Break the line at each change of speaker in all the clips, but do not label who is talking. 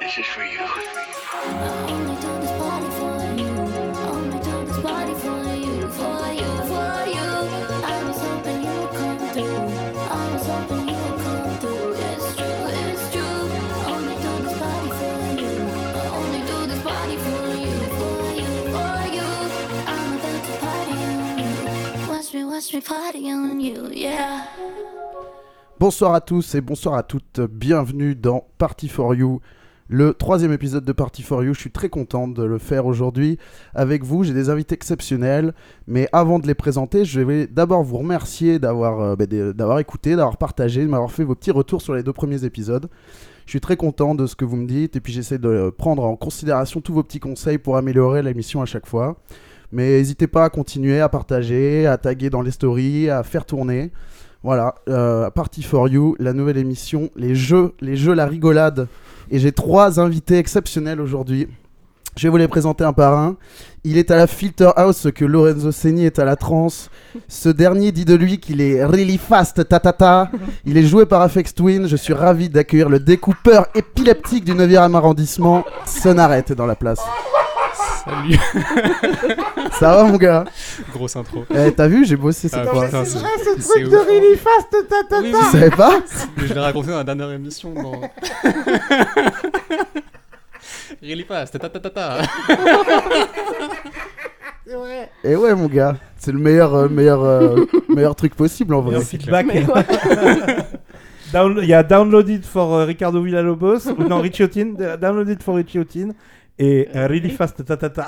This is for you.
Watch me party on you, yeah.
Bonsoir à tous et bonsoir à toutes. Bienvenue dans Party for You, le troisième épisode de Party for You. Je suis très content de le faire aujourd'hui avec vous. J'ai des invités exceptionnels, mais avant de les présenter, je vais d'abord vous remercier d'avoir euh, bah, de- d'avoir écouté, d'avoir partagé, de m'avoir fait vos petits retours sur les deux premiers épisodes. Je suis très content de ce que vous me dites et puis j'essaie de euh, prendre en considération tous vos petits conseils pour améliorer l'émission à chaque fois. Mais n'hésitez pas à continuer à partager, à taguer dans les stories, à faire tourner. Voilà, euh, Party for You, la nouvelle émission, les jeux, les jeux, la rigolade. Et j'ai trois invités exceptionnels aujourd'hui. Je vais vous les présenter un par un. Il est à la Filter House ce que Lorenzo Segni est à la trance. Ce dernier dit de lui qu'il est really fast, ta ta ta. Il est joué par Afex Twin. Je suis ravi d'accueillir le découpeur épileptique du 9e arrondissement. Sonaret est dans la place.
Salut
Ça va mon gars
Grosse intro.
Eh, T'as vu, j'ai bossé
Ah,
cette fois.
putain,
C'est
c'est-
vrai ce
c'est
truc de
ouf.
really fast ta ta
Oui,
ta.
Tu savais pas
Mais je l'ai raconté dans la dernière émission. Dans... really fast, ta ta ta ta.
C'est vrai.
Et ouais, mon gars, c'est le meilleur, euh, meilleur, euh, meilleur truc possible en vrai.
Merci.
feedback.
Mais ouais.
Downlo- Il y a Downloaded for euh, Ricardo Villalobos, ou non, Richiotin, Downloaded for Richiotin, et euh, Really Fast Tatata.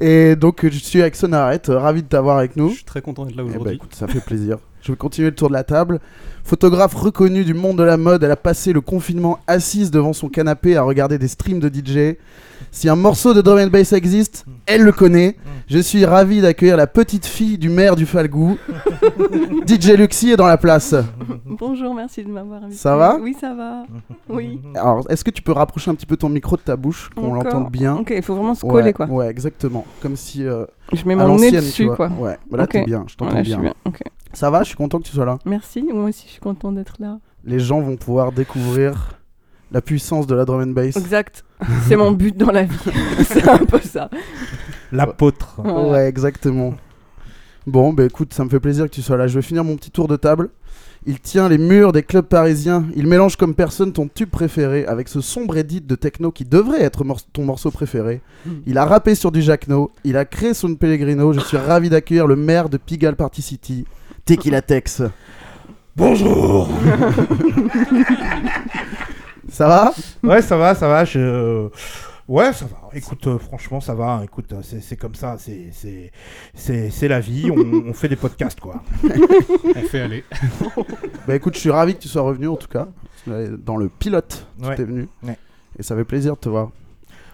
Et donc, euh, je suis avec Sonaret, euh, ravi de t'avoir avec
Je
nous.
suis très content d'être là
Eh ben,
aujourd'hui.
écoute, ça fait plaisir. Je vais continuer le tour de la table. Photographe reconnue du monde de la mode, elle a passé le confinement assise devant son canapé à regarder des streams de DJ. Si un morceau de drum and bass existe, elle le connaît. Je suis ravi d'accueillir la petite fille du maire du Falgou. DJ Luxi est dans la place.
Bonjour, merci de m'avoir invité.
Ça va
Oui, ça va. Oui.
Alors, est-ce que tu peux rapprocher un petit peu ton micro de ta bouche, qu'on
Encore.
l'entende bien
Ok, il faut vraiment se coller
ouais,
quoi.
Ouais, exactement. Comme si euh,
Je mets
à
mon nez
l'ancienne, tu
dessus
vois.
quoi.
Ouais, bah là
Ok.
t'es bien, je t'entends
Voilà, je
bien.
suis bien. Ok.
Ça va, je suis content que tu sois là.
Merci, moi aussi je suis contente d'être là.
Les gens vont pouvoir découvrir la puissance de la drum and bass.
Exact. C'est mon but dans la vie. C'est un peu ça.
L'apôtre.
Voilà.
Ouais, exactement. Bon, bah écoute, ça me fait plaisir que tu sois là. Je vais finir mon petit tour de table. Il tient les murs des clubs parisiens. Il mélange comme personne ton tube préféré avec ce sombre edit de techno qui devrait être mor- ton morceau préféré.
Hmm.
Il a rappé sur du Jacqueneau. Il a créé son Pellegrino. Je suis ravi d'accueillir le maire de Pigalle Party City, Tequila Tex.
Bonjour
Ça va
Ouais, ça va, ça va, je... Ouais, ça va. Écoute, euh, franchement, ça va. Écoute, euh, c'est c'est comme ça, c'est- c'est c'est- c'est la vie. On, on fait des podcasts, quoi.
On fait aller.
Bah écoute, je suis ravi que tu sois revenu en tout cas. Dans le pilote,
Ouais.
t'es venu.
Ouais.
Et ça fait plaisir de te voir.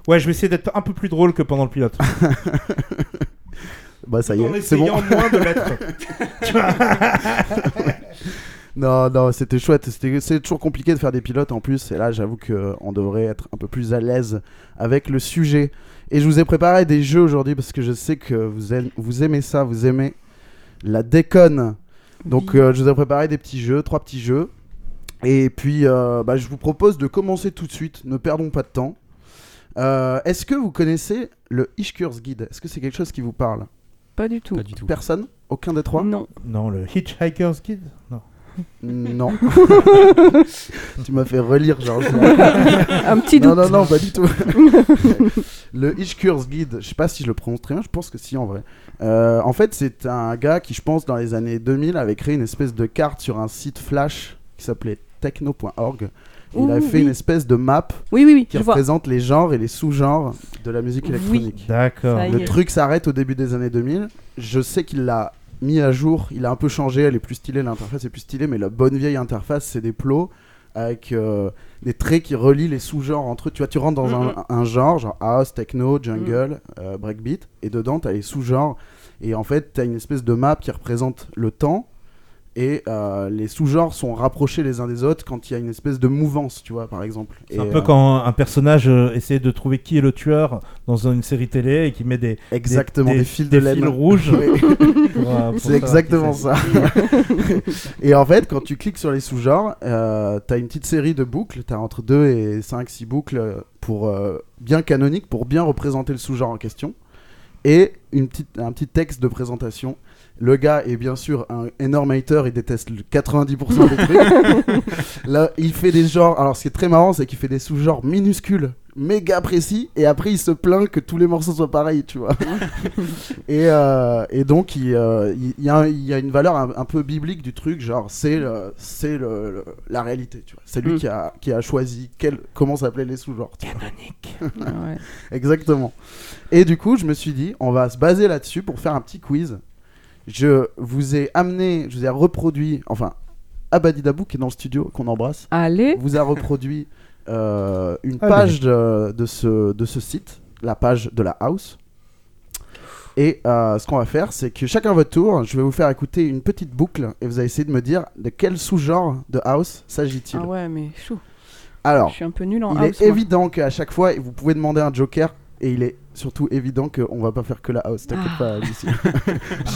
Ouais, je vais essayer d'être un peu plus drôle que pendant le pilote.
Bah ça y
en
est, c'est
essayant
bon.
moins de l'être.
Non, non, c'était chouette. C'était- C'est toujours compliqué de faire des pilotes en plus. Et là, j'avoue qu'on devrait être un peu plus à l'aise avec le sujet. Et je vous ai préparé des jeux aujourd'hui parce que je sais que vous, aime- vous aimez ça, vous aimez la déconne. Donc,
Oui.
euh, je vous ai préparé des petits jeux, trois petits jeux. Et puis, euh, bah, je vous propose de commencer tout de suite. Ne perdons pas de temps. Euh, Est-ce que vous connaissez le Ishkur's Guide Est-ce que c'est quelque chose qui vous parle
Pas du tout.
Pas du tout.
Personne Aucun des trois
Non.
Non, le Hitchhiker's Kid Non.
Non. tu m'as fait relire, genre.
Un petit doute.
Non, non, non, pas du tout. le Hitchcock's Guide, je sais pas si je le prononce très bien, je pense que si en vrai. Euh, en fait, c'est un gars qui, je pense, dans les années 2000, avait créé une espèce de carte sur un site flash qui s'appelait techno.org. Et Il
Ouh,
avait fait
oui.
une espèce de map
Oui, oui, oui,
qui
je vois.
représente les genres et les sous-genres de la musique
Oui.
électronique.
D'accord.
Ça y est.
Le truc s'arrête au début des années 2000. Je sais qu'il l'a mis à jour, il a un peu changé, elle est plus stylée, l'interface est plus stylée, mais la bonne vieille interface, c'est des plots avec euh, des traits qui relient les sous-genres entre eux. Tu vois, tu rentres dans
Mhm.
un, un genre, genre house, techno, jungle, euh, breakbeat, et dedans, tu as les sous-genres. Et en fait, tu as une espèce de map qui représente le temps Et euh, les sous-genres sont rapprochés les uns des autres quand il y a une espèce de mouvance, tu vois, par exemple.
C'est
Et,
un peu
euh,
quand un personnage euh, essaie de trouver qui est le tueur dans une série télé et qui met des,
Exactement, des, fils de
des
laine.
fils rouges.
Oui.
pour, euh, pour
C'est
savoir
exactement
qui
ça. et en fait, quand tu cliques sur les sous-genres, euh, t'as une petite série de boucles, t'as entre 2 et 5, 6 boucles euh, pour, euh, bien canoniques pour bien représenter le sous-genre en question. Et une petite, un petit texte de présentation. Le gars est bien sûr un énorme hater, il déteste le 90% des trucs. Là, il fait des genres. Alors, ce qui est très marrant, c'est qu'il fait des sous-genres minuscules, méga précis, et après, il se plaint que tous les morceaux soient pareils, tu vois. Et, euh, et donc, il, euh, il- il y, a un- il y a une valeur un, un peu biblique du truc, genre, c'est le- c'est le- le- la réalité, tu vois. C'est lui
Mm.
qui, a, qui a choisi quel, comment s'appelaient les sous-genres. tu vois.
Ah Ouais.
Exactement. Et du coup, je me suis dit, on va se baser là-dessus pour faire un petit quiz. Je vous ai amené, je vous ai reproduit, enfin, Abadi Dabou, qui est dans le studio, qu'on embrasse,
Allez,
vous a reproduit euh, une
Ah,
page de, de ce, de ce site, la page de la house. Et euh, ce qu'on va faire, c'est que chacun votre tour, je vais vous faire écouter une petite boucle et vous allez essayer de me dire de quel sous-genre de house s'agit-il.
ah ouais, mais chou,
Alors,
je suis un peu nul en
il
house.
est
moi.
évident qu'à chaque fois, vous pouvez demander un joker et il est surtout évident qu'on va pas faire que la house. T'inquiète
Ah.
pas, Lucie.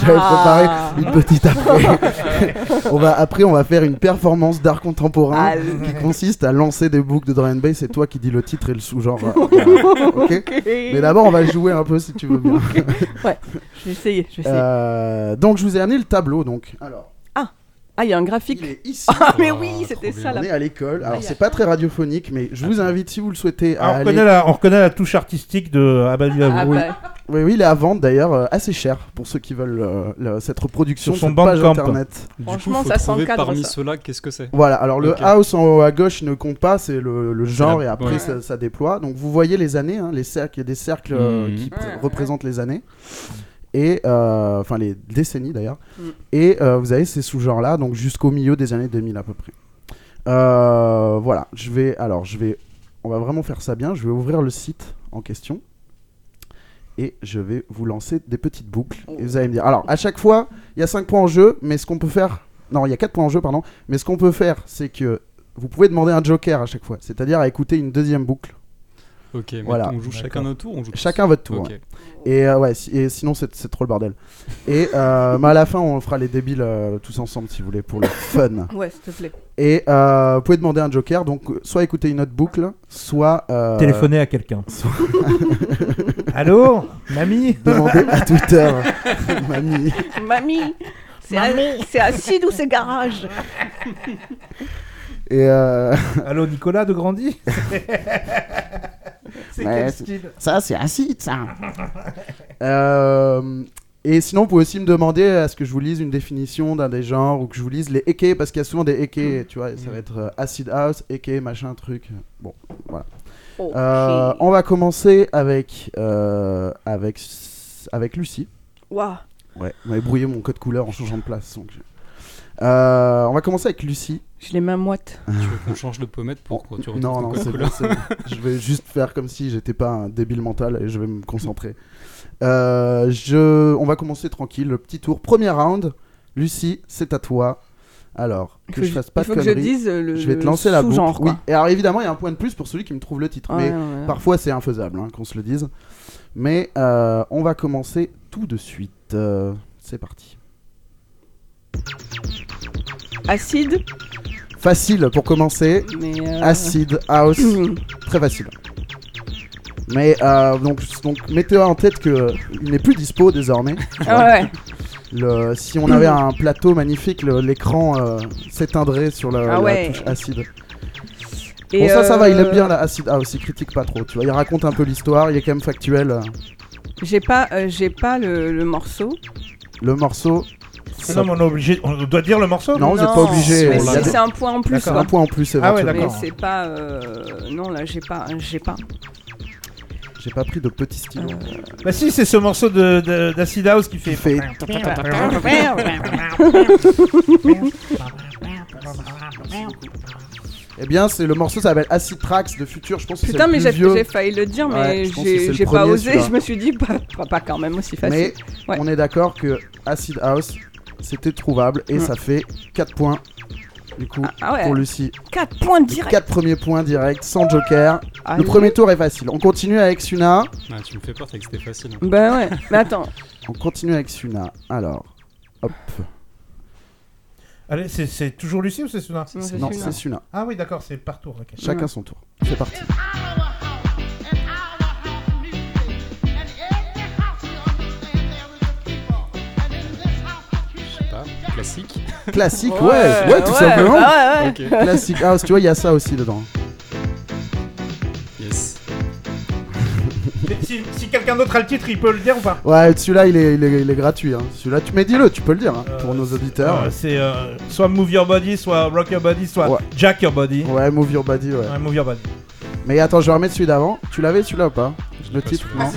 J'avais préparé
Ah.
une petite après. on va, après, on va faire une performance d'art contemporain
Allez.
qui consiste à lancer des boucles de Dorian Bay. C'est toi qui dis le titre et le sous-genre. Euh, Ok Mais d'abord, on va jouer un peu si tu veux bien.
Je vais essayer, je vais essayer.
Euh, donc, je vous ai amené le tableau. Donc, alors,
Ah, il y a un
il
graphique.
est ici.
Ah, mais
Oh,
oui, c'était
trop
ça
On
là. Ah,
est à l'école. Alors, c'est pas très radiophonique, mais je vous invite, si vous le souhaitez,
c'est. Ah,
à
on,
aller.
reconnaît la, on reconnaît la touche artistique de Abadou
Ah,
Dabou.
bah,
Oui, oui, il est à vendre d'ailleurs euh, assez cher pour ceux qui veulent euh, le- cette reproduction
Sur son
cette page
Bandcamp.
internet.
Du
Franchement,
coup, faut
ça
trouver
s'encadre,
Parmi
ça.
ceux-là, qu'est-ce que c'est
Voilà, alors le
Ok.
house en haut à gauche ne compte pas, c'est le, le genre
la-
et après
ouais.
ça, ça déploie. Donc vous voyez les années, hein, les cercles, il y a des cercles euh,
Mhm.
qui pr-
Ouais, ouais.
représentent les années. Et euh, enfin les décennies d'ailleurs.
Mhm.
Et euh, vous avez ces sous-genres-là, donc jusqu'au milieu des années 2000 à peu près. Euh, voilà, je vais. Alors, je vais. On va vraiment faire ça bien. Je vais ouvrir le site en question. Et je vais vous lancer des petites boucles. Et vous allez me dire. Alors, à chaque fois, il y a 5 points en jeu, mais ce qu'on peut faire. Non, il y a 4 points en jeu, pardon. Mais ce qu'on peut faire, c'est que vous pouvez demander un joker à chaque fois. C'est-à-dire à écouter une deuxième boucle.
Ok, mais
Voilà.
on joue chacun notre tour, on joue tous
Chacun votre tour.
Ok.
ouais. Et euh, ouais, si- et sinon, c'est c'est trop le bordel. Et euh, bah, à la fin, on fera les débiles euh, tous ensemble, si vous voulez, pour le fun.
ouais, s'il te plaît.
Et euh, vous pouvez demander un joker, donc euh, soit écouter une autre boucle, soit euh,
Téléphoner à quelqu'un.
soit
Allô Mamie
demander à Twitter, mamie.
Mamie, c'est à- c'est acide ou c'est garage
Et euh,
Allô Nicolas de Grandi C'est
Ouais,
quel
c'est-
style
ça, c'est acide, ça. Euh, et sinon, vous pouvez aussi me demander à ce que je vous lise une définition d'un des genres ou que je vous lise les eke, parce qu'il y a souvent des eke, tu vois, et ça va être euh, acid house, eke, machin, truc. Bon, voilà.
Oh,
Euh,
shit.
on va commencer avec euh, avec avec Lucie.
Ouah.
Ouais, vous m'avez brouillé mon code couleur en changeant de place. donc je- Euh, on va commencer avec Lucie.
J'ai les mains moites.
Tu veux qu'on change de pommette pour que tu retrouves
non,
ton
non,
code
c'est
couleur
bon, c'est bon. Je vais juste faire comme si j'étais pas un débile mental et je vais me concentrer. Euh, je... On va commencer tranquille, le petit tour. Premier round. Lucie, c'est à toi. Alors,
Il
que
faut
je fasse pas
il faut
de
que je
conneries.
dise euh, le
je vais te
le
lancer la boucle.
sous-genre,
Oui.
quoi.
Et alors évidemment, il y a un point de plus pour celui qui me trouve le titre.
Ah,
mais
ouais, ouais, ouais.
Parfois, c'est infaisable hein, qu'on se le dise. Mais euh, on va commencer tout de suite. Euh, c'est parti.
Acide,
Facile pour commencer.
mais... euh,
Acid, house,
hum,
très facile. Mais euh, donc, donc mettez en tête que il n'est plus dispo désormais.
Ah ouais,
Le, si on avait un plateau magnifique, le- l'écran euh, s'éteindrait sur la,
Ah
la
ouais.
touche acide.
Et,
bon ça, ça va, il aime
euh,
bien la acid house, il critique pas trop. Tu vois, il raconte un peu l'histoire, il est quand même factuel. euh.
J'ai pas, euh, j'ai pas le, le morceau.
Le morceau,
Ah Non, mais on, est obligé... on doit dire le morceau
Non, vous êtes Ah, pas obligé,
Mais
on
si,
l'a-
c'est un point en plus.
D'accord.
quoi.
un point en plus
Ah ouais,
éventuellement.
Mais
d'accord.
c'est pas. euh, Non, là, j'ai pas. J'ai pas.
J'ai pas pris de petit stylo.
Bah si, c'est ce morceau de- de- d'Acid House qui
Qui fait
fait...
Eh bien, c'est le morceau s'appelle Acid Tracks de Future. Je pense que c'est
Putain,
le
mais
plus
j'ai
vieux.
j'ai failli le dire, mais
Ouais, je pense que c'est
j'ai
le
j'ai pas
premier,
osé.
celui-là.
Je me suis dit, pas, pas, pas quand même aussi facile.
Mais
Ouais.
on est d'accord que Acid House, C'était trouvable et
Ouais.
ça fait 4 points. Du coup,
Ah ouais.
pour Lucie.
4 points
Les
direct.
4 premiers points directs sans joker.
Ah,
Le
oui.
premier tour est facile. On continue avec Suna.
Ah, tu me fais peur, t'as que c'était facile. hein.
Bah ouais. Mais attends.
On continue avec Suna. Alors, hop.
Allez, c'est- c'est toujours Lucie ou c'est Suna
Sinon, c'est
Non,
celui-là.
c'est Suna.
Ah oui, d'accord, c'est par tour. ok.
Chacun son tour. C'est parti.
Je sais pas, classique.
Classique, ouais, ouais, tout simplement.
bah ouais, ouais.
Ok,
Classique. Ah, tu vois, il y a ça aussi dedans.
yes.
Mais Si, si quelqu'un d'autre a le titre, il peut le dire ou pas
Ouais, celui-là, il est, il est- il est gratuit. hein. Celui-là, tu mais dis-le, tu peux le dire hein,
Euh,
pour nos
c'est-
auditeurs.
Euh, C'est euh, soit Move Your Body, soit Rock Your Body, soit
Ouais.
Jack Your Body.
Ouais, move your body, ouais.
Ouais, move Your Body.
Mais attends, je vais remettre celui d'avant. Tu l'avais celui-là ou pas
Je
Le
l'ai pas
titre,
celui-là.
non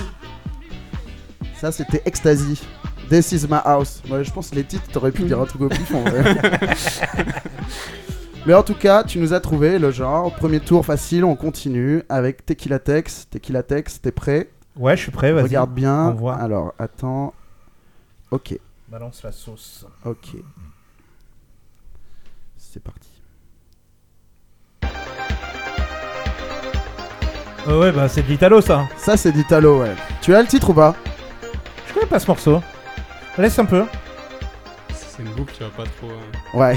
Ça, c'était Ecstasy. This is my house. Ouais, je pense que les titres, t'aurais pu dire un truc au pif en vrai. Mais en tout cas, tu nous as trouvé le genre. Premier tour facile, on continue avec Tequila Tex. Tequila Tex, t'es prêt
Ouais, je suis prêt, Eh, vas-y.
Regarde bien.
on voit.
Alors, attends. Ok,
Balance la sauce.
ok. C'est parti.
Euh, ouais, bah c'est de l'Italo ça.
Ça, c'est d'Italo, ouais. Tu as le titre ou pas
Je connais pas ce morceau. Laisse un peu.
C'est une boucle, tu vas pas trop. euh,
Ouais.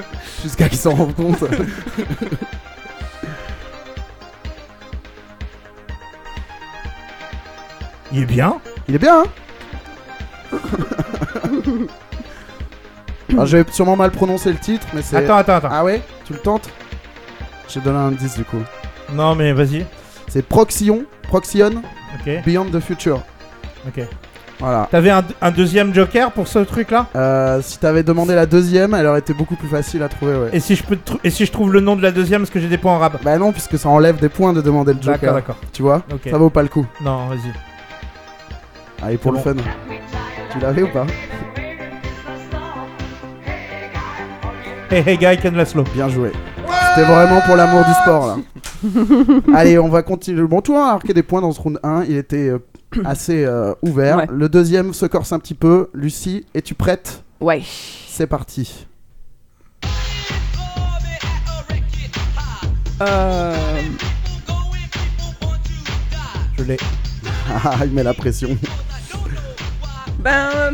Jusqu'à qu'ils s'en rendent compte.
Il est bien. hein.
Il est bien, hein Alors, je vais Ah, sûrement mal prononcer le titre, mais c'est.
Attends, attends, attends.
Ah ouais Tu le tentes Je te donne un indice du coup.
Non, mais vas-y.
C'est Proxion, Proxion,
Ok,
Beyond the Future.
ok.
Voilà.
T'avais un, un deuxième joker pour ce truc là
Euh, si t'avais demandé la deuxième, elle aurait été beaucoup plus facile à trouver, ouais.
et si, je peux te trou- et si je trouve le nom de la deuxième parce que j'ai des points en rab
Bah non, puisque ça enlève des points de demander le
D'accord,
Joker.
d'accord.
Tu vois
Ok.
Ça vaut pas le coup.
Non, vas-y.
Allez, pour le
C'est
fun. Tu l'avais ou pas
Hey, hey, guy, Ken Laszlo.
Bien joué. C'était vraiment pour l'amour du sport là. Allez, on va continuer. Bon, toi, a marqué des points dans ce round 1. Il était euh, assez euh, ouvert.
Ouais.
Le deuxième se corse un petit peu. Lucie, es-tu prête
Ouais.
C'est parti.
Euh...
Je l'ai.
Ah, il met la pression.
Ben. euh,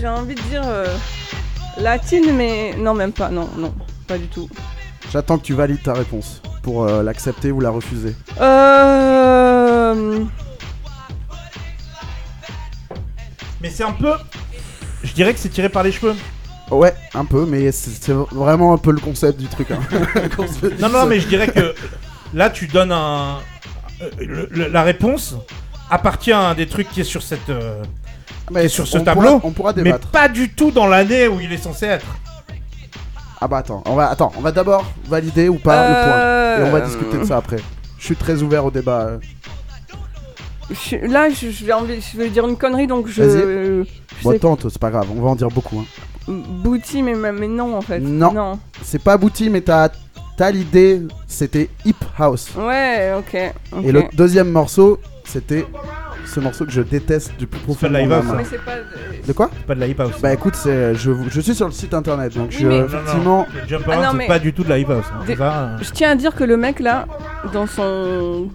J'ai envie de dire. euh, Latine, mais. Non, même pas. Non, non. Pas du tout.
J'attends que tu valides ta réponse pour euh, l'accepter ou la refuser.
Euh.
Mais c'est un peu. Je dirais que c'est tiré par les cheveux.
Ouais, un peu, mais c'est c'est vraiment un peu le concept du truc. hein. Qu'on se dise.
Non, non, mais je dirais que là, tu donnes un. euh, le- le- la réponse appartient à un des trucs qui est sur cette. euh,
Mais
sur ce
on pourra-
tableau,
on pourra
mais
débattre.
pas du tout dans l'année où il est censé être.
Ah bah attends, on va, attends, on va d'abord valider ou pas le point. Et on va
Euh,
discuter de ça après. Je suis très ouvert au débat. euh.
euh, je- là, je, je vais envie, je vais dire une connerie, donc je.
Vas-y.
euh, je
Bon,
sais-
tente, c'est pas grave, on va en dire beaucoup. hein.
Booty, mais, mais non, en fait.
Non. C'est pas abouti, mais t'as t'as l'idée, c'était Hip House.
Ouais, ok. ok.
Et le deuxième morceau, c'était ce morceau que je déteste du plus profond
pas
de
de
mon
Live House,
âme.
Mais c'est pas. euh,
De quoi
C'est pas de la hip house.
Bah écoute, c'est- je, je suis sur le site internet, donc
Oui,
je,
Non,
mais-
non,
effectivement...
le jump
Ah
around,
non,
c'est
mais-
pas du tout de la hip house. hein.
Des-
Ça, euh,
Je tiens à dire que le mec là, dans son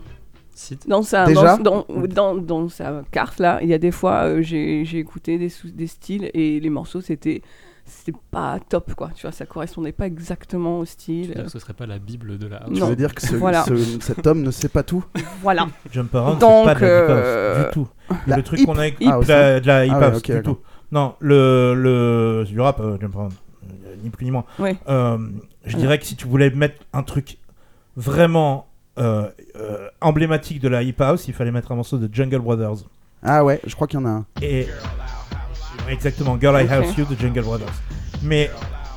Site.
dans sa
Déjà
dans, dans, dans- dans sa carte là, il y a des fois euh, j'ai j'ai écouté des sous- des styles et les morceaux c'était c'était pas top quoi. Tu vois, ça correspondait pas exactement au
Je veux dire
style.
que ce serait pas la Bible de la.
Tu
non.
veux dire que ce-
Voilà.
ce- cet homme ne sait pas tout
Voilà.
jump around,
Donc,
c'est pas de la hip house
euh,
du tout.
La
le truc
hip-
qu'on a écouté,
hip-
de la, de la hip
Ah
house
ouais, ok,
du
d'accord.
tout. Non, le, le c'est du rap, euh, jump around, Euh, ni plus ni moins.
Ouais.
Euh, je dirais que si tu voulais mettre un truc vraiment euh, euh, emblématique de la hip house, il fallait mettre un morceau de Jungle Brothers.
Ah ouais, je crois qu'il y en a un.
Et exactement, Girl I
Ok.
House You de Jungle Brothers. Mais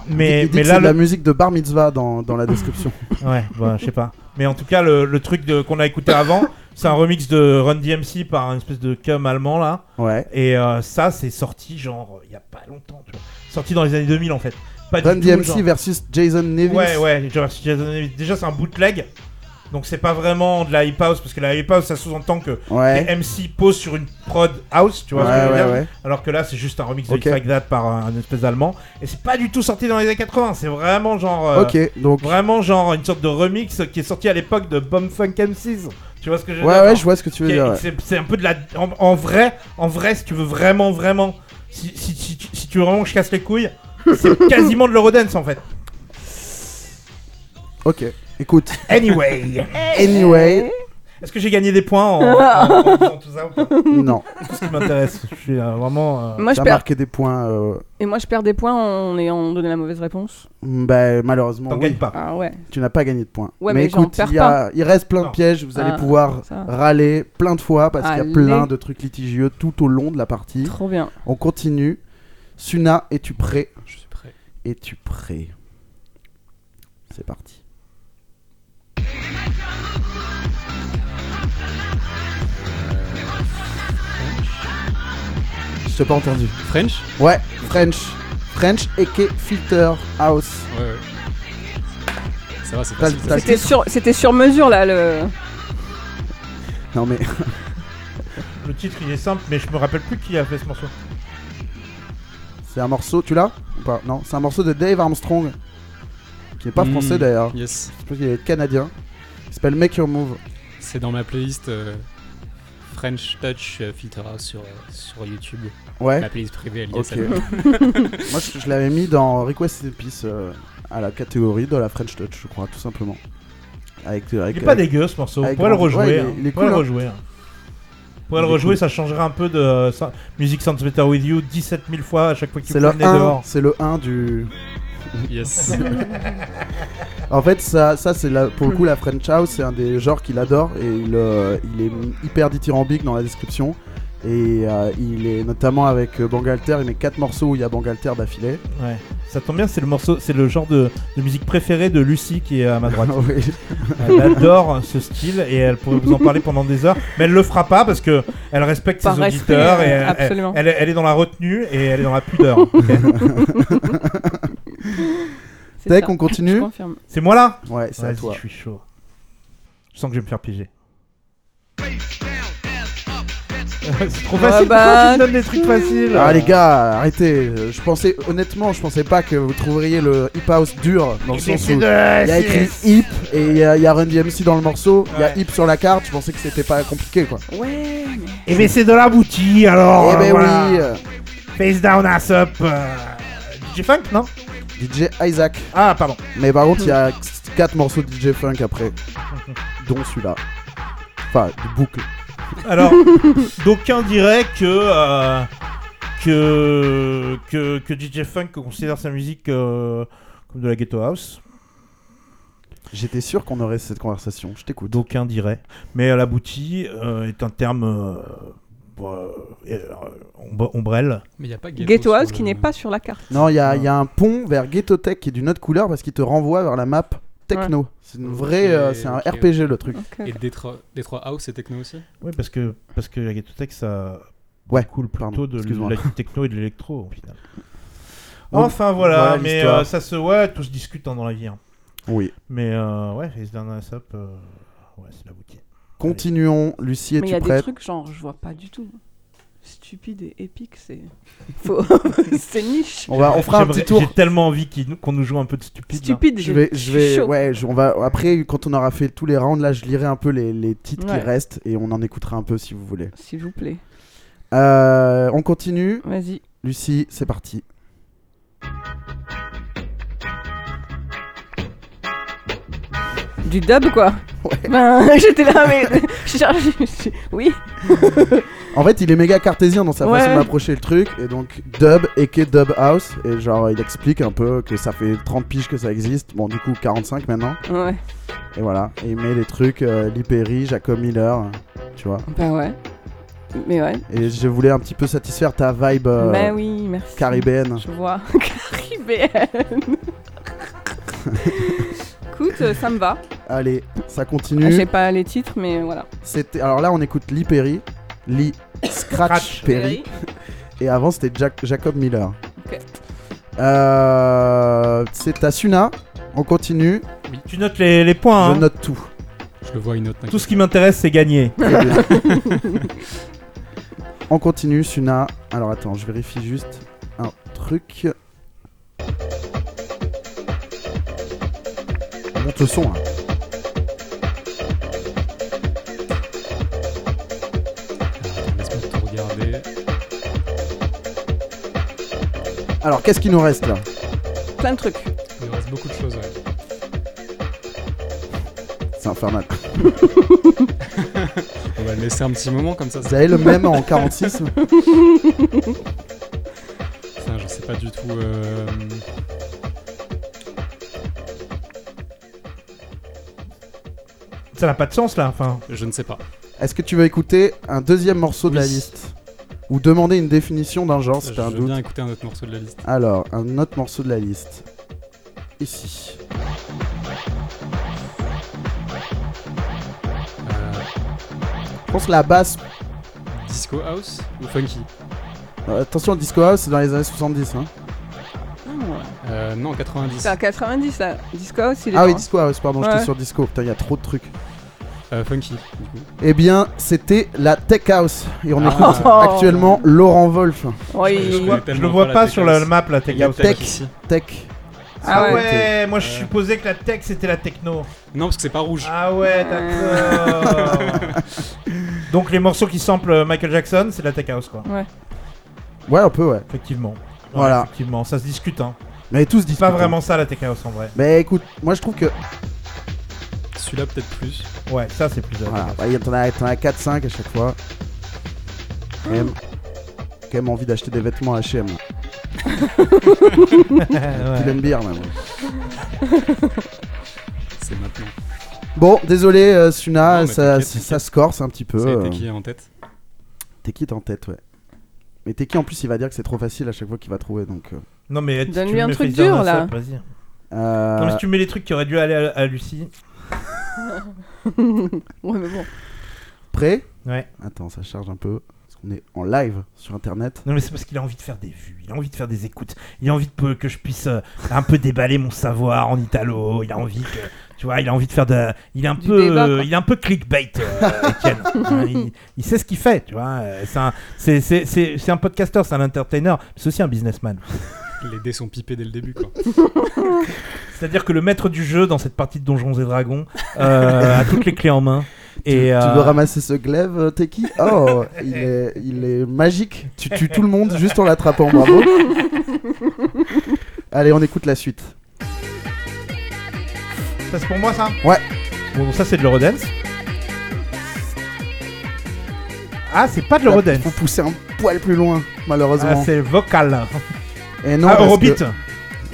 mais
Il dit
mais
que
là
c'est de la
le...
musique de Bar Mitzvah dans, dans la description.
ouais, bah, je sais pas. Mais en tout cas, le, le truc de- qu'on a écouté avant, c'est un remix de Run DMC par un espèce de cum allemand là.
ouais.
Et euh, ça, c'est sorti genre il y a pas longtemps, tu vois. Sorti dans les années 2000 en fait. Pas
Run
du tout,
DMC
genre-
versus Jason Nevins.
Ouais, ouais, genre, Jason Davis. Déjà, c'est un bootleg. Donc c'est pas vraiment de la hip house parce que la hip house ça sous-entend que
Ouais.
les MC posent sur une prod house, tu vois ce que je
ouais,
veux
ouais,
dire
ouais.
Alors que là c'est juste un remix de
Ok.
It's Like That par un, un espèce d'allemand et c'est pas du tout sorti dans les années 80, c'est vraiment genre euh,
ok, donc.
vraiment genre une sorte de remix qui est sorti à l'époque de Bomb Funk M6. Tu vois ce que je veux
Ouais,
dire
ouais, je vois ce que tu veux
qui est-
dire. ouais.
c'est- C'est un peu de la. En, en vrai, en vrai, si tu veux vraiment, vraiment. Si, si, si, tu- si tu veux vraiment que je casse les couilles, c'est quasiment de l'eurodance en fait.
Ok, écoute.
Anyway.
Anyway,
Est-ce que j'ai gagné des points en, en, en faisant tout ça ou pas
non.
Tout ce qui m'intéresse. Je suis euh,
Ah,
vraiment. euh,
Moi, Eh. je
T'as
perds.
marqué des points. euh,
Et moi, je perds des points en ayant donné la mauvaise réponse.
Bah, malheureusement,
T'en
oui,
gagnes pas.
Ah ouais.
tu n'as pas gagné de points.
Ouais, mais j'en
écoute,
perds
il, y a- il reste plein de
Non.
pièges. Vous allez
Ah,
pouvoir
ça va.
râler plein de fois parce qu'il y a
Allez.
plein de trucs litigieux tout au long de la partie.
Trop bien.
On continue. Suna, es-tu prêt
Je suis prêt.
Es-tu prêt C'est parti.
Euh,
Je t'ai pas entendu.
French
Ouais, French. French et Filter House.
Ouais, ouais. Ça va, c'est
T'as-
facile.
t'as-
ça.
C'était sur, c'était sur mesure là le.
Non mais
Le titre il est simple, mais je me rappelle plus qui a fait ce morceau.
c'est un morceau, tu l'as Ou pas Non, c'est un morceau de Dave Armstrong. Qui est pas
Hmm.
français d'ailleurs.
Yes.
Je pense qu'il est canadien. Il s'appelle Make Your Move.
C'est dans ma playlist euh, French Touch euh, Filter House sur, euh, sur YouTube.
Ouais.
Ma playlist privée, elle y est,
Ok.
celle-là.
Moi, je, je l'avais mis dans Request Piece à la catégorie de la French Touch, je crois, tout simplement. Avec, euh,
Il
avec,
est pas
avec-
dégueu ce morceau. On
avec
pourrait le
grand-
rejouer.
ouais, il est-
hein.
il est
On pourrait le
cool, hein.
rejouer. hein. On pourrait le
Il est
rejouer,
cool.
ça changerait un peu de. euh, ça- Music Sounds Better With You 17 000 fois à chaque fois qu'il
C'est le
prenait
1,
dehors.
c'est le 1 du.
Yes.
En fait, ça, ça c'est la- pour le coup la French House, c'est un des genres qu'il adore et il, euh, il est hyper dithyrambique dans la description. Et euh, il est notamment avec euh, Bangalter, il met 4 morceaux où il y a Bangalter d'affilée.
Ouais. Ça tombe bien, c'est le morceau, c'est le genre de, de musique préférée de Lucie qui est à ma droite.
Oui.
Elle adore ce style et elle pourrait vous en parler pendant des heures, mais elle le fera pas parce que elle respecte ses
Par respect,
auditeurs et
euh,
elle,
absolument.
elle- elle est dans la retenue et elle est dans la pudeur. ok
c'est
Tech,
ça.
on
Je
continue
confirme.
c'est moi là
Ouais, c'est à
Vas-y,
toi.
je suis chaud. Je sens que je vais me faire piéger. c'est trop facile,
Ah bah,
pourquoi tu me donnes des trucs faciles
Ah les gars, arrêtez. Euh, Je pensais honnêtement, je pensais pas que vous trouveriez le hip house dur dans le
Mais
sens
Eh
où
ben, c'est de-
il y a écrit hip et il y, a- il y a Run DMC dans le morceau, il y a
Ouais.
hip sur la carte. Je pensais que c'était pas compliqué quoi.
Ouais.
Ah,
mais-
Eh mais c'est de la boutique alors
eh ben
Oh, voilà.
oui, euh,
Face down, ass up euh, DJ Funk, non
DJ Isaac.
Ah, pardon.
Mais par contre, il y a 4 morceaux de DJ Funk après, dont celui-là. Enfin, de boucle.
Alors, d'aucuns diraient que, euh, que, que, que DJ Funk considère sa musique euh, comme de la ghetto house.
J'étais sûr qu'on aurait cette conversation. Je t'écoute.
D'aucuns diraient. Mais euh, l'abouti euh, est un terme euh, bon, euh, euh, ombre- ombrelle.
Mais il n'y a pas Ghetto.
Ghetto
sur
House qui
le-
n'est pas sur la carte.
Non, il y, a- il y a un pont vers Ghetto Tech qui est d'une autre couleur parce qu'il te renvoie vers la map techno. C'est une vraie,
Ok,
euh, c'est un
ok.
RPG le truc.
Ok.
Et Detroit, Detroit House et Techno aussi
Oui, parce que, parce que la ghetto tech, ça
Ouais,
coule
pardon,
plutôt de
excuse-moi. Oh,
la techno et de l'électro, au final.
Donc,
Enfin, voilà,
voilà
mais
l'histoire.
euh, ça se... Ouais, tout se discute hein, dans la vie. hein.
Oui.
Mais euh, ouais, Face Down, Ass Up, euh, ouais, c'est l'abouti.
Continuons. Lucie,
Mais il y
es-tu
a des
prête
trucs genre je vois pas du tout. Stupide et épique, c'est. Faut... c'est niche.
On va, on fera un
J'aimerais-
petit tour.
J'ai tellement envie qu'il nous- qu'on nous joue un peu de stupide. là.
Stupide.
hein. Je vais, je
suis
vais,
chaud.
ouais, je- on va. Après, quand on aura fait tous les rounds, là, je lirai un peu les, les titres
Ouais.
qui restent et on en écoutera un peu si vous voulez.
S'il vous plaît.
Euh, on continue.
Vas-y.
Lucie, c'est parti.
Du dub quoi.
Ouais.
Ben j'étais là mais je cherche- je suis- Oui.
En fait, il est méga cartésien dans sa
Ouais.
façon d'approcher le truc. Et donc, dub et que dub house. Et genre, il explique un peu que ça fait 30 piges que ça existe. Bon, du coup, 45 maintenant.
Ouais.
Et voilà. Et il met des trucs, euh, Lee Perry, Jacob Miller. Tu vois.
Ben ouais. Mais ouais.
Et je voulais un petit peu satisfaire ta vibe euh,
Mais Bah oui, merci.
caribéenne.
Je vois. Caribéenne. Écoute, euh, ça me va.
Allez, ça
Ah,
continue.
J'ai pas les titres, mais voilà.
C'était alors là on écoute Lee Perry, Lee Scratch
Scratch.
Perry et avant c'était Jack- Jacob Miller.
Ok.
Euh, c'est à Suna. On continue.
Tu notes les, les points.
Je
hein.
note tout.
Je je le vois à une autre.
Tout ce qui m'intéresse, c'est gagner.
Très bien. On continue, Suna. Alors attends, je vérifie juste un truc. On monte le son. hein.
Attends, Laisse-moi tout regarder.
Alors qu'est-ce qui nous reste là
Plein de trucs.
Il nous reste beaucoup de choses. ouais.
C'est infernal.
On va le laisser un petit moment comme ça.
Vous avez le même en 46
Putain, je sais pas du tout. euh,
Ça n'a pas de sens là, enfin.
Je ne sais pas.
Est-ce que tu veux écouter un deuxième morceau de la
Oui.
liste Ou demander une définition d'un genre, si
Je
t'as un
veux
doute
bien écouter un autre morceau de la liste.
Alors, un autre morceau de la liste. Ici.
Euh,
Je pense que la basse...
Disco House ou Funky
euh, attention, Disco House, c'est dans les années 70. hein.
euh, Non, 90.
Ah, C'est à 90 là. Disco House, il est
Ah
hein.
oui,
dans-
Disco House, pardon, j'étais
Ouais.
sur Disco. Putain, il y a trop de trucs.
Euh, funky, du coup.
Eh bien, c'était la Tech House. Et on
Ah.
écoute
Oh.
actuellement Laurent Wolf.
Je,
Je
Oui.
connais
je le
tellement
vois
pas
pas,
la tech
sur la
house.
map la
Il y a
techno.
tech
tech.
ici.
Tech.
Ah
Ah
ouais.
ouais, moi je
Ouais.
supposais que la tech c'était la techno.
Non, parce que c'est pas rouge.
Ah ouais, d'accord. Donc les morceaux qui samplent Michael Jackson, c'est de la tech house quoi.
Ouais, un peu, ouais.
Effectivement. Ouais,
Voilà.
Effectivement, ça se discute hein.
Mais tous
C'est
disent.
pas vraiment ça la tech house en vrai.
Mais écoute, moi je trouve que.
Celui-là, peut-être plus.
Ouais, ça c'est plus. de la tech
Voilà,
house.
bah, y en a, t'en as 4-5 à chaque fois. Quand même, quand même envie d'acheter des vêtements HM. Tu
Ouais.
l'aimes bien, même.
C'est maintenant.
Bon, désolé, euh, Suna,
Non, mais
ça,
t'inquiète,
ça,
t'inquiète.
se corse un petit peu.
Ça a
euh,
été qui est en tête
T'es qui t'es en tête, ouais. Mais t'es qui en plus, il va dire que c'est trop facile à chaque fois qu'il va trouver, donc. euh,
Non mais si
Donne-lui
tu
un
me
truc
fais dire
dur,
ça,
là.
avec plaisir.
euh,
Non mais si tu mets les trucs qui auraient dû aller à, à Lucie.
Ouais, mais bon.
Prêt
Ouais.
Attends, ça charge un peu. Parce qu'on est en live sur internet.
Non mais c'est parce qu'il a envie de faire des vues, il a envie de faire des écoutes, il a envie de peu- que je puisse euh, un peu déballer mon savoir en italo, il a envie que tu vois, il a envie de faire de il est un
Du
peu
débat,
euh,
quoi.
il est un peu clickbait euh, Etienne. Hein, il, il sait ce qu'il fait, tu vois, euh, c'est un c'est c'est c'est c'est un podcaster, c'est un entertainer, mais c'est aussi un businessman.
Les dés sont pipés dès le début, quoi.
C'est-à-dire que le maître du jeu dans cette partie de Donjons et Dragons euh, a toutes les clés en main et
tu
euh,
veux ramasser ce glaive, euh, t'es qui Oh, il est, il est magique. Tu tues tout le monde juste en l'attrapant, bravo. Allez, on écoute la suite.
ça c'est pour moi ça
Ouais.
Bon ça c'est de l'eurodance. Ah, c'est pas de
Là,
l'eurodance.
Faut pousser un poil plus loin,
Ah,
malheureusement.
c'est vocal.
Et non,
ah,
parce
Eurobeat.
que-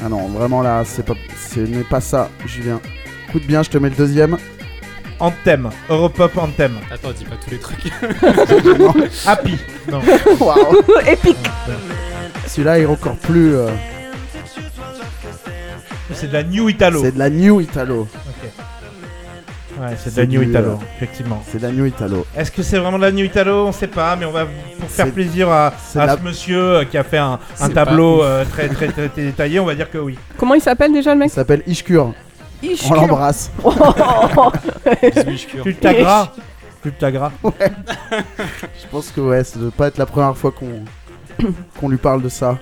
Ah non, vraiment là, c'est pas... ce n'est pas ça, Julien. Écoute bien, je te mets le deuxième.
Anthem. Europop Anthem.
Attends, dis pas tous les trucs.
Happy. Non.
Waouh.
Épique
Celui-là est encore plus. euh,
C'est de la New Italo.
C'est de la new Italo.
Ouais, c'est de
c'est
la New
du,
Italo,
euh,
effectivement.
C'est de la new Italo.
Est-ce que c'est vraiment de la New Italo On sait pas, mais on va pour faire
C'est-
plaisir à,
c'est
à
la-
ce monsieur euh, qui a fait un, un
C'est
tableau euh, très, très, très, très détaillé, on va dire que oui.
Comment il s'appelle déjà le
Il
mec
s'appelle Ishkur. On l'embrasse.
Bisous, je cure.
Tu t'agras. Tu t'agras.
Je pense que ouais, ça doit pas être la première fois qu'on qu'on lui parle de ça.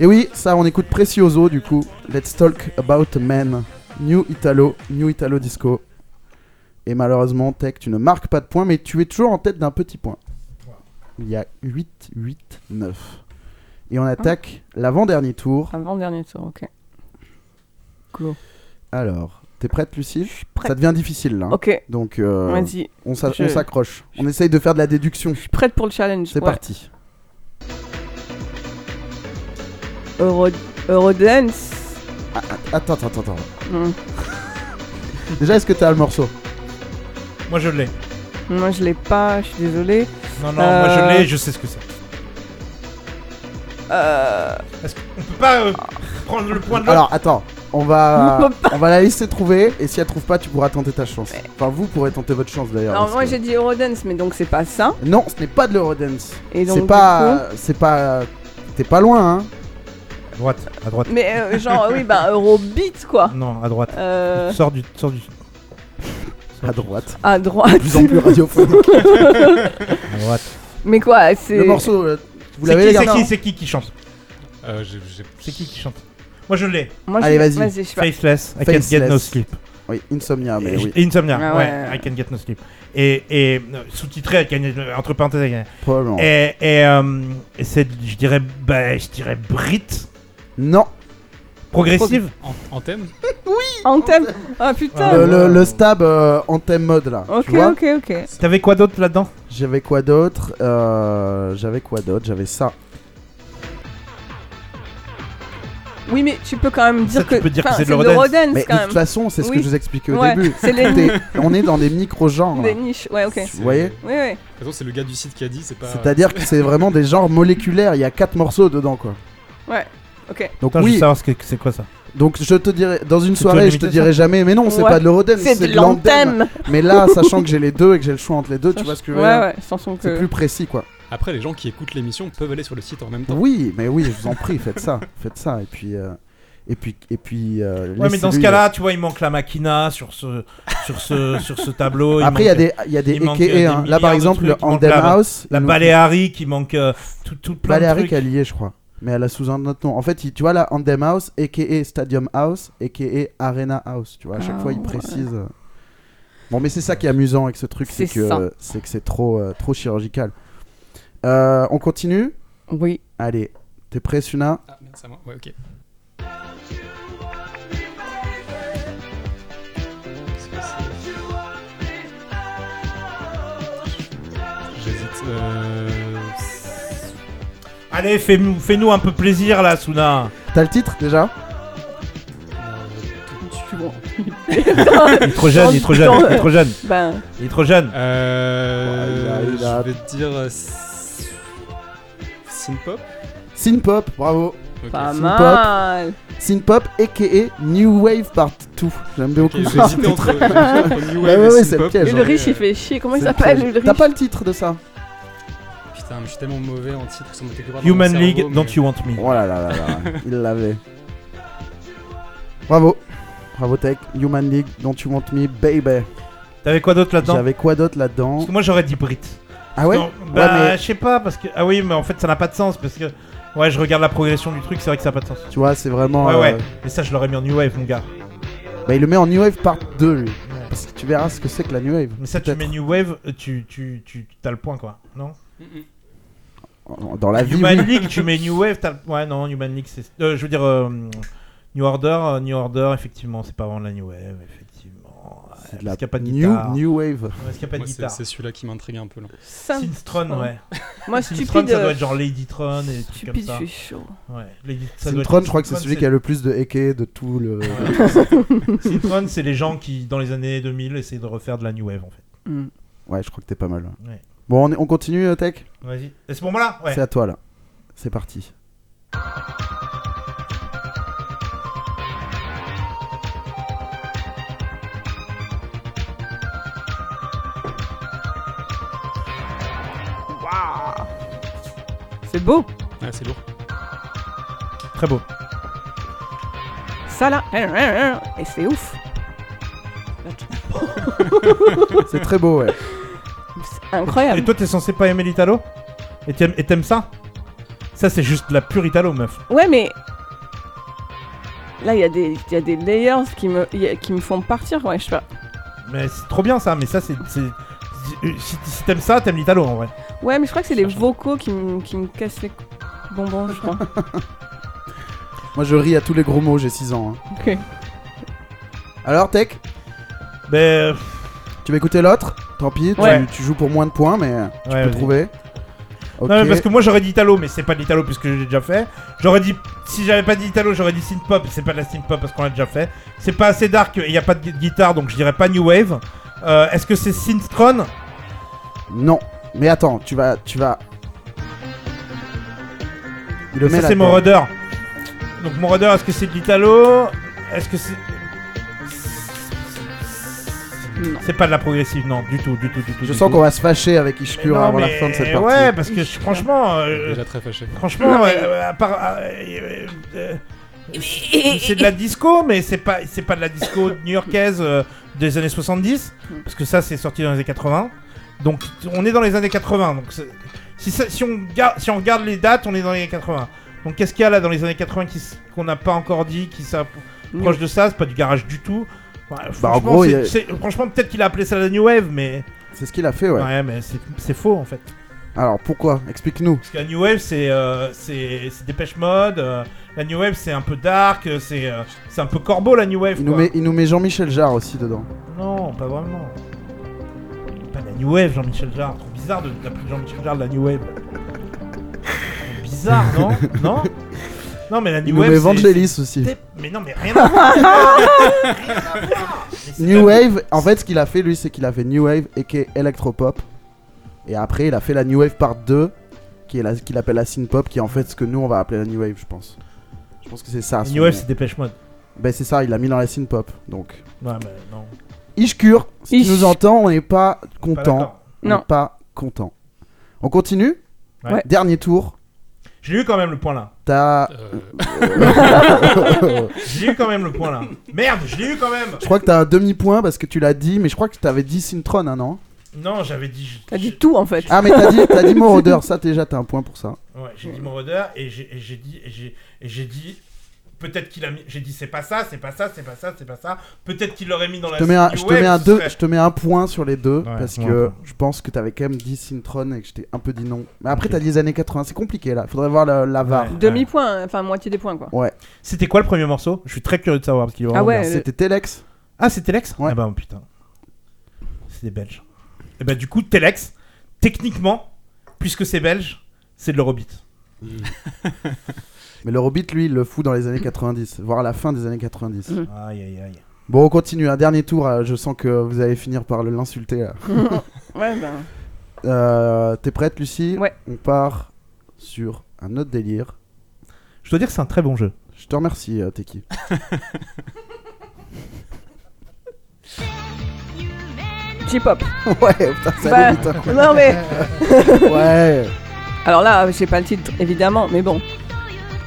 Et oui, ça, on écoute Precioso du coup. Let's talk about a man. New Italo, New Italo Disco. Et malheureusement, Tech, tu ne marques pas de points, mais tu es toujours en tête d'un petit point. Il y a 8, 8, 9. Et on attaque l'avant-dernier tour.
Avant dernier tour, ok. Go.
Alors, t'es prête, Lucie
prête.
Ça devient difficile là. hein.
Ok,
Donc, euh,
vas-y.
on s'a-
Je-
on s'accroche. On essaye de faire de la déduction.
Prête pour le challenge.
C'est
ouais.
parti.
Euro... Eurodance.
Ah, ah, attends, attends, attends. attends.
Hmm.
Déjà, est-ce que t'as le morceau
Moi je l'ai.
Moi je l'ai pas, je suis désolée.
Non, non, moi je
Euh,
l'ai, je sais ce que c'est.
Euh...
On peut pas euh, prendre le point de l'autre.
Alors attends, on va,
On peut
on va la laisser trouver et si elle trouve pas, tu pourras tenter ta chance. Enfin, vous pourrez tenter votre chance d'ailleurs.
Alors
parce
moi
que-
j'ai dit Eurodance, mais donc c'est pas ça.
Non, ce n'est pas de l'Eurodance.
Et donc,
C'est
du coup-
pas, euh, c'est pas, t'es pas loin. Hein.
À droite, à droite.
Mais euh, genre, oui, bah Eurobeat quoi.
Non, à droite.
Euh...
Sors du. Sors du.
à droite.
à
De
droite.
plus en plus radiophonique.
À droite.
Mais quoi, c'est.
Le morceau, euh, vous
C'est
l'avez
qui,
les
c'est
gars
qui, c'est qui qui chante
Euh, j'ai- j'ai-
C'est qui qui chante Moi je l'ai.
Moi, je-
Allez, vas-y.
Vas-y, je sais pas.
Faceless, I can't get no
Faceless.
sleep.
Oui, Insomnia, mais
Et-
oui,
et Insomnia,
Ah
ouais.
ouais.
I can't get no sleep. Et, et euh, sous-titré, I can't get- entre parenthèses, I can't-
probablement.
Et, et, euh, et c'est, je dirais, bah, je dirais Brit,
Non,
progressive.
En, en thème
Anthem Ah putain
le,
Ah,
le-
wow.
le stab euh, en thème mode là.
Ok,
tu vois
ok, ok.
T'avais quoi d'autre là-dedans
J'avais quoi d'autre Euh, J'avais quoi d'autre J'avais ça.
Oui, mais tu peux quand même dire
Ça, tu
que.
peux dire que
enfin,
c'est de
de
l'eurodance.
l'eurodance,
Mais de
quand
toute
même.
façon, c'est ce que
Oui.
je vous expliquais au
Ouais,
début.
c'est les-
Tout est- on est dans des micro-genres. hein. là.
Des niches, ouais, ok. Oui,
Vous voyez
De
oui. Ouais,
toute façon, c'est le gars du site qui a dit, c'est pas.
C'est-à-dire que c'est vraiment des genres moléculaires. Il y a quatre morceaux dedans, quoi.
ok.
Donc
Attends, je veux
oui.
savoir ce que c'est quoi ça.
Donc je te dirais dans une
C'est toi
soirée,
le
je te
mixeur
dirais jamais. Mais non, c'est
Ouais.
pas de l'eurodance,
C'est de
l'antenne.
l'anthem
Mais là, sachant que j'ai les deux et que j'ai le choix entre les deux, tu vois ce que je
Ouais,
veux dire
ouais, Euh. chanson
C'est
que.
plus précis, quoi.
Après, les gens qui écoutent l'émission peuvent aller sur le site en même temps.
Oui, mais oui, je vous en prie, faites ça, faites ça. Et puis, euh, et puis, et puis. euh,
Ouais, mais dans ce
laissez-lui-
cas-là, tu vois, il manque la machina sur ce, sur ce, sur ce tableau. il
Après, il y a
manque
des, il y a des
il manque,
EKE,
euh, des
hein. Là,
milliards
par
de
exemple,
trucs, il
en
manque
Dem
la-
House.
La
ils nous-
Baléari qui manque euh, tout, tout plein
Baléaric,
de trucs.
elle y est, je crois. Mais elle a sous un autre nom. En fait, il- tu vois, là, Andem House, a.k.a. Stadium House, a.k.a. Arena House. Tu vois, à chaque
Ah,
fois, il
ouais.
précise. euh. Bon, mais c'est ça qui est amusant avec ce truc, c'est
C'est
que
ça.
euh, c'est que c'est trop, euh, trop chirurgical. Euh, on continue
Oui.
Allez, t'es prêt, Suna
Ah, merde, c'est à moi. Ouais, ok. J'hésite. euh,
Allez, fais-nous fais-nous un peu plaisir là, Suna.
T'as le titre déjà
Tu vois.
Il est trop jeune, il est trop jeune, il est trop jeune.
Ben,
Il est trop jeune.
Euh,
Ouais, il a- il a-
Je vais te dire. euh, s- Synpop
Synpop, bravo
Ok.
pas
Synth
mal.
Synpop, a.k.a. New Wave Part 2. J'aime
Ok,
beaucoup
J'ai
ça.
hésité entre, j'ai hésité entre New
Ouais,
Wave
ouais,
et
ouais, c'est
Synpop.
le piège, hein.
Et le
euh,
riche, il fait chier. Comment il
C'est
s'appelle,
très-
le riche
T'as pas le titre de ça
Putain, mais je suis tellement mauvais en titre. ça me fait quelque part dans
Human
mon
League,
Ah, cerveau,
don't
mais-
you want me.
Oh là là là là, il l'avait. Bravo. Bravo Tech, Human League, Don't You Want Me, baby.
T'avais quoi d'autre là-dedans
J'avais quoi d'autre là-dedans
Parce que moi j'aurais dit Brit.
Ah ouais
Non, bah,
Ouais, mais-
je sais pas, parce que. Ah oui, mais en fait, ça n'a pas de sens, parce que. Ouais, je regarde la progression du truc, c'est vrai que ça n'a pas de sens.
Tu vois, c'est vraiment...
Ouais,
euh,
ouais. Mais ça, je l'aurais mis en New Wave, mon gars.
Bah il le met en New Wave part 2 lui. Parce que tu verras ce que c'est que la New Wave.
Mais ça, tu
Peut-être.
mets New Wave, euh, tu, tu, tu, tu- t'as le point, quoi. Non
Mm-mm.
Dans la vie,
Human
Ah, oui.
League, tu mets New Wave, t'as le. Ouais, non, Human League, c'est. euh, je veux dire. euh, New Order, euh, New Order, effectivement, c'est pas vraiment de la New Wave, effectivement. Ouais,
C'est de la
parce qu'il n'y a pas de
new,
guitare.
new Wave.
Ouais, parce qu'il n'y a pas de
Moi, c'est
guitare.
c'est celui-là qui m'intrigue un peu. Là.
Synth-
Synstron, ouais.
Moi,
Synstron,
stupide.
ça doit
euh,
être genre Ladytron et des trucs comme
Stupide, je
ça.
suis chaud.
Ouais. Lady- ça doit être-
Syntron, je crois que c'est
Synstron,
celui qui a le plus de EKE de tout le...
Synchron, c'est les gens qui, dans les années 2000, essayaient de refaire de la new wave en fait.
Hmm.
Ouais, je crois que t'es pas mal.
Ouais.
Bon, on, est- on continue euh, Tech
Vas-y. Et c'est pour moi là Ouais.
C'est à toi là. C'est parti.
C'est beau.
Ah, c'est lourd.
Très beau.
Ça là. Et c'est ouf.
C'est très beau, ouais.
C'est
Et
incroyable.
toi, t'es censé pas aimer l'Italo Et t'aimes, et t'aimes ça Ça, c'est juste de la pure Italo, meuf.
Ouais, mais. Là, il y, a des- il y a des layers qui me, il y a- qui me font partir. Ouais, je sais pas.
Mais c'est trop bien ça, mais ça, c'est. c'est- c'est- Si, si t'aimes ça, t'aimes l'Italo en vrai.
Ouais, mais je crois que c'est les
Ça change.
vocaux qui me, qui me cassent les bonbons, je crois.
Moi je ris à tous les gros mots, j'ai 6 ans. hein.
Ok.
Alors Tech
Mais. euh,
Tu vas écouter l'autre Tant pis, tu-
Ouais.
tu, joues pour moins de points, mais tu
ouais,
peux
vas-y.
trouver. Ok.
Non, mais parce que moi j'aurais dit Italo, mais c'est pas de l'Italo puisque j'ai déjà fait. J'aurais dit. Si j'avais pas dit Italo, j'aurais dit synth-pop, et c'est pas de la synth-pop parce qu'on l'a déjà fait. C'est pas assez dark et y a pas de gui- guitare, donc je dirais pas New Wave. Euh, est-ce que c'est Synstron
Non, mais attends, tu vas. Tu vas... Il le met
Ça,
là.
c'est mon rudder. Donc, mon rudder, est-ce que c'est de l'italo Est-ce que c'est.
Non.
C'est pas de la progressive, non, du tout, du tout, du tout.
Je
du
sens
tout.
qu'on va se fâcher avec
Mais
Ishkur
non,
avant
mais
la fin de cette partie.
Ouais, parce que je- franchement. euh,
Déjà très fâché.
franchement,
Non, mais-
euh, à part. euh, euh, euh, C'est de la disco, mais c'est pas, c'est pas de la disco new-yorkaise euh, des années 70, parce que ça, c'est sorti dans les années 80. Donc, on est dans les années 80. Donc, c'est- si, ça- si, on regarde, si on regarde les dates, on est dans les années 80. Donc, qu'est-ce qu'il y a là dans les années 80 qui s- qu'on n'a pas encore dit, qui s'approche de ça C'est pas du garage du tout. Ouais, franchement,
Bah, gros,
c'est-
il y a-
c'est- franchement, peut-être qu'il a appelé ça la new wave, mais
C'est ce qu'il a fait, ouais.
ouais, mais c'est- c'est faux en fait.
Alors pourquoi Explique-nous.
Parce que la New Wave, c'est euh, c'est c'est Dépêche Mode. euh, la New Wave, c'est un peu dark. euh, C'est euh, c'est un peu corbeau, la New Wave.
Il nous,
quoi.
met, il nous met Jean-Michel Jarre aussi dedans.
Non, pas vraiment. Pas de la New Wave, Jean-Michel Jarre. Trop bizarre de- d'appeler Jean-Michel Jarre de la New Wave. Trop bizarre, non Non Non, mais la
Il
New
nous met
Wave. c'est-
Vangelis aussi.
c'est- Mais non, mais rien à voir Rien à voir Mais c'est
New
pas-
Wave, en fait, ce qu'il a fait, lui, c'est qu'il a fait New Wave et qui est Electropop. Et après, il a fait la New Wave part 2, qui est la- qu'il appelle la synthpop, qui est en fait ce que nous on va appeler la New Wave, je pense. Je pense que c'est ça.
La
son-
New Wave, c'est Dépêche Mode.
Ben c'est ça, il l'a mis dans la synthpop. Donc,
Ouais, mais non.
Ishkur, si tu
Ish-
nous entends, on n'est pas
Pas
content.
d'accord.
On
Non.
n'est pas content. On continue.
Ouais. Ouais.
Dernier tour.
J'ai eu quand même le point là.
T'as.
Euh,
je
J'ai eu quand même le point là. Merde, je l'ai eu quand même
crois que t'as un demi-point parce que tu l'as dit, mais je crois que t'avais dit Syntron, hein, non
Non, j'avais dit.
T'as dit tout en fait.
Ah, mais t'as dit, t'as dit Moroder, ça déjà t'as un point pour ça.
Ouais, j'ai dit Moroder et j'ai et j'ai dit et j'ai et j'ai dit peut-être qu'il a mis j'ai dit c'est pas ça, c'est pas ça, c'est pas ça, c'est pas ça. Peut-être qu'il l'aurait mis dans la
Je te mets un,
New
je te
Wave,
mets un
ce
deux,
serait-
je te mets un point sur les deux
Ouais,
parce
moi,
que
un point.
je pense que t'avais quand même dit Syntron et que j'étais un peu dit non. Mais après t'as dit les années 80, c'est compliqué là. Faudrait voir la, la var.
Ouais.
Demi-point, hein, enfin moitié des points quoi.
C'était quoi le premier morceau Je suis très curieux de savoir parce qu'il est
Ah
vraiment
ouais,
bien.
le-
C'était Telex.
Ah, c'est Telex
Ouais.
Ah bah putain. C'est des Belges. Et bah du coup Telex techniquement puisque c'est belge, c'est de l'Eurobeat.
Mais le Robit, lui, il le fout dans les années 90, voire à la fin des années 90.
Mm.
Aïe aïe aïe.
Bon, on continue. Un dernier tour. euh, Je sens que vous allez finir par le- l'insulter. là.
Ouais, ben.
Euh, T'es prête, Lucie
Ouais.
On part sur un autre délire.
Je dois dire que c'est un très bon jeu.
Je te remercie, euh, Teki.
J-pop.
ouais, putain, ça
Bah,
allait vite, hein.
Non mais.
Ouais.
Alors là, j'ai pas le titre évidemment, mais bon,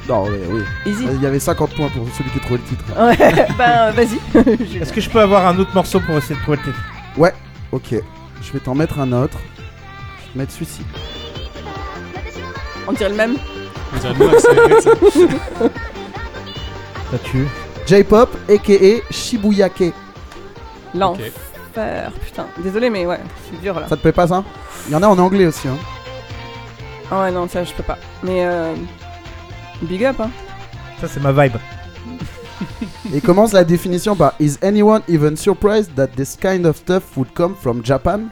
Non, oui, oui.
easy.
Il y avait 50 points pour celui qui trouvait le titre.
Ouais, ben vas-y. J'ai-
Est-ce que je peux avoir un autre morceau pour essayer de trouver le titre
Ok, je vais t'en mettre un autre. Je vais te mettre celui-ci.
On dirait le même.
on dirait bien accéléré, ça.
Ça tue.
J-pop, a.k.a. Shibuyake.
L'enfer.
Ok.
Putain. Désolé, mais ouais, c'est dur là.
Ça te plaît pas, ça Il y en a en anglais aussi, hein.
Ah ouais, non, ça je peux pas. Mais euh. Big up, hein.
Ça c'est ma vibe.
Et commence la définition par Is anyone even surprised that this kind of stuff would come from Japan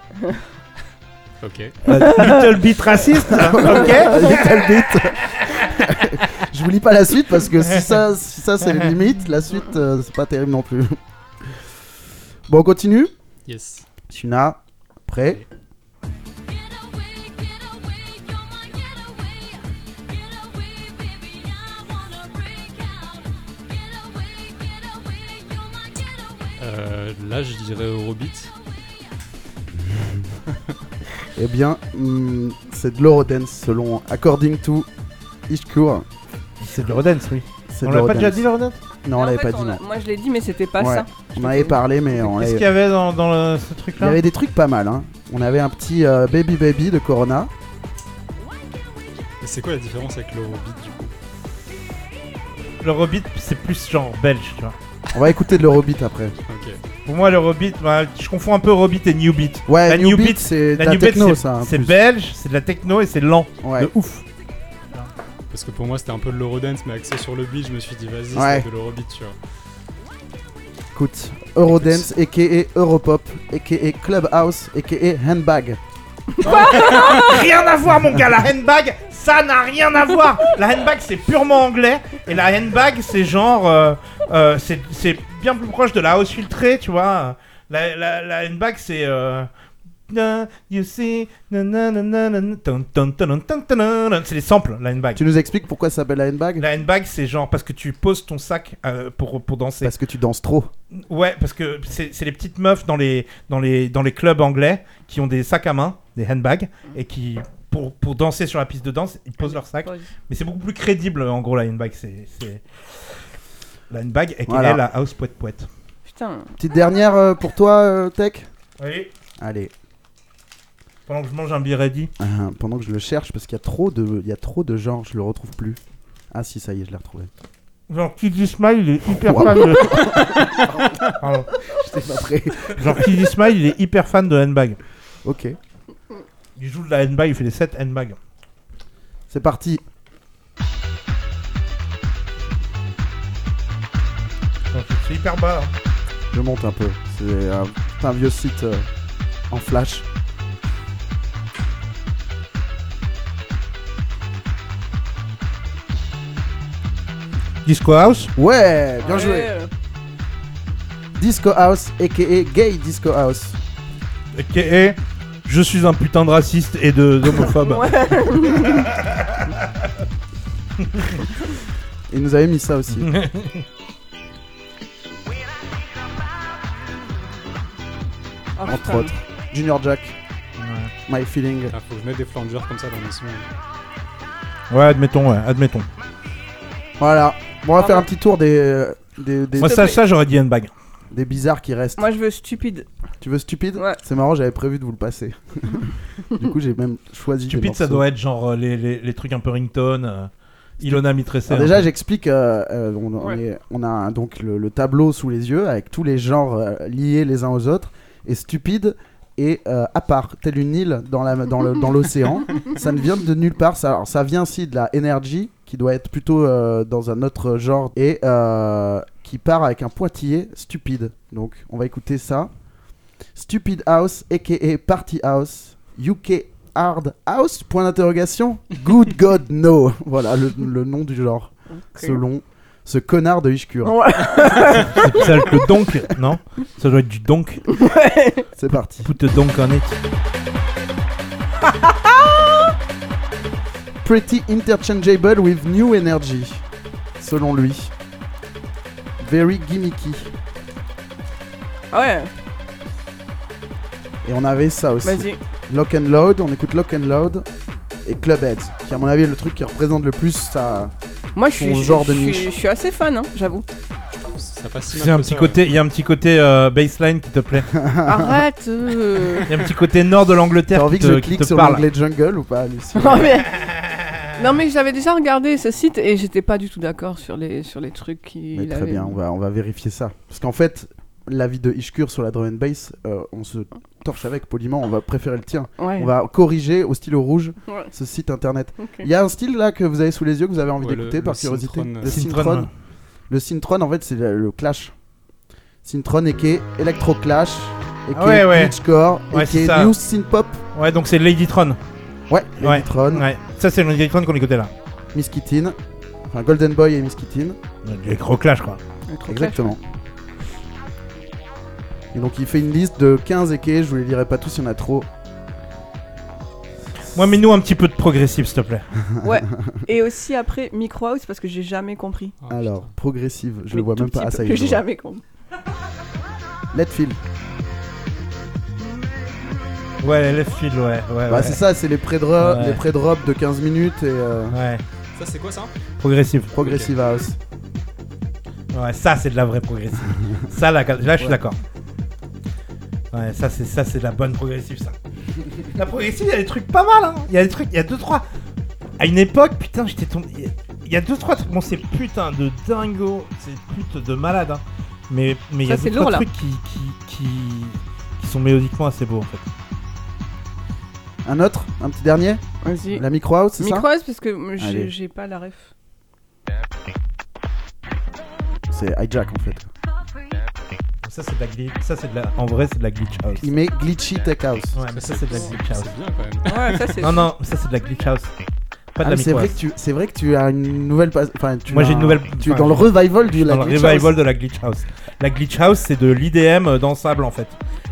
Ok.
Little beat raciste.
Ok, little bit. Je vous lis pas la suite parce que si ça, si ça c'est les limites, la suite euh, c'est pas terrible non plus. Bon, on continue.
Yes.
Suna, prêt
Euh, là, je dirais Eurobeat.
Eh bien, hmm, c'est de l'eurodance selon According to Ishkur.
C'est de l'Eurodance, oui.
C'est
On
de
l'a pas
l'eurodance.
déjà dit l'Eurodance
Non, on
En
l'avait
fait,
pas dit, non.
a- Moi je l'ai dit, mais c'était pas
Ouais.
ça.
On en avait parlé, mais on
Qu'est-ce
l'avait-
qu'il y avait dans, dans le- ce
Il y
truc-là
avait des trucs pas mal. Hein. On avait un petit euh, Baby Baby de Corona.
Et c'est quoi la différence avec l'Eurobeat du coup
L'Eurobeat, c'est plus genre belge, tu vois.
On va écouter de l'Eurobeat après.
Ok.
Pour moi, l'Eurobeat, bah, je confonds un peu Eurobeat et New Beat.
Ouais,
La
New
New
Beat,
Beat-
c'est de
La
la
New Beat,
techno,
c'est-
ça. en
c'est
plus.
belge, c'est de la techno et c'est lent.
Ouais.
De ouf.
Parce que pour moi, c'était un peu de l'Eurodance, mais axé sur le beat, je me suis dit, vas-y,
Ouais.
c'est de l'Eurobeat, tu vois.
Écoute, Eurodance, a.k.a. Europop, a.k.a. Clubhouse, a.k.a. Handbag.
rien à voir, mon gars. La handbag, ça n'a rien à voir. La handbag, c'est purement anglais. Et la handbag, c'est genre. euh, euh, c'est c'est bien plus proche de la house filtrée, tu vois. La, la, la handbag, c'est. euh, na, You see, na, na, na, na, na, na, tan, tan, tan, tan, tan, tan, tan. c'est les samples, la handbag.
Tu nous expliques pourquoi ça s'appelle la Handbag
La handbag, c'est genre parce que tu poses ton sac euh, pour, pour danser.
Parce que tu danses trop.
Ouais, parce que c'est c'est les petites meufs dans les, dans, les, dans les clubs anglais qui ont des sacs à main, des handbags, et qui, pour, pour danser sur la piste de danse, ils posent leur sac. Mais c'est beaucoup plus crédible, en gros, la handbag. C'est c'est- Lineback, et
Voilà.
la House Poète Poète.
Putain.
Petite dernière euh, pour toi, euh, Tech
Oui.
Allez,
Pendant que je mange un biready.
euh, pendant que je le cherche, parce qu'il y, a trop de- il y a trop de genres, je le retrouve plus. Ah si, ça y est, je l'ai retrouvé.
Genre Kiddy Smile, il est hyper
Wow.
fan de. Pardon.
J'étais pas prêt.
Genre Kiddy Smile, il est hyper fan de handbag.
ok,
Il joue de la handbag, il fait des 7 handbag.
c'est parti.
Donc, C'est hyper bas. hein.
Je monte un peu. C'est euh, c'est un vieux site euh, en flash.
Disco House.
Ouais, bien
Ouais. euh,
joué. Disco House, aka Gay Disco House.
Ok. Je suis un putain de raciste et de d'homophobe.
Ouais.
Il nous avait mis ça aussi.
Ah,
entre
putain.
autres. Junior Jack, My Feeling.
Ah, faut que je mette des flangeurs comme ça dans hein. mes sons.
Ouais, admettons, ouais, admettons.
Voilà. Bon, on va
Ah
faire
bon.
un petit tour des, euh, des, des,
Moi,
te
ça,
plaît.
ça j'aurais dit handbag.
des bizarres qui restent.
Moi je veux stupide.
Tu veux Stupide
Ouais.
C'est marrant, j'avais prévu de vous le passer. du coup, j'ai même choisi. des
Stupide, ça
morceaux.
doit être genre euh, les, les, les trucs un peu ringtone. euh, Ilona Mitressé.
Alors
un
Ah, déjà,
peu.
j'explique. euh, euh, on, on
Ouais.
est- on a donc le, le tableau sous les yeux avec tous les genres euh, liés les uns aux autres et stupide et euh, à part, telle une île dans la dans le- dans l'océan. ça ne vient de nulle part. Ça, alors, ça vient aussi de la énergie qui doit être plutôt euh, dans un autre genre et euh, qui part avec un pointillé stupide. Donc, on va écouter ça. Stupid House, aka Party House, UK Hard House, point d'interrogation. Good God, no. Voilà le- le nom du genre selon ce connard de Ishkura.
Ouais.
C'est ça le donk, non Ça doit être du donk.
C'est parti.
Put the donk on it.
Pretty interchangeable with new energy, selon lui. Very gimmicky.
Ah Ouais,
Et on avait ça aussi.
vas-y.
Lock and Load, on écoute Lock and Load. Et Clubhead, qui à mon avis est le truc qui représente le plus ça.
Moi je
Ton
suis,
genre de
je,
niche.
suis, je suis assez fan, hein, j'avoue.
Ça passe si mal
Il y a un
que
petit
ça,
côté, il y a un petit côté euh, baseline qui te plaît.
Arrête. euh.
Il y a un petit côté nord de l'Angleterre
T'as envie
qui
que je
te, qui
clique
te
sur
parle.
l'onglet jungle ou pas, Lucie
non mais, non, mais j'avais déjà regardé ce site et j'étais pas du tout d'accord sur les sur les trucs
Mais
qu'il
très
avait.
bien, on va, on va vérifier ça. Parce qu'en fait, l'avis de Ishkur sur la drum and bass, euh, on se torche avec poliment, on va préférer le tien.
Ouais.
On va corriger au stylo rouge
Ouais.
ce site internet.
ok.
Il y a un style là que vous avez sous les yeux que vous avez envie
Ouais,
d'écouter
le-
par
le
curiosité.
Syntron, euh.
le
Syntron,
Syntron.
ouais.
Le Syntron en fait c'est le, le clash. Syntron et qui est Electro Clash et qui
Ah ouais, ouais.
et
Ouais,
qui
c'est ça.
New Synthpop.
Ouais, donc c'est Ladytron.
Ouais,
Ouais.
Ladytron,
Ouais. Ça, c'est Ladytron qu'on écoutait là.
Miss Kittin, enfin Golden Boy et Miss Kittin,
Les gros clash, quoi.
Trop clair.
exactement. Et donc il fait une liste de 15 équés, je vous les lirai pas tous, il y en a trop.
Moi, mets-nous un petit peu de progressif, s'il te plaît.
Ouais. Et aussi après Micro House parce que j'ai jamais compris.
ouais. Ah,
Alors, progressive, je
Mais
le vois
tout
même pas.
petit
Ah, ça
peu.
y est. je
J'ai
le vois.
jamais compris.
Letfield.
Ah Ouais, left field, ouais. Ouais,
Bah,
ouais. Ah
c'est ça, c'est les pré-drops
Ouais. Ah
les pré-drops de 15 minutes et euh,
Ouais,
putain. Ça, c'est quoi ça
progressif.
Progressive House.
Ouais, ça, c'est de la vraie progressive. ça, là, là je suis
Ouais.
d'accord. Ouais, ça, c'est ça, c'est de la bonne progressive, ça. la progressive, il y a des trucs pas mal, hein. Il y a des trucs, il y a deux, trois. À une époque, putain, j'étais tombé. il y a- Il y a deux, trois trucs. Bon, c'est putain de dingo. C'est pute de malade, hein. Mais mais il y a
Ça,
deux,
c'est
trois
lourd, là.
trucs qui, qui, qui, qui sont mélodiquement assez beaux, en fait.
Un autre Un petit dernier
Vas-y.
La micro house, c'est
Micro
ça
House parce que
Allez.
j'ai- j'ai pas la ref.
C'est hijack en fait.
Ça, c'est de la glitch. Ça, c'est de la. En vrai, c'est de la glitch house.
Il met glitchy tech house.
Ouais, mais ça, c'est de la glitch house.
C'est bien quand même.
Ouais, ça c'est.
Non, non, ça, c'est de la glitch house. Pas de
Ah,
la
mais c'est
micro
vrai que tu, c'est vrai que tu as une nouvelle, pas- enfin tu
Moi,
as
j'ai une
un-
nouvelle-
Tu es
enfin,
dans le revival du la
dans le
glitch
revival
house.
de la glitch house. La glitch house, c'est de l'IDM dansable en fait.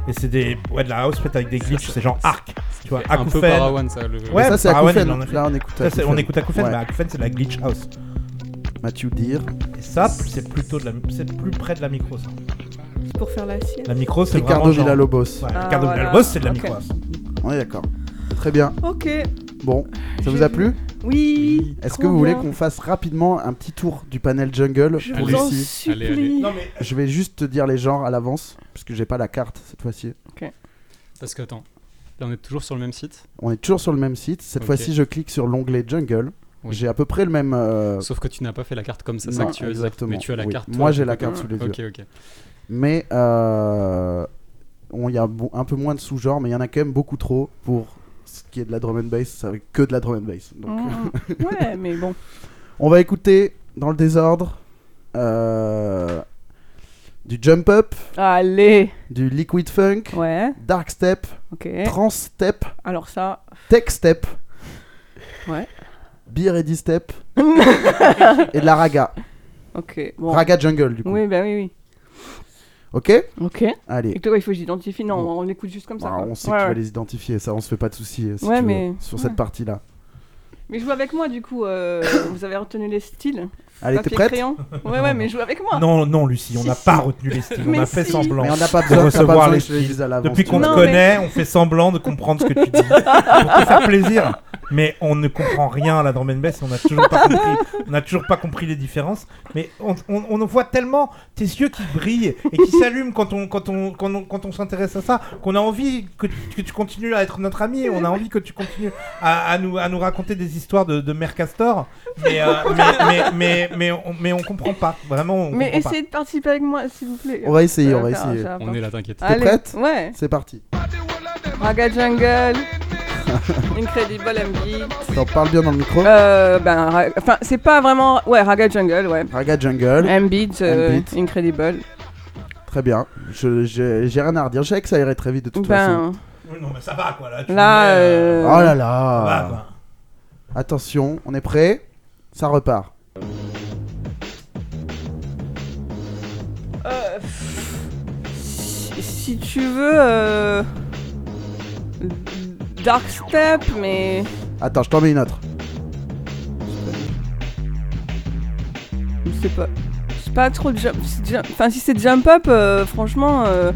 Et c'est des ouais de la house faite avec des glitches, c'est genre arc. Tu vois,
Un peu
acouphène.
Parawan, ça. Le...
Mais
Ouais,
ça c'est
Parawan,
Acouphène.
il en a fait.
Là on écoute.
Ça, c'est- on
Acouphène.
écoute bah, acouphène,
Ouais.
mais acouphène c'est de la glitch house.
Mathieu Deer.
Et ça, c'est plutôt de la, c'est plus près de la micro. Ça.
Pour faire la sienne.
La micro, c'est
Ricardo
vraiment genre.
Villalobos.
Ouais,
Ah,
Ricardo
voilà.
Villalobos, c'est de la
Ok.
micro house.
On est d'accord. Très bien.
Ok.
Bon, ça
J'ai
vous a
vu.
plu
Oui.
Est-ce
trop
que vous voulez
bien.
qu'on fasse rapidement un petit tour du panel jungle
Je
pour
vous en
Lucie
supplie.
Allez, allez.
Non, mais
Je vais juste te dire les genres à l'avance, parce que j'ai pas la carte cette fois-ci.
Parce que attends, là on est toujours sur le même site.
On est toujours sur le même site. Cette
Ok.
fois-ci, je clique sur l'onglet jungle.
Oui.
J'ai à peu près le même. euh,
Sauf que tu n'as pas fait la carte comme ça,
Non,
ça que tu veux dire.
exactement,
Mais tu as la
oui.
carte. toi,
Moi,
de
j'ai
ton
la
côté.
carte sous les yeux.
Ok, ok.
Ah,
Mais euh, on- il y a bo- un peu moins de sous-genres, mais il y en a quand même beaucoup trop pour ce qui est de la drum and bass. Ça fait que de la drum and bass. Donc,
Mm. ouais, mais bon.
on va écouter dans le désordre euh, du jump up,
Allez.
du liquid funk,
Ouais.
dark step,
Ok.
trance step,
Alors ça.
tech step.
Ouais.
Be ready step et de la raga.
Ok. Bon.
Raga jungle du coup.
Oui, bah oui, oui.
Ok
Ok.
Allez.
Et toi, il faut que j'identifie. Non, on l'écoute juste comme ça.
Bah,
quoi.
on sait
Ouais,
que tu
ouais.
vas les identifier, ça on se fait pas de soucis euh, si
Ouais,
tu veux,
mais-
sur
ouais.
cette partie-là.
Mais joue avec moi, du coup. euh, vous avez retenu les styles
Allez, t'es
Papier
prête
crayon Ouais, ouais, mais joue avec moi.
non, non, Lucie, on
Si,
n'a
si.
pas retenu les styles, on
Mais
a fait
si.
semblant.
Mais on n'a pas besoin t'as pas
recevoir
besoin
les
que je te le
styles.
dise à l'avance.
Depuis qu'on
tu
te
Non,
vois.
mais-
connaît, on fait semblant de comprendre ce que tu dis. Pour te faire plaisir. Mais on ne comprend rien à la drum and bass, on n'a toujours pas compris. On n'a toujours pas compris les différences. Mais on, on, on en voit tellement tes yeux qui brillent et qui s'allument quand on, quand on, quand on, quand on s'intéresse à ça, qu'on a envie que, tu- que tu continues à être notre ami. On a envie que tu continues à, à nous, à nous raconter des histoires de, de Mère Castor. Mais, euh, mais, mais, mais, mais on, mais on comprend pas. Vraiment, on
Mais
comprend pas.
essayez de participer avec moi, s'il vous plaît.
On va essayer,
Ça
on va
faire-
essayer.
ça va
On est là,
Ah,
t'inquiète.
Allez,
prête
Ouais.
C'est parti.
Raga Jungle, Incredible MB.
T'en parles bien dans le micro.
Euh, ben, ra- enfin, c'est pas vraiment. Ouais, Raga Jungle, ouais.
Raga Jungle,
Mbit, euh,
Mbit.
Incredible.
très bien. Je- je- J'ai rien à redire. Je savais que ça irait très vite de toute façon.
Ben,
Oui, non, mais ça va quoi. Là, tu
là.
mets, euh,
euh,
Oh là
ça va,
là
quoi.
Attention, on est prêt Ça repart.
euh, si, si tu veux. euh, Dark Step, mais.
Attends, je t'en mets une autre.
C'est pas. C'est pas trop jump. c'est jump- Enfin, si c'est jump up, euh, franchement. euh,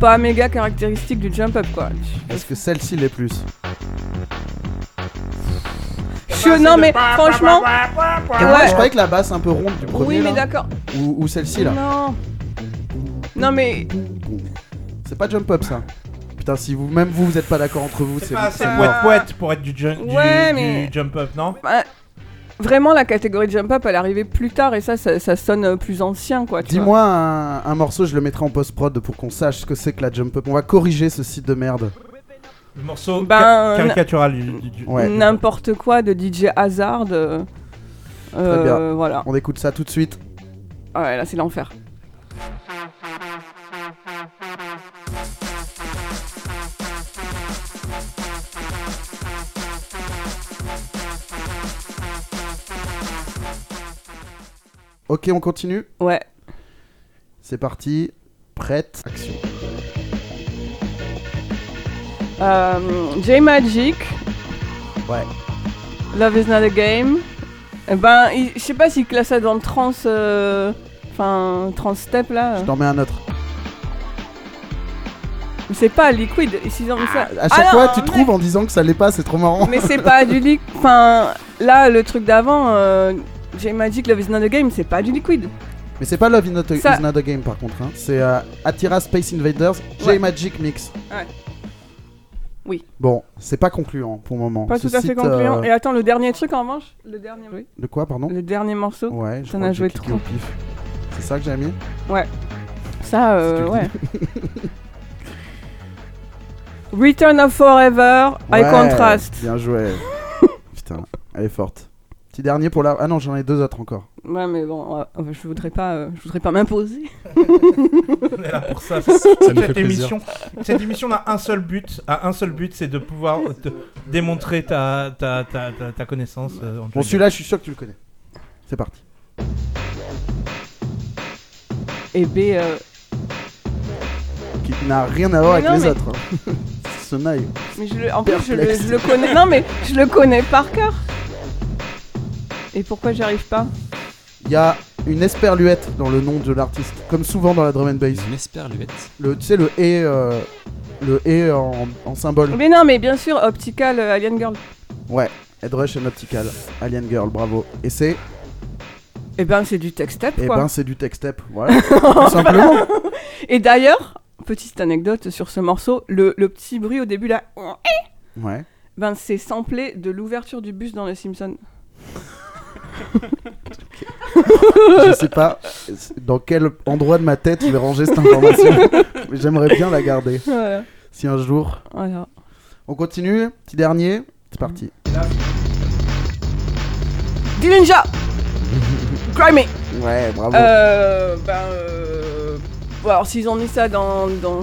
pas méga caractéristique du jump up, quoi.
Est-ce que celle-ci l'est plus
Je, non, mais franchement.
Moi,
Ouais.
Je croyais que la basse un peu ronde du premier.
Oui, mais
là,
d'accord.
ou ou celle-ci là.
Non. Non, mais.
C'est pas jump up ça. Putain, si vous-même vous, vous êtes pas d'accord entre vous,
C'est
c'est
pas assez
c'est mort.
poète poète pour être du, ju- du-
Ouais,
du
mais-
jump up, non
bah, vraiment, la catégorie jump up, elle est arrivée plus tard et ça, ça, ça sonne euh, plus ancien, quoi. tu vois.
Dis-moi un, un morceau, je le mettrai en post-prod pour qu'on sache ce que c'est que la jump up. On va corriger ce site de merde.
Le morceau
Ben,
ca-
euh,
caricatural du, du- du-
Ouais.
N'importe quoi de DJ Hazard. euh, euh,
bien.
Voilà.
On écoute ça tout de suite.
Ah ouais, là, c'est l'enfer.
Ok, on continue.
Ouais.
C'est parti. Prête. Action.
Euh, J-Magic.
Ouais.
Love is not a game. Eh ben, il- je sais pas s'il classe ça dans le trans. euh, Enfin, trans step là.
Je t'en mets un autre.
C'est pas liquide. Ils ont mis ça.
À chaque
Ah
fois,
non,
tu
mec.
trouves en disant que ça l'est pas, c'est trop marrant.
Mais c'est pas du liquide. Enfin, là, le truc d'avant, euh, j'ai Magic Love is not a game, c'est pas du liquide.
Mais c'est pas Love is not a,
Ça-
is not a game par contre. hein. C'est euh, Atira Space Invaders
Ouais.
J-Magic Mix.
Ouais. Oui.
Bon, c'est pas concluant pour le moment.
Pas
Ce
tout à fait
site,
concluant.
euh,
Et attends, le dernier truc en revanche, le dernier,
De quoi, pardon
le dernier morceau,
Ouais, je
T'en
crois
as
que
joué
j'ai cliqué au pif. C'est ça que j'ai mis
ça, euh,
tu le
ouais. Return of Forever, I
Ouais,
Contrast.
Bien joué. Putain, elle est forte. Petit dernier pour la. Ah non, j'en ai deux autres encore.
Ouais, mais bon, euh, je voudrais pas, euh, je voudrais pas m'imposer.
On est là pour ça.
Ça nous fait
Cette
plaisir.
émission, cette émission a un seul but, a un seul but, c'est de pouvoir te démontrer ta, ta, ta, ta, ta connaissance. euh, en
Bon,
jungle.
celui-là, je suis sûr que tu le connais. C'est parti.
Et B, euh,
Qui n'a rien à voir
Mais
avec
non,
les
mais-
autres. hein. Ce naïf.
mais je le, en plus, je le,
Perplexe.
je le connais. Non, mais je le connais par cœur. Et pourquoi j'arrive pas
Il y a une esperluette dans le nom de l'artiste, comme souvent dans la drum and bass.
Une esperluette.
Le, tu sais, le et. euh, le et en, en symbole.
Mais non, mais bien sûr, Optical euh, Alien Girl.
Ouais. Head Rush and Optical, Alien Girl, bravo. Et c'est,
Et ben c'est du tech step
eh
quoi.
ben, c'est du tech step, voilà, tout simplement.
Et d'ailleurs, petite anecdote sur ce morceau, le, le petit bruit au début là,
Ouais.
ben c'est samplé de l'ouverture du bus dans Les Simpsons.
Je sais pas dans quel endroit de ma tête je vais ranger cette information, mais j'aimerais bien la garder.
Voilà.
Si un jour.
Voilà.
On continue, petit dernier, c'est parti.
Dillinja Cry me
Ouais, bravo.
Euh, ben, euh... bon, alors s'ils ont mis ça dans, dans...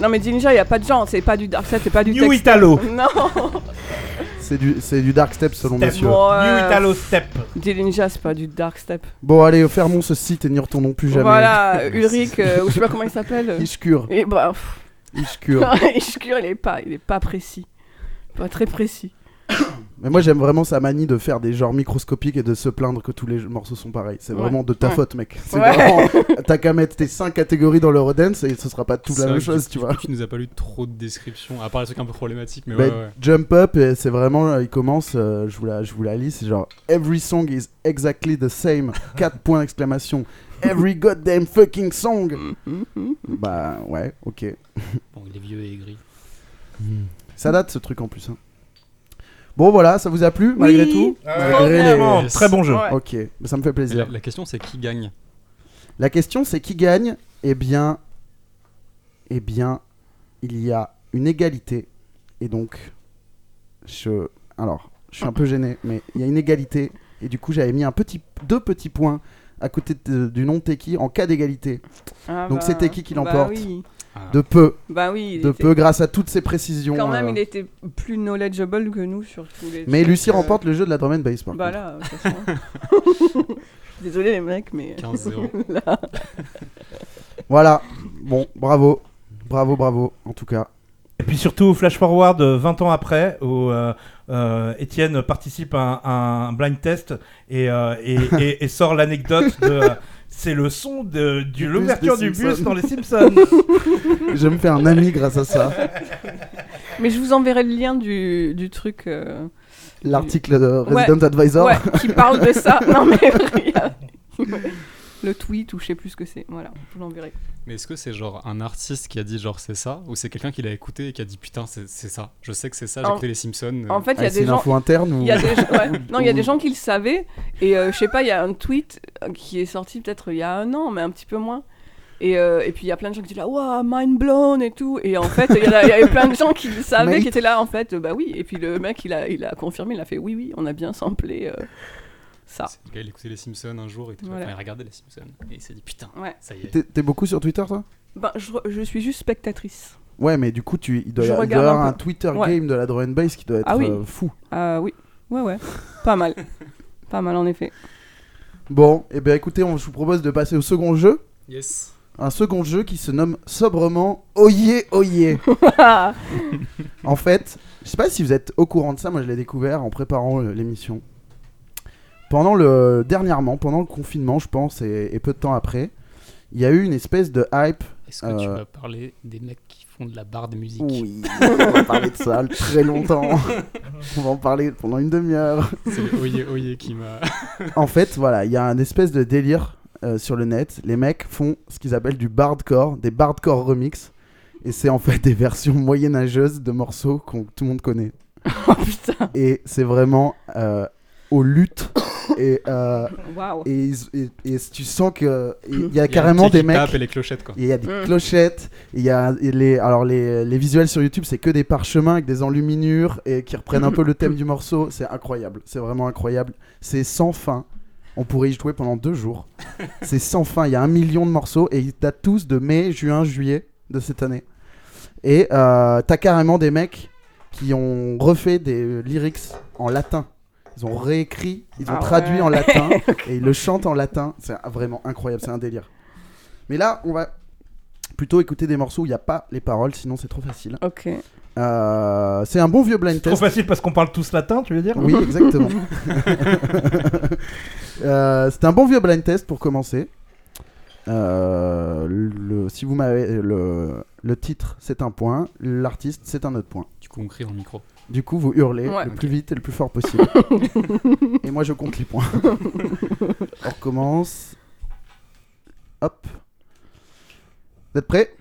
non mais Dillinja il y a pas de genre, c'est pas du dark set, c'est pas du
New
texte.
Italo.
Non,
C'est du, c'est du dark step selon
Step.
monsieur.
Bon,
New
euh,
Italo Step.
Dillinja c'est pas du dark step.
Bon, allez, fermons ce site et n'y retournons plus jamais.
Voilà, Ulrich, euh, ou je sais pas comment il s'appelle.
Ishkur,
Et bah, pff,
Ishkur.
Ishkur, il est pas, il est pas précis, pas très précis.
Mais moi j'aime vraiment sa manie de faire des genres microscopiques et de se plaindre que tous les morceaux sont pareils. C'est
Ouais.
vraiment de ta
Ouais.
faute, mec. C'est
Ouais.
vraiment- T'as qu'à mettre tes 5 catégories dans l'Eurodance et ce sera pas tout
C'est
la même
vrai que
chose,
du-
tu
du
vois.
coup, Tu nous as pas lu trop de descriptions, à part les trucs un peu problématiques, mais
Bah,
ouais, ouais.
Jump Up, euh, c'est vraiment, euh, il commence, euh, je, vous la, je vous la lis, c'est genre Every song is exactly the same, 4 points d'exclamation. Every goddamn fucking song!
Mm-hmm.
Bah ouais, ok.
Bon, il est vieux et aigri.
Ça date ce truc en plus. hein. Bon voilà, ça vous a plu malgré
Oui.
tout Malgré les-
Vraiment,
les-
très bon jeu.
Ouais.
Ok, mais ça me fait
Et La,
plaisir.
la question, c'est qui gagne
La question c'est qui gagne Eh bien, eh bien, il y a une égalité. Et donc, je... Alors, je suis un peu gêné, mais il y a une égalité. Et du coup, j'avais mis un petit... deux petits points à côté de- du nom de Teki en cas d'égalité.
Ah,
Donc,
bah,
c'était qui qui
bah
l'emporte
oui.
Ah.
De peu,
Bah oui, il
de
était-
peu, grâce à toutes ces précisions.
Quand même,
euh,
il était plus knowledgeable que nous sur tous les.
Mais
trucs,
Lucie
euh,
remporte le jeu de la drum and bass. par
Bah
contre.
là, ça sent. Désolé les mecs, mais. euh,
15-0.
Voilà. Bon, bravo. Bravo, bravo, en tout cas.
Et puis surtout, flash forward euh, 20 ans après, où euh, euh, Étienne participe à un, à un blind test et, euh, et, et- et sort l'anecdote de. euh, C'est le son de,
Du
de
bus
l'ouverture
des
du bus
Simpsons.
dans les Simpsons.
Je me fais un ami grâce à ça.
Mais je vous enverrai le lien du, du truc. euh,
L'article de
Ouais.
Resident Advisor.
Ouais, qui parle de ça. Non mais. il y a- le tweet ou je sais plus ce que c'est. Voilà, je vous l'enverrai.
Mais est-ce que c'est genre un artiste qui a dit genre c'est ça Ou c'est quelqu'un qui l'a écouté et qui a dit putain c'est c'est ça Je sais que c'est ça, j'ai
En-
écouté les Simpsons. euh,
En fait, il y
Ah,
a
c'est
des
une
gens.
info interne ou...
Il y a des, gens- ouais. Non, il y a
ou-
des gens qui le savaient. Et euh, je sais pas, il y a un tweet euh, qui est sorti peut-être il y a un an, mais un petit peu moins. Et, euh, et puis il y a plein de gens qui disent là, waouh, mind blown et tout. Et en fait, il y, en a- il y avait plein de gens qui le savaient,
Mate.
qui étaient là en fait, euh, bah oui. Et puis le mec, il a, il a confirmé, il a fait oui, oui, on a bien samplé euh, ça.
c'est le gars, il écoutait les Simpsons un jour, il, était là,
Voilà.
enfin, il regardait les Simpsons et il s'est dit putain,
Ouais.
ça y est.
T'es- T'es beaucoup sur Twitter, toi
Ben, je, re- je suis juste spectatrice.
Ouais, mais du coup, tu, il doit y
Je
avoir il doit y
regarde un
avoir un,
peu.
Twitter
Ouais.
game de la drum and bass qui doit être
Ah oui.
euh, fou.
Ah oui, ouais, ouais, pas mal. Pas mal en effet.
Bon, et bien écoutez, on, je vous propose de passer au second jeu.
Yes.
Un second jeu qui se nomme sobrement Oyez, Oyez.
Oh,
En fait, je sais pas si vous êtes au courant de ça, moi je l'ai découvert en préparant euh, l'émission. Pendant le dernièrement, pendant le confinement, je pense, et, et peu de temps après, il y a eu une espèce de hype.
Est-ce que tu
Euh.
vas parler des mecs qui font de la barre de musique
Oui, on va parler de ça très longtemps. on va en parler pendant une demi-heure.
C'est le Oye Oye qui m'a.
En fait, voilà, il y a un espèce de délire euh, sur le net. Les mecs font ce qu'ils appellent du bardcore, des bardcore remix. Et c'est en fait des versions moyenâgeuses de morceaux qu'on- que tout le monde connaît.
oh putain,
et c'est vraiment euh, aux luttes et, euh,
waouh.
et, ils- et- et tu sens que il y a
Il y a
carrément
le petit
des
qui
mecs
tape et les clochettes quoi.
il y a des
Mm.
clochettes il y a et les alors les, les visuels sur YouTube c'est que des parchemins avec des enluminures et qui reprennent un peu le thème du morceau c'est incroyable c'est vraiment incroyable c'est sans fin on pourrait y jouer pendant deux jours c'est sans fin il y a un million de morceaux et ils datent tous de mai juin juillet de cette année et euh, t'as carrément des mecs qui ont refait des lyrics en latin. Ils ont réécrit, ils ont
Ah
traduit
ouais.
en latin et ils le chantent en latin. C'est vraiment incroyable, c'est un délire. Mais là, on va plutôt écouter des morceaux où il n'y a pas les paroles, sinon c'est trop facile.
Ok.
Euh, c'est un bon vieux blind
Trop
test.
facile parce qu'on parle tous latin, tu veux dire
Oui, exactement. Euh, c'est un bon vieux blind test pour commencer. Euh, le, si vous m'avez le, le titre, c'est un point. L'artiste, c'est un autre point.
Du coup on crie dans le micro.
Du coup, vous hurlez
Ouais.
le plus vite et le plus fort possible. et moi, je compte les points. On recommence. Hop. Vous êtes prêts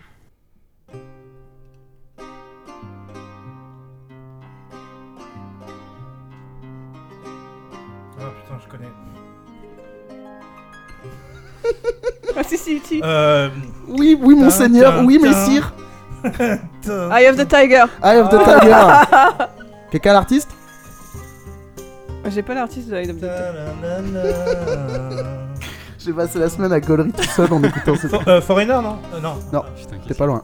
Ah putain, je connais.
Ah, si, si, si.
Euh.
Oui, oui, mon
Tin,
seigneur,
tin,
oui,
tin.
messire. Ah,
tin.
Eye of the Tiger.
Eye of the Tiger. Quelqu'un l'artiste
J'ai pas l'artiste de Eye of the Tiger.
Ta-da-da-da.
J'ai passé la semaine à gaulerie tout seul en écoutant cette.
For- euh, Foreigner, non Euh, Non.
Putain, qu'est-ce
T'es pas loin.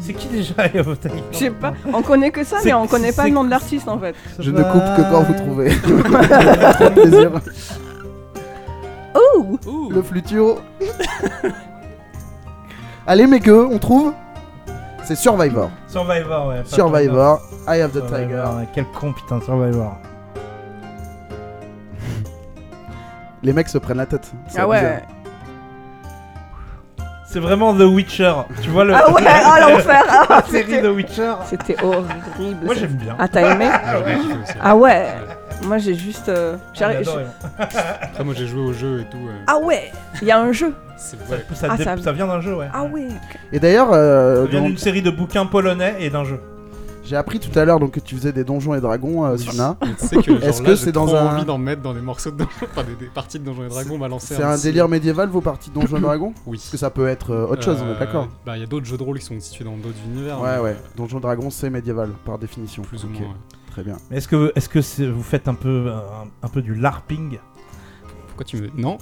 C'est qui déjà Eye of the Tiger
Je sais pas, on connaît que ça,
C'est-
mais on connaît pas
c'est-
le nom de l'artiste en fait.
Je ne coupe que quand vous trouvez. Trop de plaisir.
Oh
Ouh,
Le fluturo. Allez, mes gueux, on trouve C'est Survivor.
Survivor, ouais. pas
Survivor, Eye of the
Survivor,
Tiger.
ouais, Quel con, putain, Survivor.
Les mecs se prennent la tête. C'est
Ah ouais.
bizarre.
C'est vraiment The Witcher. Tu vois le.
Ah ouais, ah l'enfer ah,
la série
C'était
The Witcher.
c'était horrible.
Moi j'aime bien.
Ah t'as aimé
Ah, j'ai kiffé aussi.
Ah ouais Moi j'ai juste... euh, j'arrive-
Ah, J'adore, ouais.
Après, moi j'ai joué au jeu et tout. euh,
Ah ouais Il y a un jeu
c'est
Ça,
ouais.
ça
Ah,
dé-
ça-
ça vient d'un jeu, ouais.
Ah ouais
Et d'ailleurs, euh,
Ça vient
donc,
d'une série de bouquins polonais et d'un jeu.
j'ai appris tout à l'heure donc, que tu faisais des donjons et dragons, euh, Suna.
Mais tu sais que genre,
Est-ce
là,
que
j'ai
c'est dans
trop
un-
envie d'en mettre dans des morceaux de donjons, enfin des, des parties de donjons et dragons balancées.
C'est un
ainsi.
délire médiéval, vos parties de donjons et dragons
Oui.
Parce que ça peut être euh, autre chose, on est d'accord
Euh, Bah, il y a d'autres jeux de rôle qui sont situés dans d'autres univers.
Ouais,
mais,
ouais.
euh,
Donjons et dragons, c'est médiéval, par définition.
Plus
Ok,
ou moins. ouais.
Très bien.
Mais Est-ce que, est-ce que c'est- vous faites un peu, un, un peu du larping
Pourquoi tu me. Non,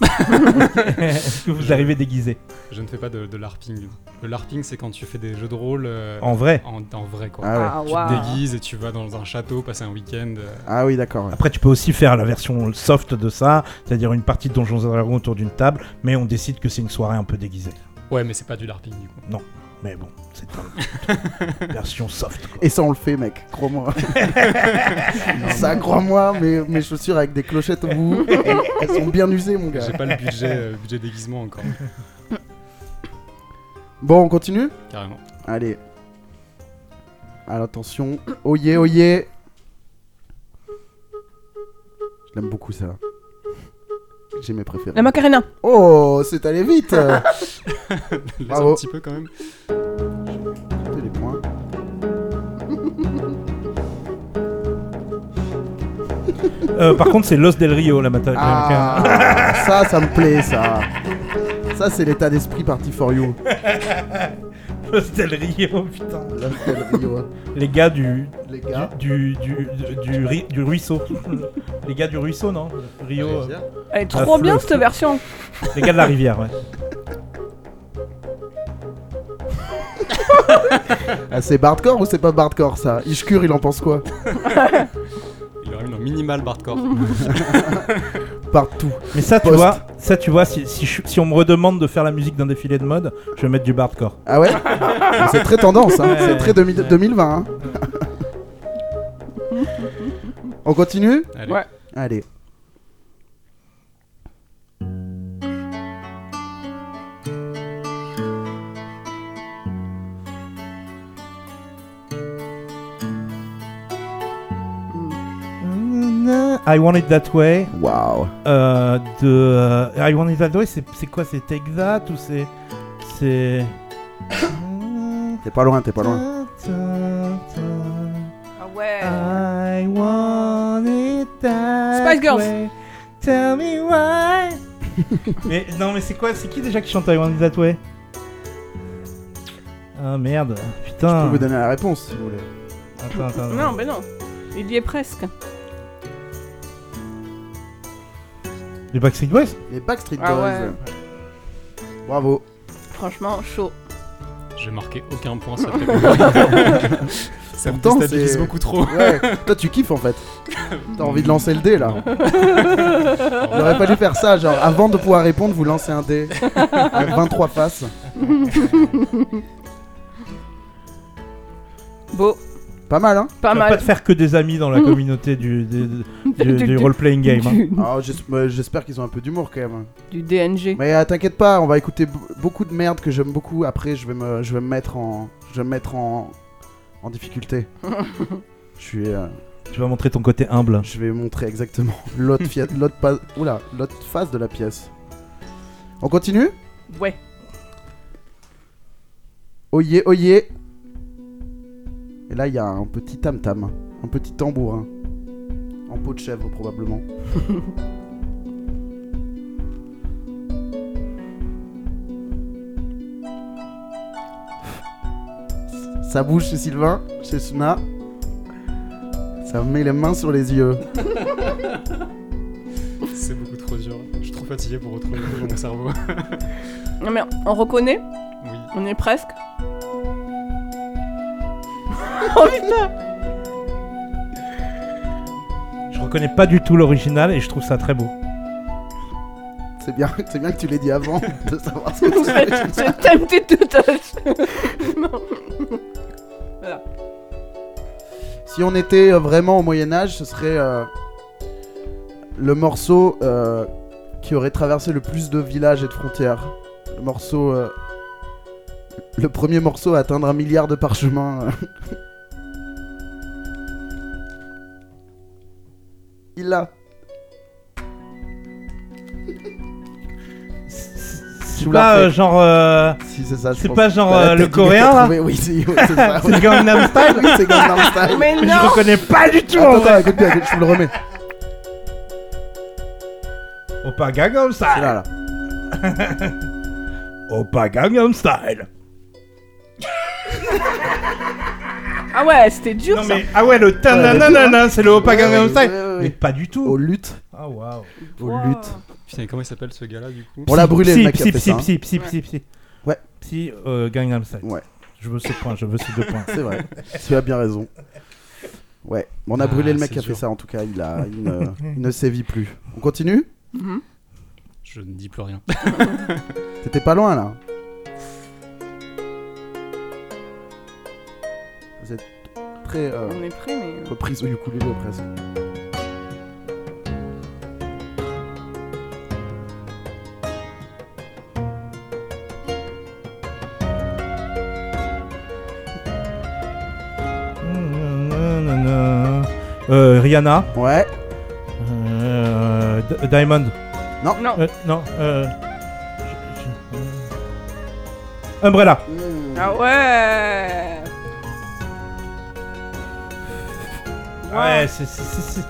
Est-ce que vous arrivez déguisé
je ne fais pas de, de larping. Le larping, c'est quand tu fais des jeux de rôle euh,
En vrai.
en, en vrai, quoi.
Ah ouais.
Ah
Tu
waouh.
te déguises et tu vas dans un château passer un week-end. euh,
Ah oui, d'accord. ouais.
Après, tu peux aussi faire la version soft de ça, c'est-à-dire une partie de Donjons et Dragons autour d'une table, mais on décide que c'est une soirée un peu déguisée.
Ouais, mais c'est pas du larping du coup.
Mais bon, c'est une version soft. quoi.
Et ça, on le fait, mec, crois-moi. ça, crois-moi, mes, mes chaussures avec des clochettes au bout, elles, elles sont bien usées, mon gars.
J'ai pas le budget, euh, budget déguisement encore,
Bon, on continue
carrément.
Allez. Alors attention. Oyez, oyez. Je l'aime beaucoup ça. J'ai mes préférés.
La Macarena
Oh, c'est allé vite. J'ai
Laisse
Bravo.
un petit peu quand même.
des points.
Euh, par contre, c'est Los Del Rio, la matinée.
Ah, ça, ça me plaît ça. Ça, c'est l'état d'esprit parti for you.
Los Del Rio, putain.
Là, c'est le Rio, hein.
Les gars du,
les
du,
gars.
Hein, du, du, du ri- du ruisseau. Les gars du ruisseau, non Rio. euh,
Elle est
Ah,
trop
flou,
bien
flou.
cette version
Les gars de la rivière, ouais.
Ah, c'est bardcore ou c'est pas bardcore ça Ishkur, il en pense quoi
Il aurait mis un minimal hardcore.
Partout.
Mais ça, tu
Post.
vois, ça, tu vois si, si, je- si on me redemande de faire la musique d'un défilé de mode, je vais mettre du bardcore.
Ah ouais Mais C'est très tendance, hein.
Ouais,
c'est très 2000
ouais.
2020. hein. On continue
Allez.
Ouais.
Allez.
I Want It That Way,
Waouh.
euh, de... euh, I Want It That Way, c'est c'est quoi C'est Take That ou c'est... C'est...
T'es pas loin, t'es pas loin.
Ah ouais
I want it that
Spice Girls.
way. Tell me why. mais non, mais c'est quoi C'est qui déjà qui chante I want it that way Ah merde,
Ah.
Je peux
putain.
vous donner la réponse si vous voulez.
Attends, attends.
Non, mais non Il y est presque
Les Backstreet Boys
Les Backstreet Boys.
Ah ouais.
Bravo.
Franchement, chaud
J'ai marqué aucun point sur cette catégorie. Ça me
Pourtant,
déstabilise
c'est-
beaucoup trop.
Ouais. Toi, tu kiffes en fait. T'as envie de lancer le dé là.
Non.
On aurait pas dû faire ça. Genre, avant de pouvoir répondre, vous lancez un dé. Avec 23 faces.
Beau
Pas mal, hein
Pas
Tu vas pas
mal
te faire que des amis dans la communauté du, du, du- du- du role-playing game. hein.
Du,
Ah, j'es- euh, J'espère qu'ils ont un peu d'humour quand même.
du DNG
Mais euh, t'inquiète pas, on va écouter b- beaucoup de merde que j'aime beaucoup. Après, je vais me, je vais me mettre en, je vais me mettre en, en difficulté. je suis. euh,
Tu vas montrer ton côté humble.
je vais montrer exactement l'autre fia- l'autre pas- oula, l'autre face de la pièce. On continue
Ouais.
Oyez, oyez Et là, il y a un petit tam-tam, un petit tambourin. En peau de chèvre, probablement. Ça bouge chez Sylvain, chez Suna. Ça met les mains sur les yeux.
C'est beaucoup trop dur. Je suis trop fatigué pour retrouver mon cerveau.
Non mais on reconnaît,
Oui.
on est presque. oh putain
Je reconnais pas du tout l'original et je trouve ça très beau.
C'est bien, c'est bien que tu l'aies dit avant de savoir ce que c'est.
Je t'aime tes deux tâches Non.
Si on était euh, vraiment au Moyen Âge, ce serait euh, le morceau euh, qui aurait traversé le plus de villages et de frontières. Le morceau, euh, le premier morceau à atteindre un milliard de parchemins. euh. Il l'a.
C'est
vous
pas
la refais.
euh, genre. euh,
Si c'est ça, je
C'est
pense.
pas genre,
Bah, la
euh, le
tête du mec
coréen,
a
là
trouvé, Oui, si, oui, c'est ça.
C'est Gangnam Style
Oui, c'est Gangnam Style.
Mais
Je
non
reconnais pas du tout
Attends,
en
attends,
vrai.
écoute bien, écoute, je vous le remets.
Opa Gangnam
C'est là,
Style
là.
Opa Gangnam Style
Ah ouais, c'était dur
Non
ça
mais, ah ouais, le tananana, c'est le Opa Gangnam Style
hein. Ouais, ouais, ouais.
Mais pas du
Aux
tout
luttes,
Ah waouh
aux
Wow.
luttes.
Putain, et comment il s'appelle ce gars-là du coup
On l'a brûlé, le
Psy,
mec qui a
psy,
fait
psy,
ça, hein.
psy, psy, psy, psy.
Ouais.
Psy, euh, Gangnam Style.
Ouais.
Je veux ce point, je veux ces deux points.
C'est vrai, tu as bien raison. Ouais, on a
Ah,
brûlé le mec
c'est
qui a fait
dur.
ça en tout cas, il, a, il, ne, il ne sévit plus. On continue
Mhm.
Je ne dis plus rien.
T'étais pas loin là. Vous êtes très euh,
On est prêt mais...
reprise au ukulélé presque.
Nanana. Euh, Rihanna.
Ouais,
Euh, D- Diamond.
Non,
Euh, non, euh... je- je- Umbrella.
ah ouais
Ouais, c'est- c'est- c'est- c'est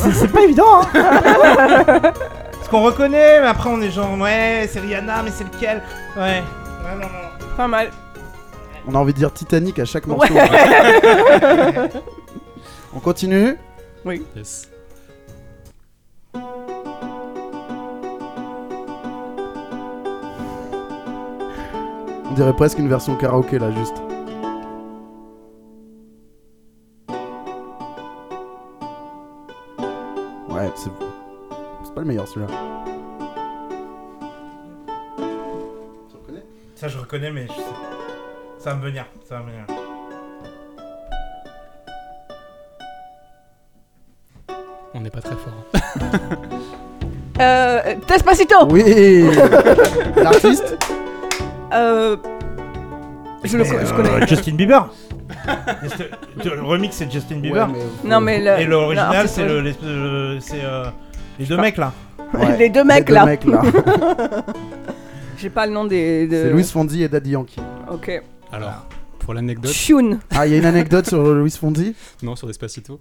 c'est- c'est pas évident, hein Parce qu'on reconnaît, mais après on est genre, ouais, c'est Rihanna, mais c'est lequel Ouais. Ouais, non, non.
Pas mal.
on a envie de dire Titanic à chaque morceau.
Ouais
On continue
Yes.
On dirait presque une version karaoké là juste. Ouais, c'est c'est pas le meilleur celui-là. Tu reconnais
Ça, je reconnais, mais je sais. Ça va me venir, ça va me venir.
On n'est pas très fort.
Euh... Despacito
Oui L'artiste
Euh... Je le co- je connais.
Euh, Justin Bieber. Juste- le remix, c'est Justin Bieber.
Ouais, mais-
Non mais le...
Et l'original,
l'artiste
c'est le,
original.
l'espèce de- c'est euh, les deux
pas.
mecs là.
Ouais,
Les deux mecs,
les
là.
mecs, là.
J'ai pas le nom des... de-
C'est Louis Fondi et Daddy Yankee.
Ok.
Alors, pour l'anecdote,
Tune
Ah, il y a une anecdote sur Louis Fondi
non, sur Despacito,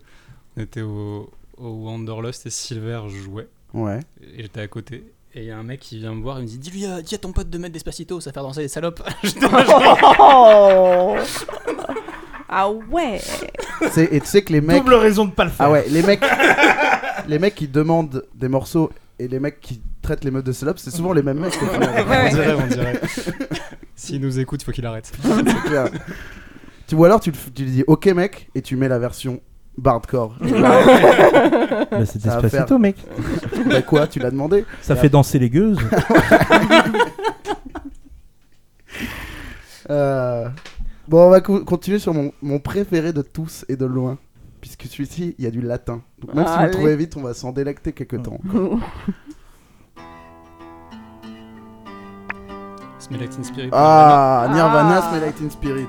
on était au, au Wanderlust et Silver jouait.
Ouais.
Et j'étais à côté. Et il y a un mec qui vient me voir, il me dit Dis-lui, euh, dis à ton pote de mettre Despacito, ça va faire danser les salopes. J'étais en mode,
Oh Ah ouais
C'est- Et tu sais que les mecs.
Double raison de pas le faire.
Ah ouais, les mecs, les mecs qui demandent des morceaux et les mecs qui traitent les meufs de salope, c'est souvent les mêmes mecs. au final.
On
Ouais.
dirait, on dirait. S'il nous écoute, il faut qu'il arrête.
C'est clair. Tu ou alors tu, le f- tu lui dis OK mec et tu mets la version bardcore.
Bah, c'est
Ça va Despacito,
Despacito,
faire-
mec.
bah quoi, tu l'as demandé
Ça fait danser les gueuses.
Euh, Bon, on va co- continuer sur mon, mon préféré de tous et de loin. Puisque celui-ci, il y a du latin. Donc même si vous le
Allez.
trouvez vite, on va s'en délecter quelque temps.
Smell Like Teen Spirit.
Ah, Nirvana,
Ah.
Smell Like Teen Spirit.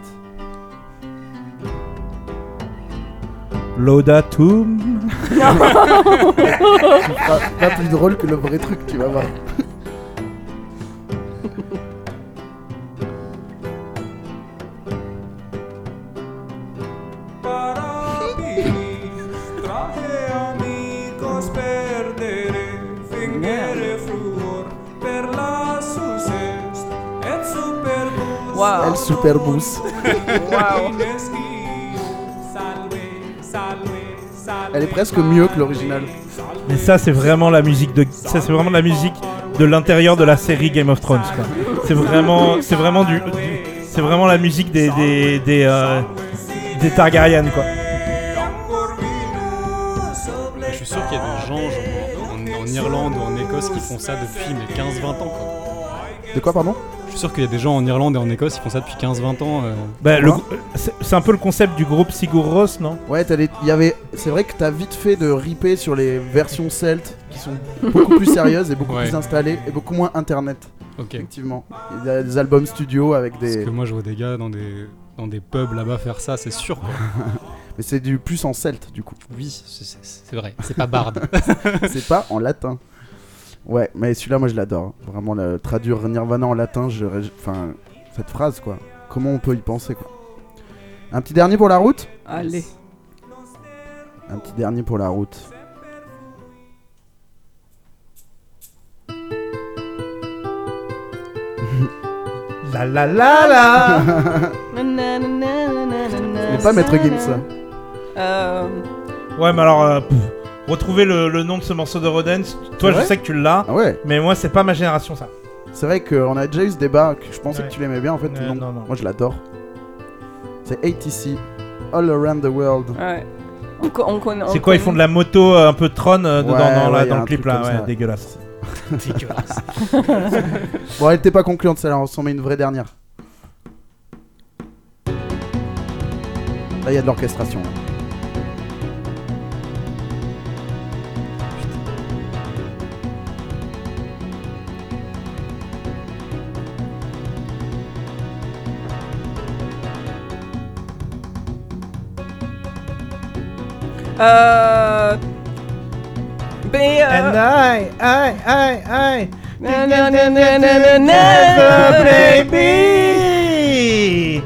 Laudatum.
Pas, pas plus drôle que le vrai truc, tu vas voir.
Para ti traje amigos perdere, fingere flor per las uses, et superbus.
Wow.
Elle super boost.
Waouh.
Salve, salve, salve.
Elle est presque mieux que l'original.
Mais ça, c'est vraiment la musique de, ça, c'est vraiment la musique de l'intérieur de la série Game of Thrones. quoi. C'est vraiment, c'est vraiment du, du- c'est vraiment la musique des des des, euh, des Targaryen quoi.
Je suis sûr qu'il y a des gens genre, en, en Irlande ou en Écosse qui font ça depuis mais 15-20 ans. Quoi.
De quoi, pardon
Je suis sûr qu'il y a des gens en Irlande et en Écosse qui font ça depuis 15-20 ans. euh.
Bah, le
Quoi
grou- c'est c'est un peu le concept du groupe Sigur Rós, non
Ouais, t'as les- il y avait. C'est vrai que t'as vite fait de ripper sur les versions celtes qui sont beaucoup plus sérieuses et beaucoup
Ouais.
plus installées et beaucoup moins internet.
Ok.
Effectivement, il y a des albums studio avec
Parce
des.
que moi je vois des gars dans des, dans des pubs là-bas faire ça, c'est sûr. quoi.
Mais c'est du plus en celte du coup.
Oui, c'est- c'est c'est vrai. C'est pas barde.
c'est pas en latin. Ouais, mais celui-là, moi je l'adore. hein. Vraiment, le- traduire Nirvana en latin, je. ré- Enfin, cette phrase quoi. Comment on peut y penser quoi. Un petit dernier pour la route
Allez.
Un petit dernier pour la route.
La la la la.
Mais
Mais
pas Maître Gims. ça.
Euh,
Ouais, mais alors, euh, pff, retrouver le, le nom de ce morceau de Rodens. Toi,
C'est
je
vrai
sais que tu l'as,
Ah ouais,
mais moi, c'est pas ma génération ça.
c'est vrai qu'on a déjà eu ce débat. que je pensais
Ouais.
que tu l'aimais bien en fait.
Ouais,
non.
non, non.
Moi je l'adore. C'est ATC, All Around the World.
ouais. On, co- on connaît.
C'est quoi Ils font de la moto euh, un peu Tron euh, dedans,
Ouais,
dans, la-
ouais, y a
dans
un
le clip
truc
là,
comme
ouais,
ça.
dégueulasse.
Bon, elle était pas concluante celle-là, on s'en met une vraie dernière. Là, il y a de l'orchestration. là.
Euh. Mais, euh,
I, I, I, I.
nananananana,
baby.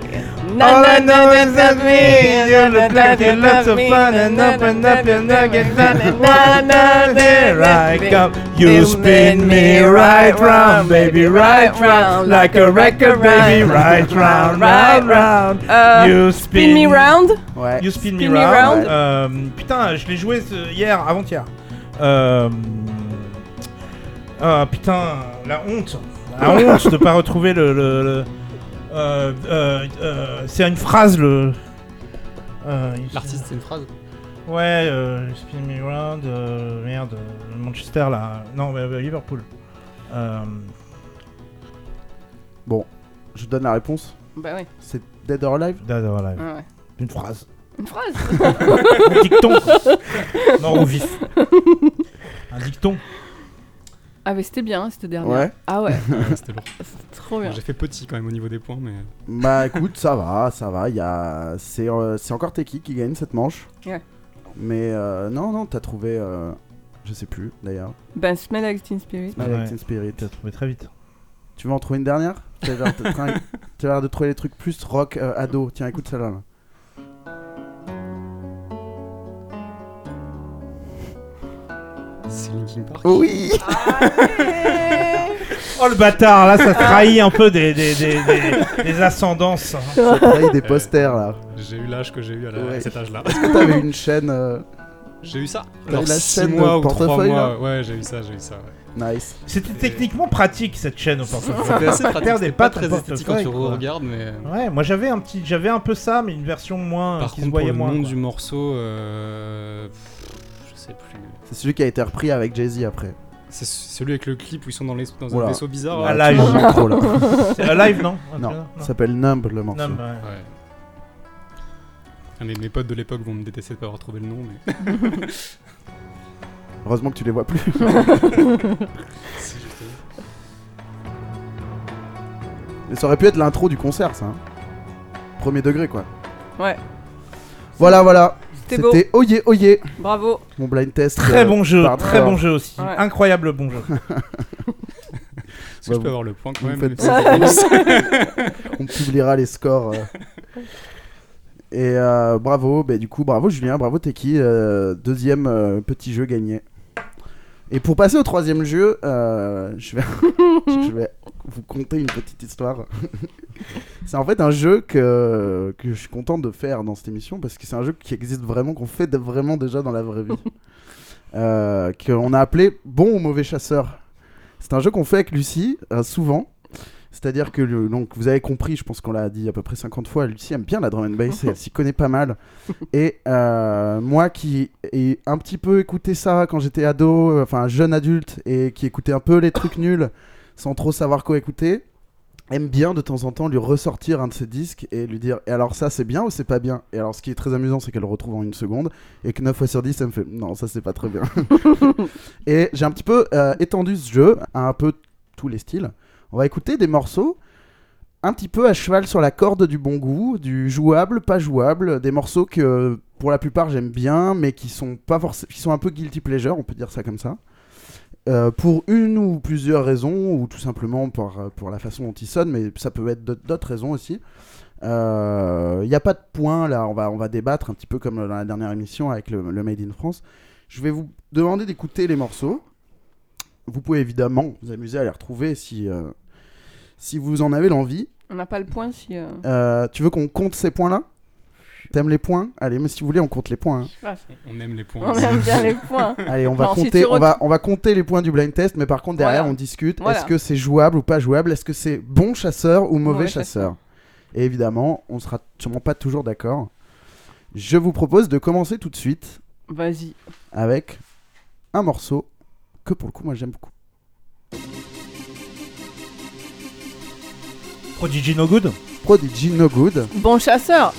All I know is that me, you look like you lots of fun and open up your nugget. Na, na, na, There I come, you spin me right round, baby, right round, like a record, baby, right round, round, round.
Euh,
You
Spin me round.
Ouais.
You Eh, spin,
Spin
me
me
round.
round.
Euh, putain, je l'ai joué ce- hier, avant-hier. Euh, ah, putain, la honte, la honte de pas retrouver le. le- le- euh, euh, euh, c'est une phrase le. euh, il-
L'artiste, c'est une phrase.
Ouais, euh, spin me round, euh, merde, euh, Manchester là, non, mais, euh, Liverpool. Euh,
Je donne la réponse.
Bah ouais.
C'est Dead or Alive
da- da- voilà,
ouais.
une phrase.
Une phrase.
Un dicton. Mort ou vif. Un dicton.
Ah mais c'était bien hein, cette dernière. Ah ouais.
Ouais, C'était lourd.
C'est trop bien.
J'ai fait petit quand même au niveau des points, mais
Bah écoute, ça va, ça va. il Y a... C'est euh, c'est encore Teki qui gagne cette manche.
Ouais.
Mais euh, non, non, t'as trouvé. euh, Je sais plus d'ailleurs.
Ben Smell Like Teen Spirit.
Smile like
Ah Ouais.
Teen Spirit.
T'as trouvé très vite.
Tu veux en trouver une dernière T'as l'air de- trin- t'as l'air de trouver les trucs plus rock euh, ado. Tiens, écoute celle-là. là.
c'est Linkin Park.
Oui
Oh le bâtard, là ça trahit un peu des, des, des, des- des ascendances.
Ça trahit des posters là.
J'ai eu l'âge que j'ai eu à, la-
Ouais.
à cet âge-là.
Est-ce que t'avais une chaîne euh,
J'ai eu ça.
T'as
Genre
eu la
6
chaîne de
mois ou 3
portefeuille,
mois. Ouais, j'ai eu ça, j'ai eu ça. ouais.
Nice.
C'était techniquement pratique cette chaîne au portefeuille.
C'était assez
Faire
pratique.
des
C'était pas
pattes au
très esthétique quand tu
portefeuille, quoi.
regardes, mais. euh,
Ouais, moi j'avais un petit, j'avais un peu ça, mais une version moins
Par
qui se
contre, pour
voyait
le
moins.
nom
quoi.
du morceau, euh, pff, je sais plus.
C'est celui qui a été repris avec Jay-Z après.
C'est celui avec le clip où ils sont dans, les, dans
Oula.
un vaisseau bizarre.
Ah,
là.
là,
Tu
je-
le micro, là.
C'est Alive non
Non, ça s'appelle Numb le morceau.
Non, mais ouais.
Ouais. Ah, mais mes potes de l'époque vont me détester de pas avoir trouvé le nom, mais
Heureusement que tu les vois plus.
c'est juste-
Mais ça aurait pu être l'intro du concert, ça. hein. Premier degré, quoi.
Ouais.
Voilà, voilà.
C'était beau.
C'était Oye Oye,
Bravo.
mon blind test.
Très
euh,
bon jeu,
par
très
Trevor.
bon jeu aussi.
Ouais.
Incroyable bon jeu.
Est-ce que je peux avoir le point quand
Bah, Vous
même
faites
mais
ça.
c'est-
On publiera les scores. euh. Et euh, bravo, bah, du coup, bravo Julien, bravo Teki. euh, deuxième euh, petit jeu gagné. Et pour passer au troisième jeu, euh, je, vais je vais vous conter une petite histoire. c'est en fait un jeu que, que je suis content de faire dans cette émission parce que c'est un jeu qui existe vraiment, qu'on fait de- vraiment déjà dans la vraie vie. Euh, qu'on a appelé Bon ou Mauvais Chasseur. C'est un jeu qu'on fait avec Lucie euh, souvent. C'est-à-dire que le- donc vous avez compris, je pense qu'on l'a dit à peu près 50 fois, Lucie aime bien la drum and bass, et elle s'y connaît pas mal. Et euh, moi qui ai un petit peu écouté ça quand j'étais ado, euh, enfin jeune adulte, et qui écoutait un peu les trucs nuls sans trop savoir quoi écouter, aime bien de temps en temps lui ressortir un de ses disques et lui dire Et alors ça c'est bien ou c'est pas bien Et alors ce qui est très amusant c'est qu'elle le retrouve en une seconde et que 9 fois sur 10 elle me fait Non ça c'est pas très bien. et j'ai un petit peu euh, étendu ce jeu à un peu tous les styles. On va écouter des morceaux un petit peu à cheval sur la corde du bon goût, du jouable, pas jouable, des morceaux que pour la plupart j'aime bien, mais qui sont pas forcément, qui sont un peu guilty pleasure, on peut dire ça comme ça. Euh, pour une ou plusieurs raisons, ou tout simplement pour, euh, pour la façon dont ils sonnent, mais ça peut être d'aut- d'autres raisons aussi. Il n'y a pas de point là, on va, on va débattre un petit peu comme dans la dernière émission avec le, le Made in France. Je vais vous demander d'écouter les morceaux. Vous pouvez évidemment vous amuser à les retrouver si, euh, si vous en avez l'envie.
On n'a pas le point si. euh,
Euh, tu veux qu'on compte ces points-là T'aimes les points Allez, mais si vous voulez, on compte les points. hein.
On aime les points.
On aime bien les points.
Allez, on va,
Non, si
compter,
tu
on, va, on va compter les points du blind test, mais par contre, derrière,
Voilà.
on discute.
Voilà.
Est-ce que c'est jouable ou pas jouable Est-ce que c'est bon chasseur ou mauvais, chasseur, Et évidemment, on sera sûrement pas toujours d'accord. Je vous propose de commencer tout de suite
Vas-y.
avec un morceau que, pour le coup, moi, j'aime beaucoup.
Prodigy No Good.
Prodigy No Good.
Bon chasseur.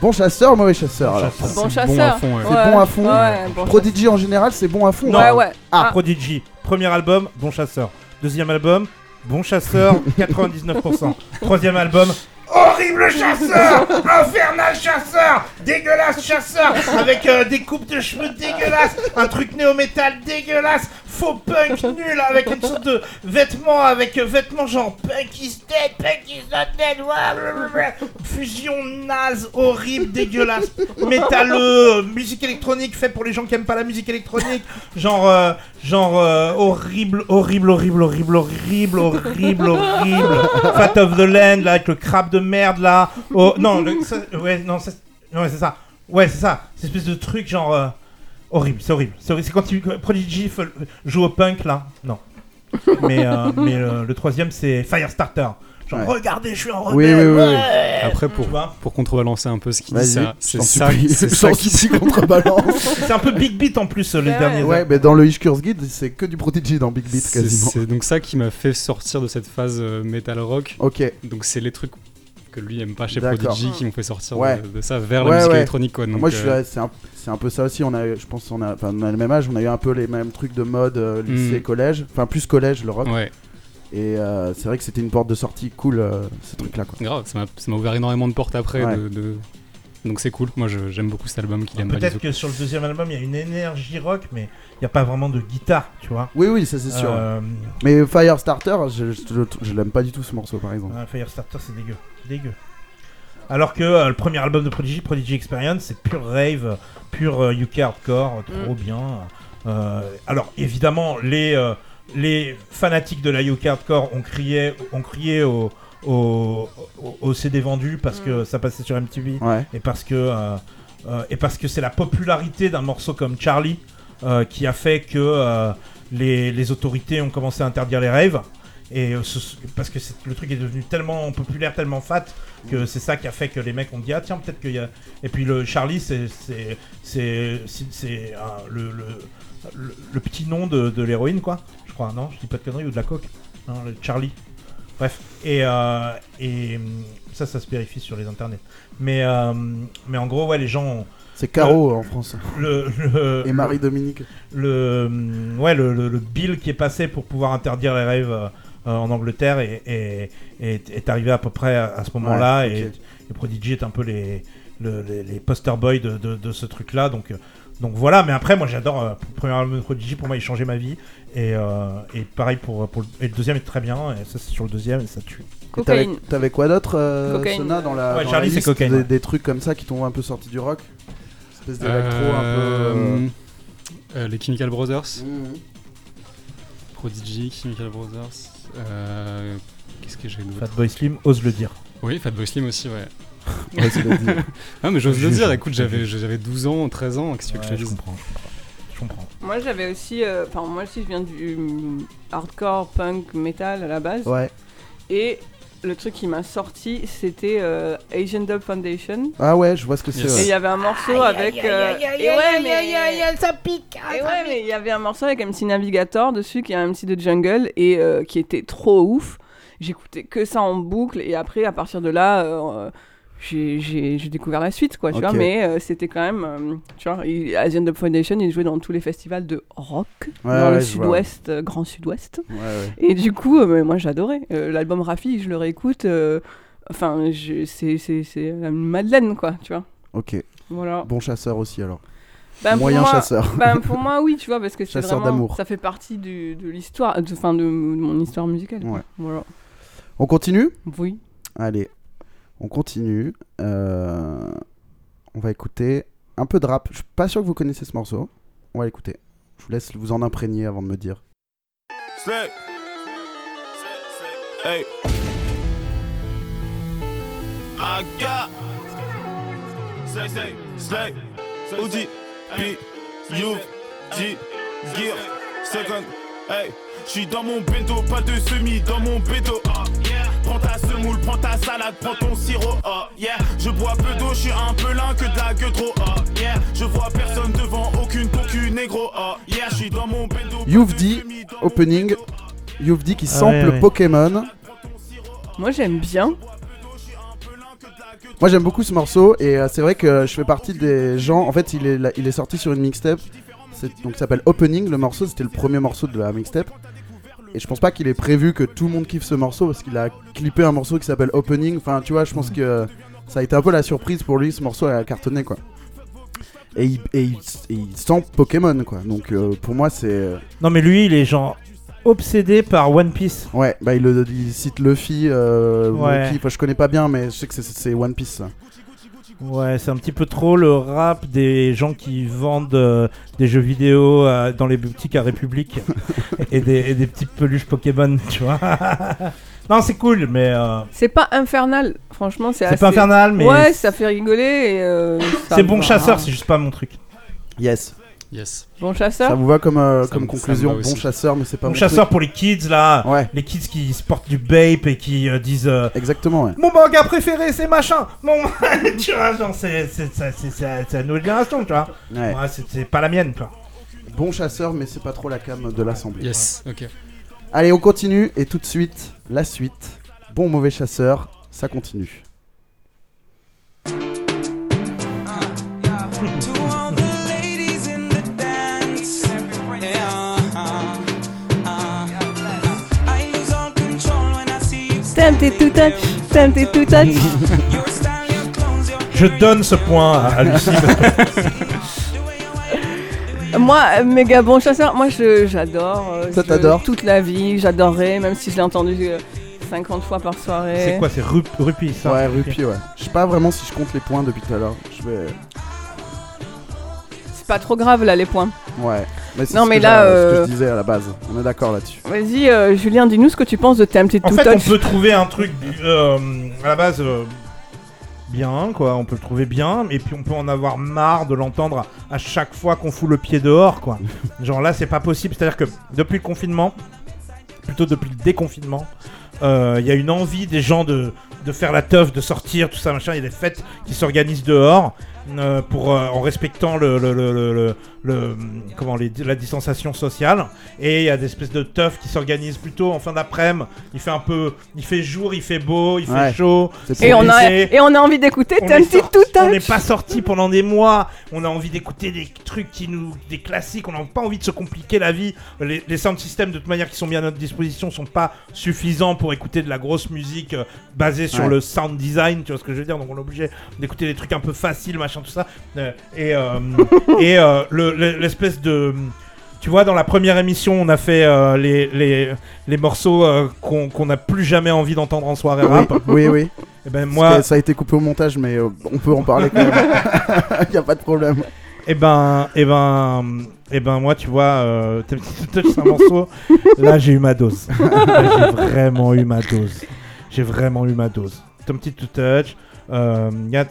Bon chasseur, mauvais chasseur. alors.
C'est
Bon
bon
chasseur.
à fond, ouais.
C'est bon à fond.
Ouais, bon
Prodigy en général, c'est bon à fond.
chasseur. Ouais, ouais.
Ah.
Prodigy, premier album, Bon Chasseur. Deuxième album, Bon Chasseur, 99%. Troisième album, Horrible Chasseur Infernal Chasseur Dégueulasse Chasseur Avec euh, des coupes de cheveux dégueulasses, un truc néo-métal dégueulasse, faux punk nul, avec une sorte de vêtement, avec euh, vêtements genre punk is dead, punk is not dead, ouah, blablabla. fusion naze, horrible, dégueulasse, métalleux, euh, musique électronique fait pour les gens qui aiment pas la musique électronique, genre euh, genre euh, horrible horrible horrible horrible horrible horrible horrible Fat of the Land là avec le crabe de merde là oh non le- ça- ouais non ça- non, ouais, c'est ça ouais c'est ça cette espèce de truc genre euh, horrible c'est horrible c'est horrible. C'est quand tu, Prodigy f- euh, joue au punk là non mais euh, mais euh, le troisième c'est Firestarter genre
Ouais.
regardez je suis un rebelle
Oui, oui, oui, oui.
Oh ouais.
Après,
Tu
pour,
vois
pour contrebalancer un peu ce qu'il dit,
Vas-y,
ça, c'est
je t'en
ça,
supplie.
c'est
Je
ça
t'en
qui
supplie, contrebalance.
c'est un peu big beat en plus euh, les
Ouais.
derniers
ouais, mais dans le Hitchcock's Guide, c'est que du Prodigy dans Big Beat
C'est-
quasiment.
C'est donc ça qui m'a fait sortir de cette phase euh, metal rock.
Ok,
Donc c'est les trucs que lui aime pas chez
D'accord.
Prodigy qui m'ont fait sortir
Ouais.
de, de ça vers
Ouais,
la musique
ouais.
électronique. Quoi. Donc,
moi je suis,
euh,
là- c'est un, c'est un peu ça aussi. On a, eu- je pense, on a, enfin, on a le même âge, on a eu un peu les mêmes trucs de mode euh, lycée,
Mm.
collège, enfin plus collège le rock.
Ouais,
Et euh, c'est vrai que c'était une porte de sortie cool euh, ces trucs-là. Quoi.
grave, ça m'a- ça m'a ouvert énormément de portes après.
Ouais.
de- de- Donc c'est cool, moi je- j'aime beaucoup cet album qu'il aime pas du
Peut-être
tout.
que sur le deuxième album, il y a une énergie rock, mais il n'y a pas vraiment de guitare, tu vois.
Oui, oui, ça c'est sûr.
Euh,
Mais Firestarter, je, je, je- je l'aime pas du tout ce morceau par exemple.
ouais, Firestarter, c'est dégueu. Dégueu. Alors que euh, le premier album de Prodigy, Prodigy Experience, c'est pur rave, pur euh, UK hardcore, trop bien. Euh, alors évidemment, les, euh, les fanatiques de la UK hardcore ont crié, ont crié au, au, au- au CD vendu parce que ça passait sur MTV.
Ouais.
et parce que euh, euh, et parce que c'est la popularité d'un morceau comme Charlie euh, qui a fait que euh, les, les autorités ont commencé à interdire les rêves et euh, ce- parce que c'est- le truc est devenu tellement populaire, tellement fat que c'est ça qui a fait que les mecs ont dit ah tiens peut-être qu'il y a et puis le Charlie c'est c'est c'est c'est- c'est, euh, le, le- hein, le- le petit nom de, de l'héroïne quoi je crois non je dis pas de conneries ou de la coke non le Charlie Bref, et, euh, et hum, ça, ça se vérifie sur les internets. Mais, euh, mais en gros, ouais, les gens. ont-
C'est Caro
Euh.
en France.
Le, le-
Et Marie-Dominique.
le, hum, ouais, le, le, le bill qui est passé pour pouvoir interdire les rêves euh, euh, en Angleterre est, est, est- est arrivé à peu près à, à ce moment-là.
Ouais,
et,
ok.
et Prodigy est un peu les, le- les, les poster boys de, de, de ce truc-là. Donc, euh, donc voilà, mais après, moi j'adore. euh, le premier album de Prodigy, pour moi, il changeait ma vie. Et, euh, et pareil, pour, pour le, et le deuxième est très bien. Et ça, c'est sur le deuxième, et ça tue.
Et T'avais
Cocaïne.
t'avais quoi d'autre, euh,
Cocaïne.
Sona, dans la,
Ouais,
dans
Charlie,
la
c'est
liste
cocaïne.
des, des trucs comme ça qui t'ont un peu sorti du rock Espèce d'électro un peu...
Euh, euh, les Chemical Brothers,
euh,
Prodigy, Chemical Brothers. euh, Qu'est-ce que j'ai d'autre
Fatboy Slim ose le dire.
Oui, Fatboy Slim aussi, ouais.
ouais, c'est le dire.
Ah, mais j'ose le
Juge.
dire, écoute, j'avais j'avais 12 ans, 13 ans, qu'est-ce que tu veux que je
Ouais, je
te dise
comprends. Je comprends.
Moi j'avais aussi, euh, enfin moi aussi je viens du hum, hardcore punk metal à la base.
ouais.
Et le truc qui m'a sorti c'était euh, Asian Dub Foundation.
Ah ouais, je vois ce que c'est.
Yes.
Et il
ouais.
y avait un morceau avec. euh,
Aïe,
et
aïe,
ouais,
aïe,
mais-
aïe, aïe, aïe, ça pique. ah,
Et
ça
ouais,
pique.
mais il y avait un morceau avec MC Navigator dessus, qui est un MC de Jungle, et euh, qui était trop ouf. J'écoutais que ça en boucle, et après, à partir de là, euh, j'ai- j'ai j'ai découvert la suite, quoi, tu
Ok.
vois. Mais euh, c'était quand même, euh, tu vois, il- Asian Dub Foundation, il jouait dans tous les festivals de rock,
Ouais,
dans
ouais, je
le
vois.
sud-ouest, euh, grand sud-ouest.
Ouais, ouais.
Et du coup, euh, mais moi j'adorais. Euh, L'album Rafi, je le réécoute. euh, Enfin, je- c'est c'est- c'est une madeleine, quoi, tu vois.
Ok,
Voilà.
bon chasseur aussi alors.
Ben, pour
Moyen
moi-
chasseur.
ben, pour moi oui tu vois parce que c'est
Chasseur
vraiment-
d'amour.
ça fait partie du- de l'histoire de, enfin, de, de mon histoire musicale quoi.
Ouais.
voilà
On continue
oui
Allez, on continue. Euh, On va écouter un peu de rap. Je suis pas sûr que vous connaissez ce morceau. On va l'écouter. Je vous laisse vous en imprégner avant de me dire.
Slick. Hey. I got. Slick, slick, slick. Uzi, P, Youth, G, Gear, Second. Hey. J'suis dans mon bento, pas de semi, dans mon bento. Oh, yeah. Prends ta semoule, prends ta salade, prends ton sirop. Oh, yeah. Je bois peu d'eau, j'suis un peu lin que de la gueule trop. Oh, yeah. Je vois personne devant, aucune cocu négro. Oh, yeah. J'suis dans mon bento. pas
You've
de
dit,
semi, dans mon
Opening,
bento.
Youvdi qui
Ah
sample
ouais, ouais.
Pokémon.
moi j'aime bien
Moi j'aime beaucoup ce morceau et euh, c'est vrai que je fais partie des gens. En fait, il est, là- il est sorti sur une mixtape. C'est- Donc ça s'appelle Opening. Le morceau, c'était le premier morceau de la mixtape. Et je pense pas qu'il est prévu que tout le monde kiffe ce morceau parce qu'il a clippé un morceau qui s'appelle Opening. Enfin, tu vois, je pense que ça a été un peu la surprise pour lui. Ce morceau a cartonné quoi. Et il, et il- et il sent Pokémon quoi. Donc euh, pour moi, c'est.
Non, mais lui, il est genre obsédé par One Piece.
Ouais, bah il, le- il cite Luffy, euh,
Ouais.
Monkey. Enfin, je connais pas bien, mais je sais que c'est- c'est One Piece. ça.
Ouais, c'est un petit peu trop le rap des gens qui vendent euh, des jeux vidéo euh, dans les boutiques à République et, des, et des petites peluches Pokémon, tu vois. non, c'est cool, mais euh,
c'est pas infernal franchement c'est
c'est
assez
pas infernal, mais
ouais ça fait rigoler et, euh, ça
c'est bon
va.
chasseur, c'est juste pas mon truc.
Yes.
Yes.
bon
Ça
chasseur
vous va comme, euh,
Ça
comme
me- ça me
conclusion
va
Bon
aussi.
chasseur, mais c'est pas
Bon
mon
chasseur pour les kids, là.
truc. Ouais,
Les kids qui se portent du bape et qui euh, disent euh,
exactement, ouais.
Mon manga préféré, c'est machin. Mon... tu vois, genre, c'est c'est- c'est- c'est- c'est- c'est la nouvelle génération, tu vois.
Ouais.
Ouais, c'est c'est pas la mienne, quoi.
Bon chasseur, mais c'est pas trop la cam de l'Assemblée.
Yes. Ok.
Allez, on continue, et tout de suite, la suite. Bon mauvais chasseur, ça continue.
To all the ladies in the dance. Yeah, uh, uh. I lose all control when I see you
tempted to touch tempted to touch
Your style, your clothes, your
Je donne ce point à, à Lucie.
moi euh, méga bon chasseur moi je j'adore euh,
Toi,
je-
t'adores
toute la vie j'adorerais même si je l'ai entendu euh, 50 fois par soirée
C'est quoi, c'est Rup- Rupi, ça
Ouais, Rupi, ouais. Je sais pas vraiment si je compte les points depuis tout à l'heure. Je vais.
C'est pas trop grave là les points
Ouais. Mais c'est
Non,
ce
mais
que j'a-
là,
ce que
euh,
je disais à la base. On est d'accord là-dessus.
vas-y euh, Julien dis-nous ce que tu penses de tempted
En
to
fait, on
touch
peut trouver un truc euh, à la base euh, bien, quoi. On peut le trouver bien, et puis on peut en avoir marre de l'entendre à chaque fois qu'on fout le pied dehors, quoi. Genre là, c'est pas possible. C'est-à-dire que depuis le confinement, plutôt depuis le déconfinement, euh, il y a une envie des gens de, de faire la teuf, de sortir, tout ça, machin. Il y a des fêtes qui s'organisent dehors. euh, pour, euh, en respectant le, le- le- le- le- le- comment, les- la distanciation sociale. Et il y a des espèces de teufs qui s'organisent plutôt en fin d'après-midi. Il fait un peu, il fait jour, il fait beau, il
Ouais.
fait chaud.
C'est
Et
pour-
on, a,
lycée.
et on a envie d'écouter
On est
Twenty
sorti-
Two
on n'est
Touch.
pas sorti pendant des mois. On a envie d'écouter des trucs qui nous, des classiques. On n'a pas envie de se compliquer la vie. Les, les sound systems, de toute manière, qui sont mis à notre disposition, sont pas suffisants pour écouter de la grosse musique euh, basée sur
Ouais.
le sound design. Tu vois ce que je veux dire Donc, on est obligé d'écouter des trucs un peu faciles, machin, tout ça. Euh, et euh, et euh, le- le- l'espèce de tu vois, dans la première émission, on a fait euh, les, les, les morceaux euh, qu'on qu'on n'a plus jamais envie d'entendre en soirée
Oui,
rap.
oui, oui.
Et ben
Moi...
moi,
ça a été coupé au montage, mais euh, on peut en parler quand même. Il n'y a pas de problème.
Eh ben, eh ben, eh ben, moi, tu vois, euh, t'as petit touch, c'est un morceau. Là, j'ai eu ma dose. Là, j'ai vraiment eu ma dose. J'ai vraiment eu ma dose. Tom petit touch. Euh, got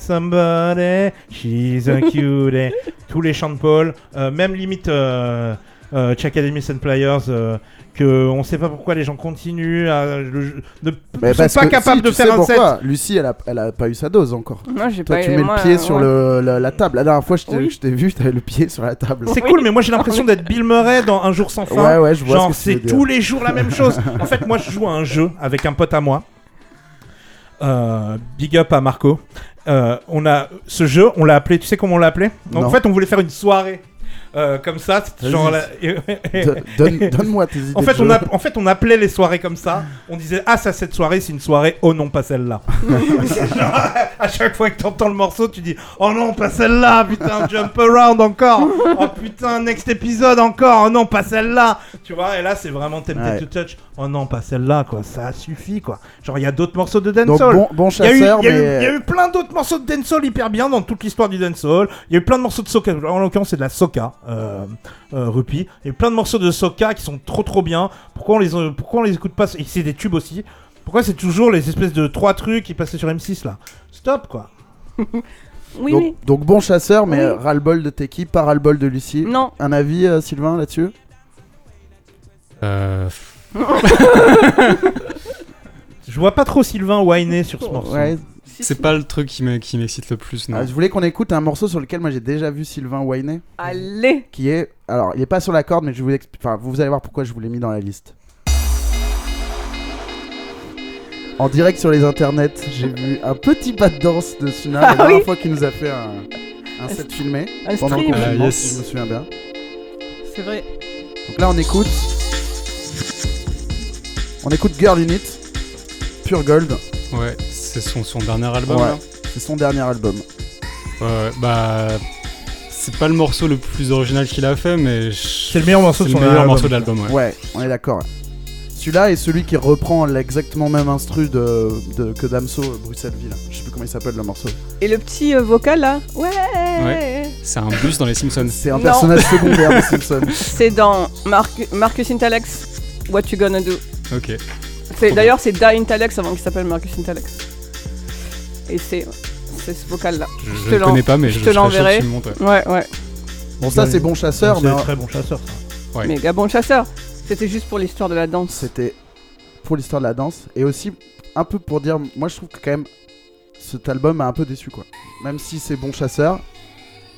somebody, she's a cutie. Tous les chants de Paul, euh, même limite euh, euh, Chuck Academies and Players, euh, que on sait pas pourquoi les gens continuent à, le- ne
Mais
sont pas
que,
capables
si,
de
tu
faire
sais
un set.
pourquoi Lucie, elle a, elle a pas eu sa dose encore.
Moi, j'ai
Toi,
pas-
tu mets
moi,
le pied
euh,
sur
ouais.
le, la, la table. La dernière fois, je t'ai
Oui.
je t'ai vu, t'avais le pied sur la table.
C'est cool, mais moi j'ai l'impression d'être Bill Murray dans Un jour sans fin.
ouais, ouais, je vois
Genre,
ce que
c'est
tu veux
tous
dire.
les jours la même chose. En fait, moi, je joue à un jeu avec un pote à moi. Euh, big up à Marco. Euh, on a ce jeu, on l'a appelé. Tu sais comment on l'a appelé En
Non.
fait, on voulait faire une soirée euh, comme ça. c'était
Vas-y.
Genre, la-
Don- donne- Donne-moi tes idées.
En fait,
de
on
jeu.
a- en fait, on appelait les soirées comme ça. On disait ah ça cette soirée c'est une soirée oh non pas celle-là. C'est genre, à chaque fois que t'entends le morceau, tu dis oh non pas celle-là putain jump around encore oh putain next épisode encore oh non pas celle-là tu vois et là c'est vraiment tempted
Ouais.
to touch oh non pas celle-là quoi ça suffit quoi genre il y a d'autres morceaux de
Donc,
dancehall.
bon, bon
Il y, a eu,
chasseur,
il y a eu-
mais.
il y a eu plein d'autres morceaux de dancehall hyper bien dans toute l'histoire du dancehall. Il y a eu plein de morceaux de soca. En l'occurrence, c'est de la soca, euh, euh, Rupi. Il y a eu plein de morceaux de soca qui sont trop trop bien. Pourquoi on les, euh, pourquoi on les écoute pas Et c'est des tubes aussi. Pourquoi c'est toujours les espèces de trois trucs qui passaient sur M6 là Stop quoi.
Oui,
donc,
oui.
donc, bon chasseur, mais
Oui.
ras-le-bol de Teki, pas ras-le-bol de Lucie.
Non.
Un avis, euh, Sylvain, là-dessus
Euh,
Je vois pas trop Sylvain whiner sur ce morceau.
Ouais.
c'est pas le truc qui me- qui m'excite le plus, non.
Ah, je voulais qu'on écoute un morceau sur lequel moi j'ai déjà vu Sylvain whiner,
Allez.
qui est. Alors, il est pas sur la corde, mais je vous explique. Enfin, vous allez voir pourquoi je vous l'ai mis dans la liste. En direct sur les internets, j'ai vu un petit pas de danse de Suna la
Ah
dernière
oui.
fois qu'il nous a fait un, un set filmé
Un
pendant le
stream.
confinement,
Ah, yes.
si je me souviens bien.
C'est vrai.
Donc là, on écoute. On écoute Girl Unit, Pure Gold,
Ouais, c'est son, son dernier album.
Ouais.
là.
c'est son dernier album.
Ouais, ouais, bah. C'est pas le morceau le plus original qu'il a fait, mais.
C'est le meilleur morceau de son
le meilleur
album.
morceau de l'album, ouais.
Ouais, on est d'accord. Celui-là est celui qui reprend l'exactement même instru de, de- que Damso euh, Bruxelles-Ville. Je sais plus comment il s'appelle le morceau.
Et le petit euh, vocal là Ouais.
C'est un bus dans les Simpsons.
C'est un
Non.
personnage secondaire de Simpson.
C'est dans Marc- Marcus Intalex. What you gonna do
Ok.
C'est d'ailleurs c'est Da Intalex avant qu'il s'appelle Marcus Intalex. Et c'est c'est ce vocal là.
Je,
Je
je
te
le
l'en-
connais pas, mais je,
je te
serais sûr
l'enverrai.
que tu me montres.
Ouais ouais.
Bon, ça c'est bon chasseur,
C'est
mais
un
euh,
très bon chasseur. ça.
Ouais.
Méga bon chasseur. C'était juste pour l'histoire de la danse.
c'était pour l'histoire de la danse et aussi un peu pour dire, moi je trouve que quand même cet album a un peu déçu quoi. Même si c'est bon chasseur,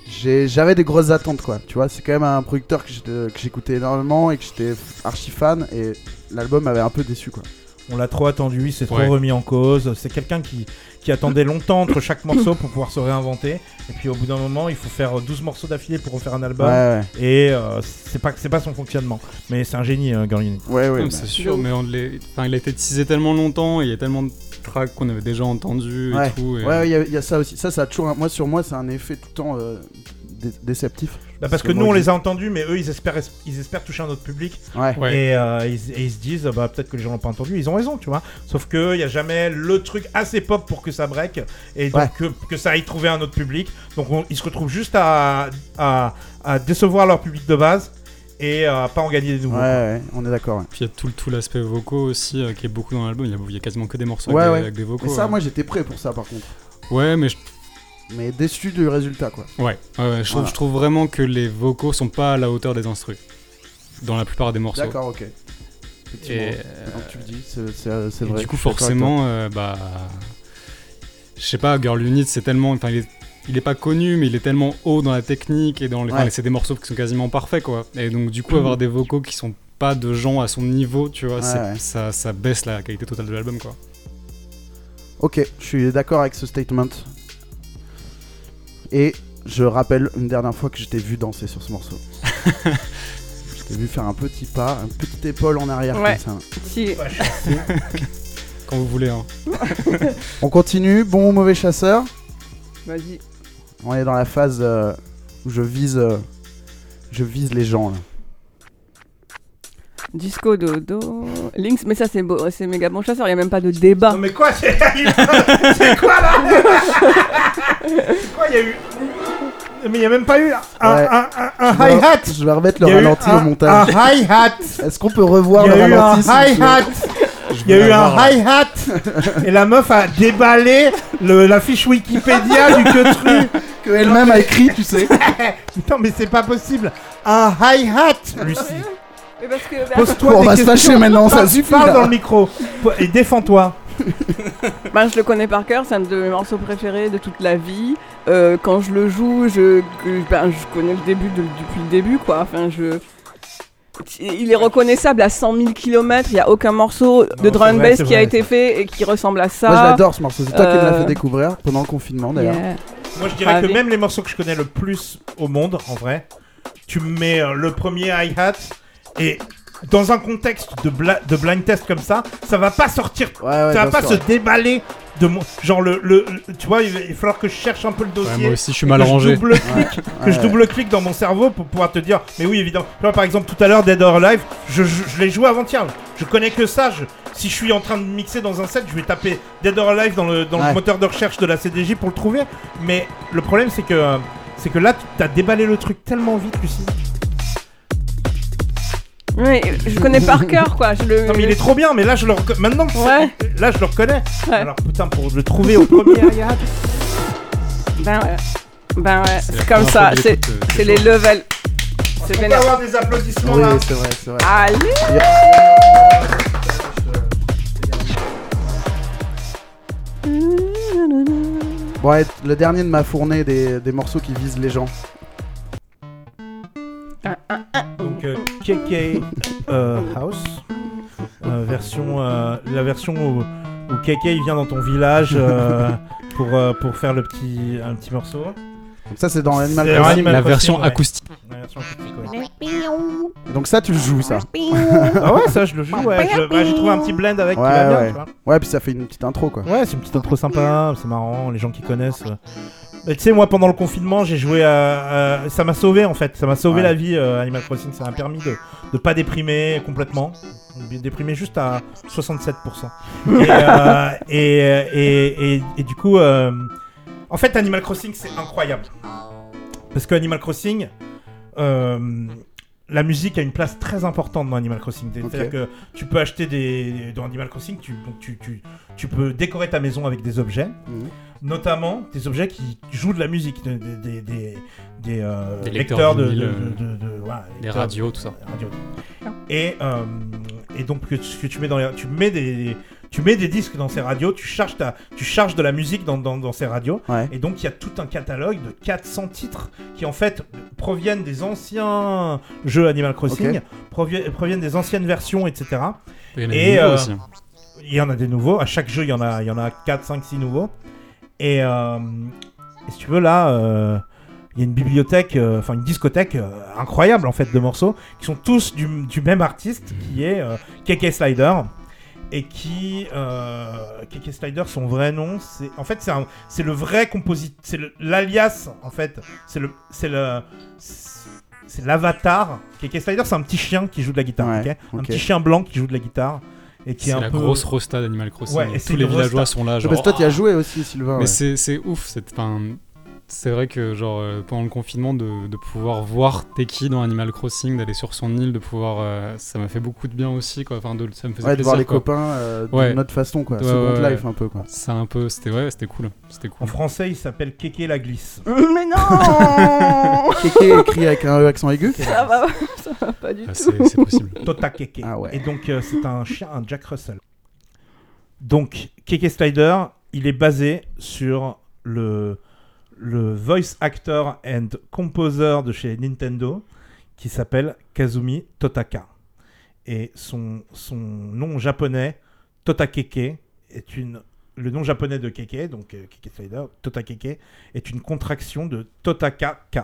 j'ai- j'avais des grosses attentes quoi. Tu vois, c'est quand même un producteur que j'étais- que j'écoutais énormément et que j'étais archi fan et l'album m'avait un peu déçu quoi.
On l'a trop attendu, il s'est trop
Ouais.
remis en cause. C'est quelqu'un qui, qui attendait longtemps entre chaque morceau pour pouvoir se réinventer. Et puis au bout d'un moment, il faut faire 12 morceaux d'affilée pour refaire un album.
ouais,
Et euh, c'est pas, c'est pas son fonctionnement. Mais c'est un génie, euh, Girl Unit.
ouais, ouais. ouais,
Ouais,
bah.
c'est sûr, mais on l'est- enfin, il a été teasé tellement longtemps, il y a tellement de tracks qu'on avait déjà entendus et tout. et-
Ouais, il y a- il y, a ça aussi. Ça, ça a toujours. un- Moi, sur moi, c'est un effet tout le temps euh, dé- déceptif.
Bah, parce que
moi,
nous, on
je-
les a entendus, mais eux, ils espèrent, ils espèrent toucher un autre public.
Ouais.
Ouais.
Et, euh, ils, et ils se disent, bah, peut-être que les gens l'ont pas entendu. Ils ont raison, tu vois. Sauf qu'il n'y a jamais le truc assez pop pour que ça break. Et donc,
Ouais.
que, que ça aille trouver un autre public. Donc, on- ils se retrouvent juste à, à, à décevoir leur public de base et à pas en gagner des
Ouais,
nouveaux.
ouais, on est d'accord. ouais.
Puis il y a tout, le- tout l'aspect vocaux aussi euh, qui est beaucoup dans l'album. Il y a, il y a quasiment que des morceaux
Ouais,
avec,
ouais.
Des, avec des vocaux.
Mais ça,
ouais.
moi, j'étais prêt pour ça, par contre.
Ouais, mais je,
Mais déçu du résultat, quoi.
ouais, ouais, ouais, je, trouve,
Voilà.
je trouve vraiment que les vocaux sont pas à la hauteur des instrus dans la plupart des morceaux.
D'accord, ok.
Et,
Effectivement.
euh,
Quand tu le dis, c'est- c'est c'est
et
vrai.
du
je
coup,
suis d'accord avec toi.
forcément, euh, bah. Je sais pas, Girl Unit, c'est tellement. Enfin, il est il est pas connu, mais il est tellement haut dans la technique et dans les. enfin,
Ouais.
c'est des morceaux qui sont quasiment parfaits, quoi. Et donc, du coup, avoir des vocaux qui sont pas de gens à son niveau, tu vois,
Ouais,
c'est-
ouais.
Ça, ça baisse la qualité totale de l'album, quoi.
Ok, je suis d'accord avec ce statement. Et je rappelle une dernière fois que je t'ai vu danser sur ce morceau. je t'ai vu faire un petit pas, une petite épaule en arrière
Ouais.
comme ça.
Si.
Quand vous voulez, hein.
On continue, bon ou mauvais chasseur.
Vas-y.
On est dans la phase euh, où je vise, euh, je vise les gens. Là.
Disco dodo. Lynx, mais ça c'est beau, c'est méga bon chasseur, il y a même pas de débat.
Non mais quoi C'est c'est quoi là C'est quoi Il y a eu Mais il y a même pas eu un,
Ouais.
un, un, un
Je vais-
hi-hat.
Je vais remettre le
Il y a eu
ralenti
un-
au montage.
Un hi-hat.
Est-ce qu'on peut revoir
Il y
le
a eu un
ralenti s'il vous plaît
hi-hat. Il y a eu un hi-hat. Et la meuf a déballé le- la fiche Wikipédia du queutru.
que elle-même a écrit, tu sais.
Eh, Non mais c'est pas possible. Un hi-hat, Lucie.
Mais parce que-
Pose-toi
Bon, on
des
va se
questions.
fâcher maintenant, ça
Parle-
suffit.
Parle
là.
dans le micro et défends-toi.
Ben, je le connais par cœur, c'est un de mes morceaux préférés de toute la vie. Euh, quand je le joue, je, que- ben, je connais le début de- depuis le début, quoi. Enfin, je... Il est reconnaissable à 100 000 km, il n'y a aucun morceau de
c'est
drum and
vrai,
bass
c'est
qui a
vrai.
été fait et qui ressemble à ça.
Moi, je l'adore ce morceau. C'est toi qui me l'as
Euh,
fait découvrir pendant le confinement, d'ailleurs.
Yeah.
Moi, je dirais
Ah,
que
mais-
même les morceaux que je connais le plus au monde, en vrai, tu mets euh, le premier hi-hat et dans un contexte de, bla- de blind test comme ça, ça va pas sortir.
Ouais, ouais,
ça va
bien
pas
sûr.
se déballer de mon. Genre, le, le, le- Tu vois, il va il va falloir que je cherche un peu le
Ouais,
dossier.
moi aussi, je suis mal
que je
rangé.
double- que je
Ouais.
double-clique dans mon cerveau pour pouvoir te dire, mais oui, évidemment. Tu vois, par exemple, tout à l'heure, Dead or Alive, je, je, je l'ai joué avant-hier. Je connais que ça. Je- si je suis en train de mixer dans un set, je vais taper Dead or Alive dans le, dans
Ouais.
le moteur de recherche de la CDJ pour le trouver. Mais le problème, c'est que, euh, c'est que là, tu t'as déballé le truc tellement vite, Lucie.
Ouais, je connais par cœur, quoi. Je le...
Non, mais il est trop bien, mais là, je le reconnais. Maintenant, que
Ouais.
c'est- là, je le reconnais.
Ouais.
Alors, putain, pour le trouver au premier hi-hat.
Ben ouais. Ben ouais,
la
c'est comme
première
ça.
fois que
C'est
j'écoute, euh,
c'est les levels. C'est
On peut
vénère.
avoir des applaudissements
Oui,
là.
c'est vrai, c'est vrai.
Allez
Bon, allez, le dernier de ma fournée des, des morceaux qui visent les gens.
Donc euh, KK euh, House, euh, version, euh, la version où, où KK il vient dans ton village euh, pour, euh, pour faire le petit, un petit morceau.
Donc ça, c'est dans Animal
C'est
Crossing.
Animal
La
Crossing,
version
ouais.
acoustique.
La version acoustique, ouais.
Donc ça, tu le joues, ça.
Ah ouais, ça je le joue, ouais. Je- bah, J'ai trouvé un petit blend avec qui
Ouais,
va bien,
ouais.
tu vois.
Ouais, puis ça fait une petite intro, quoi.
Ouais, c'est une petite intro sympa, c'est marrant, les gens qui connaissent. euh. Mais tu sais, moi pendant le confinement, j'ai joué à. à- ça m'a sauvé en fait, ça m'a sauvé
Ouais.
la vie euh, Animal Crossing, ça m'a permis de, de pas déprimer complètement. Déprimer juste à 67%. et, euh, et, et- et- et du coup, euh, en fait, Animal Crossing c'est incroyable. Parce que Animal Crossing. euh, la musique a une place très importante dans Animal Crossing. C'est-à-dire
Ok.
que tu peux acheter des. Dans Animal Crossing, tu, donc tu, tu, tu peux décorer ta maison avec des objets,
Mhm.
notamment des objets qui jouent de la musique, des, des, des, des, des, euh,
Des
lecteurs,
lecteurs
de,
vinyle,
de-
euh,
de- de- de- voilà,
Les
lecteurs-
radios, tout ça.
radio. Et, euh, et donc que, ce que tu mets dans les, tu mets des tu mets des disques dans ces radios, tu charges ta tu charges de la musique dans, dans, dans ces radios
Ouais.
et donc il y a tout un catalogue de 400 titres qui en fait proviennent des anciens jeux Animal Crossing,
Ok.
provie- proviennent des anciennes versions etc.
Il y en a
Et,
des nouveaux
euh,
aussi.
Il y en a des nouveaux. À chaque jeu, il y en a, il y en a 4, 5, 6 nouveaux. Et, euh, et si tu veux, là, euh, il y a une bibliothèque, euh, enfin une discothèque euh, incroyable en fait de morceaux qui sont tous du, du même artiste qui est euh, KK Slider. Et qui. euh, KK Slider, son vrai nom, c'est. En fait, c'est un- c'est le vrai compositeur. C'est le- l'alias, en fait. C'est le. C'est le. C'est l'avatar. KK Slider, c'est un petit chien qui joue de la guitare.
Ouais,
ok un
ok.
petit chien blanc qui joue de la guitare. Et qui est,
C'est
un
la
peu.
grosse rosta d'Animal Crossing.
Ouais, et c'est
Tous les
une
villageois sont là.
Je
Genre, ah,
pense que toi, tu as joué aussi, Sylvain.
Mais
Ah ouais.
c'est, c'est ouf, c'est, enfin, c'est vrai que genre euh, pendant le confinement de, de pouvoir voir Teki dans Animal Crossing, d'aller sur son île, de pouvoir, euh, ça m'a fait beaucoup de bien aussi quoi. Enfin, de, ça me faisait
Ouais, de
plaisir.
voir les
quoi.
copains euh,
Ouais.
d'une autre façon, quoi.
Ouais,
Second
ouais, ouais.
Life, un peu, quoi.
C'est un peu, c'était ouais, c'était cool, c'était
En
cool.
français, il s'appelle Kéké la glisse.
Mais non
Kéké écrit avec un E accent aigu.
ça, va, ça va pas du
Ah,
tout.
c'est, c'est possible.
Tota Kéké.
Ah ouais.
Et donc, euh, c'est un chien, un Jack Russell. Donc, Kéké Slider, il est basé sur le, le voice actor and composer de chez Nintendo qui s'appelle Kazumi Totaka. Et son, son nom japonais, Totakeke, est une. Le nom japonais de Keke, donc euh, Keke Slider, Totakeke, est une contraction de Totaka K.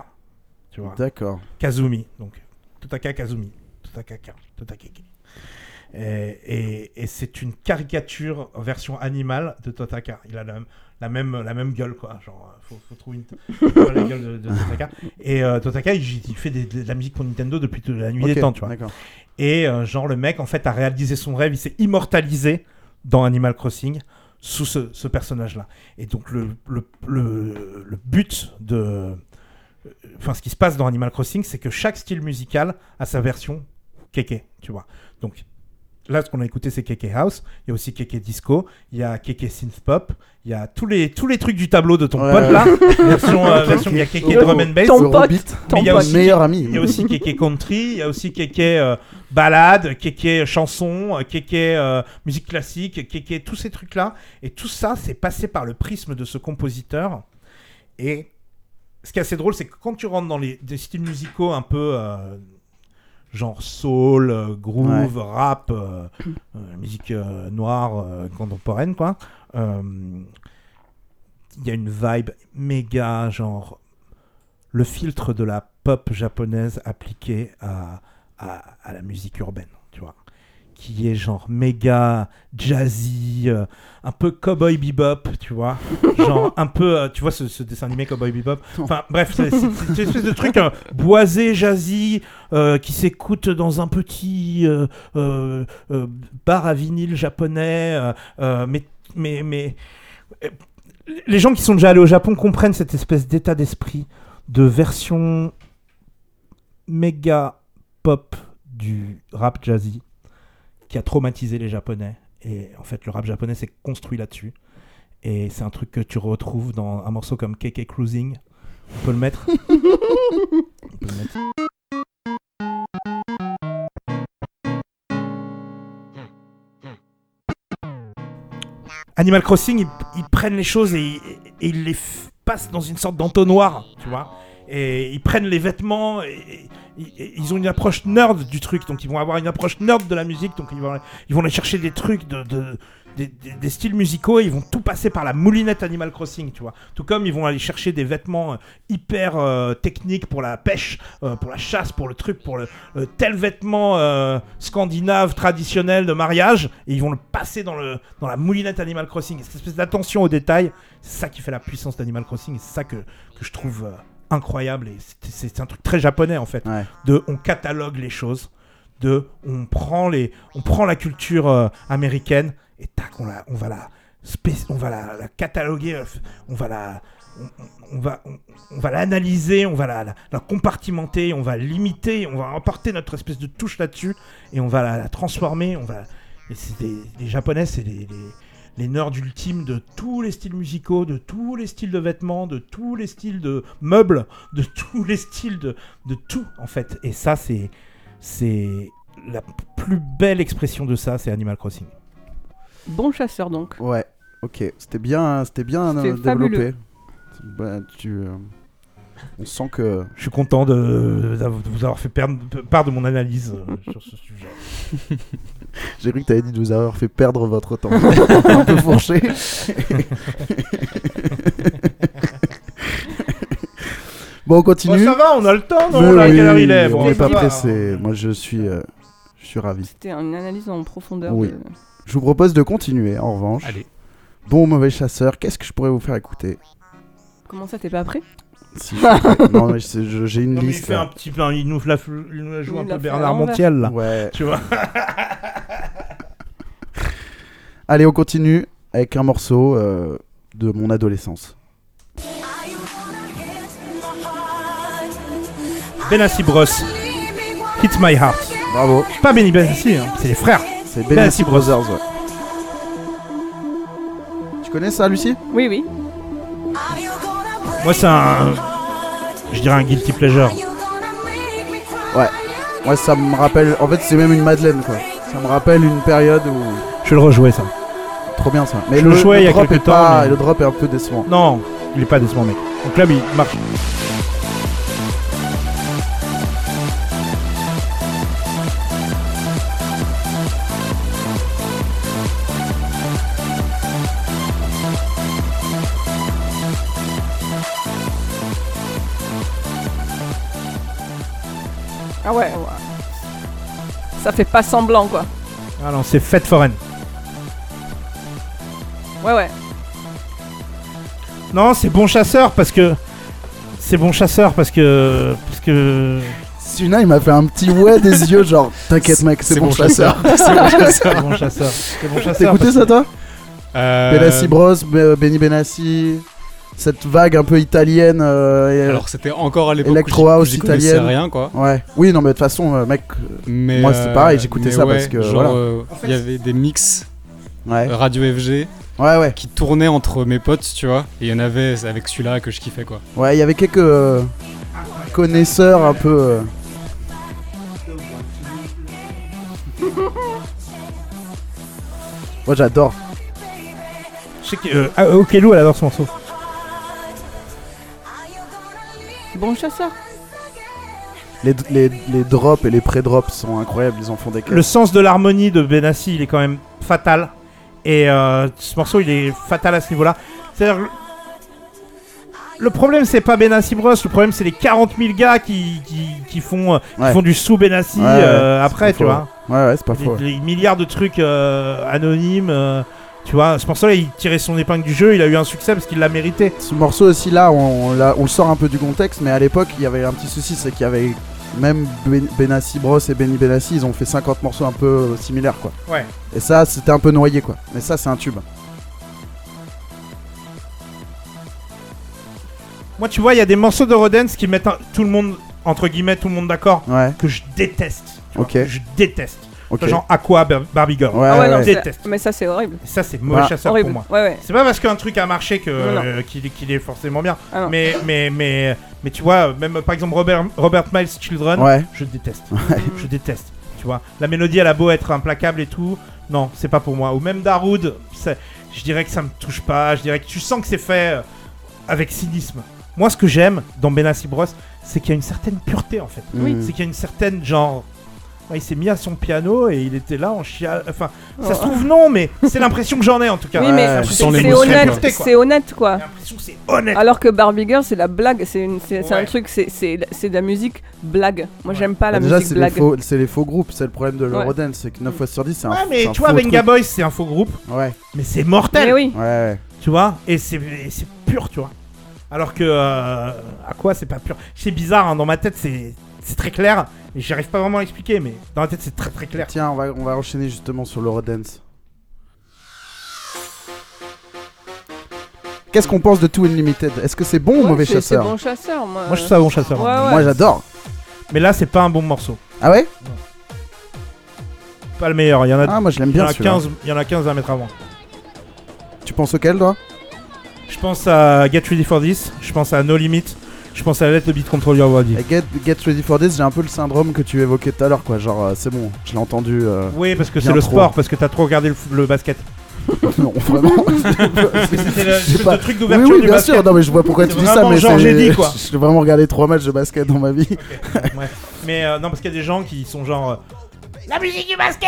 Tu vois
D'accord.
Kazumi, donc Totaka Kazumi, Totaka Ka- Totakeke. Et, et- et c'est une caricature en version animale de Totaka. Il a la, même- la même, la même gueule, quoi. Genre, euh, faut, faut trouver une faut trouver la gueule de, de Totaka. Et euh, Totaka, il, il fait des- de la musique pour Nintendo depuis de la nuit
Ok,
des temps, tu vois.
D'accord.
Et euh, genre le mec en fait a réalisé son rêve, il s'est immortalisé dans Animal Crossing sous ce, ce personnage-là. Et donc le, le, le- le but de... Enfin ce qui se passe dans Animal Crossing, c'est que chaque style musical a sa version kéké, tu vois. Donc là ce qu'on a écouté c'est kéké house, il y a aussi kéké disco, il y a kéké synth pop, il y a tous les, tous les trucs du tableau de ton
Ouais,
pote
ouais.
là, version, euh, version- il y a kéké drum and bass.
Ton
Le
pote,
Oh, Hobbit,
ton
Mais il y a
pote.
aussi-
meilleur ami.
Il y a aussi Kéké Country, il y a aussi Kéké euh, Balade, Kéké Chanson, euh, Kéké euh, Musique Classique, Kéké, tous ces trucs-là. Et tout ça, c'est passé par le prisme de ce compositeur. Et ce qui est assez drôle, c'est que quand tu rentres dans les, des styles musicaux un peu euh, genre soul, euh, groove, rap, euh, euh, musique euh, noire euh, contemporaine, quoi, euh, il y a une vibe méga genre le filtre de la pop japonaise appliquée à, à, à la musique urbaine, tu vois. Qui est genre méga jazzy, euh, un peu cowboy bebop, tu vois. genre un peu, euh, tu vois ce, ce dessin animé cowboy bebop. Enfin bref, c'est c'est- c'est une espèce de truc euh, boisé, jazzy, euh, qui s'écoute dans un petit euh, euh, euh, bar à vinyle japonais. euh, euh, mais, mais, mais euh, les gens qui sont déjà allés au Japon comprennent cette espèce d'état d'esprit de version méga pop du rap jazzy qui a traumatisé les japonais et en fait le rap japonais s'est construit là-dessus et c'est un truc que tu retrouves dans un morceau comme KK Cruising on peut le mettre On peut le mettre. Animal Crossing, ils, ils prennent les choses et, et ils les f- passent dans une sorte d'entonnoir, tu vois et ils prennent les vêtements et, et- et ils ont une approche nerd du truc donc ils vont avoir une approche nerd de la musique donc ils vont ils vont aller chercher des trucs de, de- des, des- des styles musicaux et ils vont tout passer par la moulinette Animal Crossing tu vois tout comme ils vont aller chercher des vêtements euh, hyper euh, techniques pour la pêche euh, pour la chasse pour le truc pour le euh, tel vêtement euh, scandinave traditionnel de mariage et ils vont le passer dans le dans la moulinette Animal Crossing cette espèce d'attention aux détails c'est ça qui fait la puissance d'Animal Crossing et c'est ça que que je trouve euh, incroyable et c'est- c'est c'est un truc très japonais en fait
Ouais.
de on catalogue les choses de on prend les on prend la culture euh, américaine et tac on la on va la spé- on va la, la cataloguer euh, on va la on, on- on va on, on va l'analyser on va la, la, la compartimenter on va limiter on va apporter notre espèce de touche là-dessus et on va la, la transformer on va et c'est des- les japonais c'est les, les les nerds ultimes de tous les styles musicaux, de tous les styles de vêtements, de tous les styles de meubles, de tous les styles de, de tout en fait. Et ça, c'est c'est la plus belle expression de ça, c'est Animal Crossing.
Bon chasseur donc.
Ouais. Ok. C'était bien, c'était bien
C'était
euh, développé. Bah, tu, euh, on sent que.
Je suis content de, de vous avoir fait perdre part de mon analyse euh, sur ce sujet.
J'ai cru que t'avais dit de vous avoir fait perdre votre temps. un peu fourché. bon, on
Oh,
continue.
ça va, on a le temps, non
Mais
là, quelle heure
oui,
il est
on
Bon,
n'est
ça
pas
va.
pressé. Moi, je suis, euh, je suis ravi.
C'était une analyse en profondeur.
Oui.
de-
Je vous propose de continuer. En revanche,
Allez.
bon mauvais chasseur, qu'est-ce que je pourrais vous faire écouter
Comment ça, t'es pas prêt
Si je- non, mais c'est- je- j'ai une
Non, mais il
liste.
fait
là.
un petit peu, hein, il nous la, f- il nous la joue
Il
un
l'a
peu
fait
Bernard
à l'envers.
Montiel là.
Ouais.
Tu vois
Allez, on continue avec un morceau euh, de mon adolescence.
Benassi Bros, Hit My Heart.
Bravo.
Pas Benny Benassi, hein, c'est les frères.
C'est Benassi
Benassi Brothers.
Brothers. ouais. Tu connais ça, Lucie
Oui, oui.
Moi, c'est un. Je dirais un guilty pleasure.
Ouais. Ouais, ça me rappelle. En fait, c'est même une Madeleine, quoi. Ça me rappelle une période où.
Je vais le rejouer, ça.
Trop bien ça. Mais
Je le jouais il y a
drop
quelques
est pas-
temps, mais-
le drop est un peu décevant.
Non, Il est pas décevant, mec. Donc là, oui, il marche.
Ah ouais. Ça fait pas semblant quoi.
Ah non, c'est fête foraine.
Ouais ouais.
Non, c'est bon chasseur parce que. C'est bon chasseur parce que. Parce que.
Suna, il m'a fait un petit ouais des yeux, genre t'inquiète mec, c'est bon chasseur.
C'est bon
C'est
chasseur.
bon chasseur. C'est bon
T'as
chasseur.
écouté ça toi
Euh,
Benassi Bros, Be- Benny Benassi, cette vague un peu italienne. euh, et-
Alors c'était encore à l'époque
Electro
où j'y-
House
j'y connaissais
italienne.
rien quoi.
Ouais. Oui, non, mais de toute façon, euh, mec.
Mais
Moi, c'est
euh,
pareil, j'écoutais
mais
ça
ouais,
parce que,
genre,
voilà.
euh, il y avait des mix
Ouais,
euh, radio FG
ouais, ouais.
qui tournaient entre mes potes, tu vois. Et il y en avait avec celui-là que je kiffais quoi.
Ouais, il y avait quelques euh, connaisseurs un peu. euh. Moi, j'adore.
Je sais que. euh, ah, ok, Lou, elle adore ce morceau.
Bon chasseur.
Les, les, les drops et les pré-drops sont incroyables, ils en font des caisses.
Le sens de l'harmonie de Benassi, il est quand même fatal. Et euh, ce morceau, il est fatal à ce niveau-là. C'est-à-dire. que Le problème, c'est pas Benassi Bros. Le problème, c'est les 40 000 gars qui, qui, qui font, euh, qui
Ouais.
font du sous Benassi
Ouais, ouais,
euh,
c'est
après,
pas
tu
faux.
vois.
Ouais, ouais, c'est pas faux. ouais.
Les, les milliards de trucs euh, anonymes. euh, tu vois, ce morceau-là, il tirait son épingle du jeu. Il a eu un succès parce qu'il l'a mérité.
Ce morceau aussi, là, on, on l'a- on le sort un peu du contexte, mais à l'époque, il y avait un petit souci, c'est qu'il y avait même Ben- Benassi Bros et Benny Benassi, ils ont fait 50 morceaux un peu euh, similaires, quoi.
Ouais.
Et ça, c'était un peu noyé, quoi. Mais ça, c'est un tube.
Moi, tu vois, il y a des morceaux de Rodens qui mettent un- tout le monde, entre guillemets, tout le monde d'accord,
Ouais,
que je déteste. tu vois,
Ok.
que Je déteste.
ok.
Genre Aqua, Bar- Barbie Girl.
Ouais, Ah.
ah ouais,
ouais,
non,
ouais.
c'est-
Déteste.
mais ça c'est horrible.
Ça, c'est mauvais
Voilà.
chasseur
Horrible.
pour moi.
Ouais ouais.
C'est pas parce qu'un truc a marché que
Non, non.
euh, qu'il est- qu'il est forcément bien.
Ah non.
mais, mais, mais, mais tu vois, même par exemple Robert, Robert Miles Children,
Ouais.
je déteste. Je déteste. Tu vois, la mélodie, elle a beau être implacable et tout. Non, c'est pas pour moi. Ou même Darude, c'est- je dirais que ça me touche pas. Je dirais que tu sens que c'est fait euh, avec cynisme. Moi, ce que j'aime dans Benassi Bros, c'est qu'il y a une certaine pureté en fait.
Oui.
C'est qu'il y a une certaine genre. ouais, il s'est mis à son piano et il était là en chia. Enfin, ça se trouve non, mais c'est l'impression que j'en ai en tout cas.
Oui mais
Ouais,
tu
c'est
sens
c'est
l'émotion,
honnête,
quoi.
c'est honnête quoi.
J'ai l'impression que c'est honnête.
Alors que Barbie Girl c'est la blague, c'est une- c'est c'est un
Ouais.
truc, c'est- c'est c'est de la musique blague. Moi
Ouais.
j'aime pas la
Bah, déjà,
musique
c'est les,
blague.
faux, c'est les faux groupes, c'est le problème de
Ouais.
l'Eurodance, c'est que 9 fois sur 10, Ah, c'est un
Ouais,
c'est
mais
un
tu vois,
faux
Venga
truc.
Boys, c'est un faux groupe,
Ouais,
mais c'est
Mais
mortel,
oui.
ouais, ouais.
tu vois, et c'est et c'est pur, tu vois. Alors que euh, à quoi c'est pas pur C'est bizarre, hein, dans ma tête, c'est c'est très clair, et j'arrive pas vraiment à l'expliquer, mais dans ma tête, c'est très très clair.
Tiens, on va, on va enchaîner justement sur l'Eurodance. Qu'est-ce qu'on pense de Too Unlimited Est-ce que c'est bon ou
Ouais,
Mmh, mauvais
c'est-
chasseur
C'est bon chasseur moi.
Moi, je suis ça bon chasseur. hein.
Ouais, ouais.
Moi j'adore.
Mais là, c'est pas un bon morceau,
Ah ouais
pas le meilleur. Il y en a,
Ah moi je l'aime
il y en
bien
a
celui-là.
15, il y en a 15 à mettre avant.
Tu penses auquel toi
Je pense à Get Ready for This, je pense à No Limit, je pense à Let the Beat Control Your Body.
Et Eh, Get, Get Ready for This, j'ai un peu le syndrome que tu évoquais tout à l'heure quoi, genre euh, c'est bon, je l'ai entendu euh,
Oui, parce que c'est
Bien
le
trop.
sport, parce que t'as trop regardé le, f- le basket.
non vraiment.
C'était le,
Je sais
espèce
pas.
de truc
Oui
d'ouverture
oui
du
bien
basket.
sûr, non mais je vois pourquoi
C'est
tu dis ça
vraiment
mais
genre
c'est-
Jedi, quoi.
j'ai vraiment regardé trois matchs de basket dans ma vie.
Ouais. Mais euh, non, parce qu'il y a des gens qui sont genre. euh, La musique du basket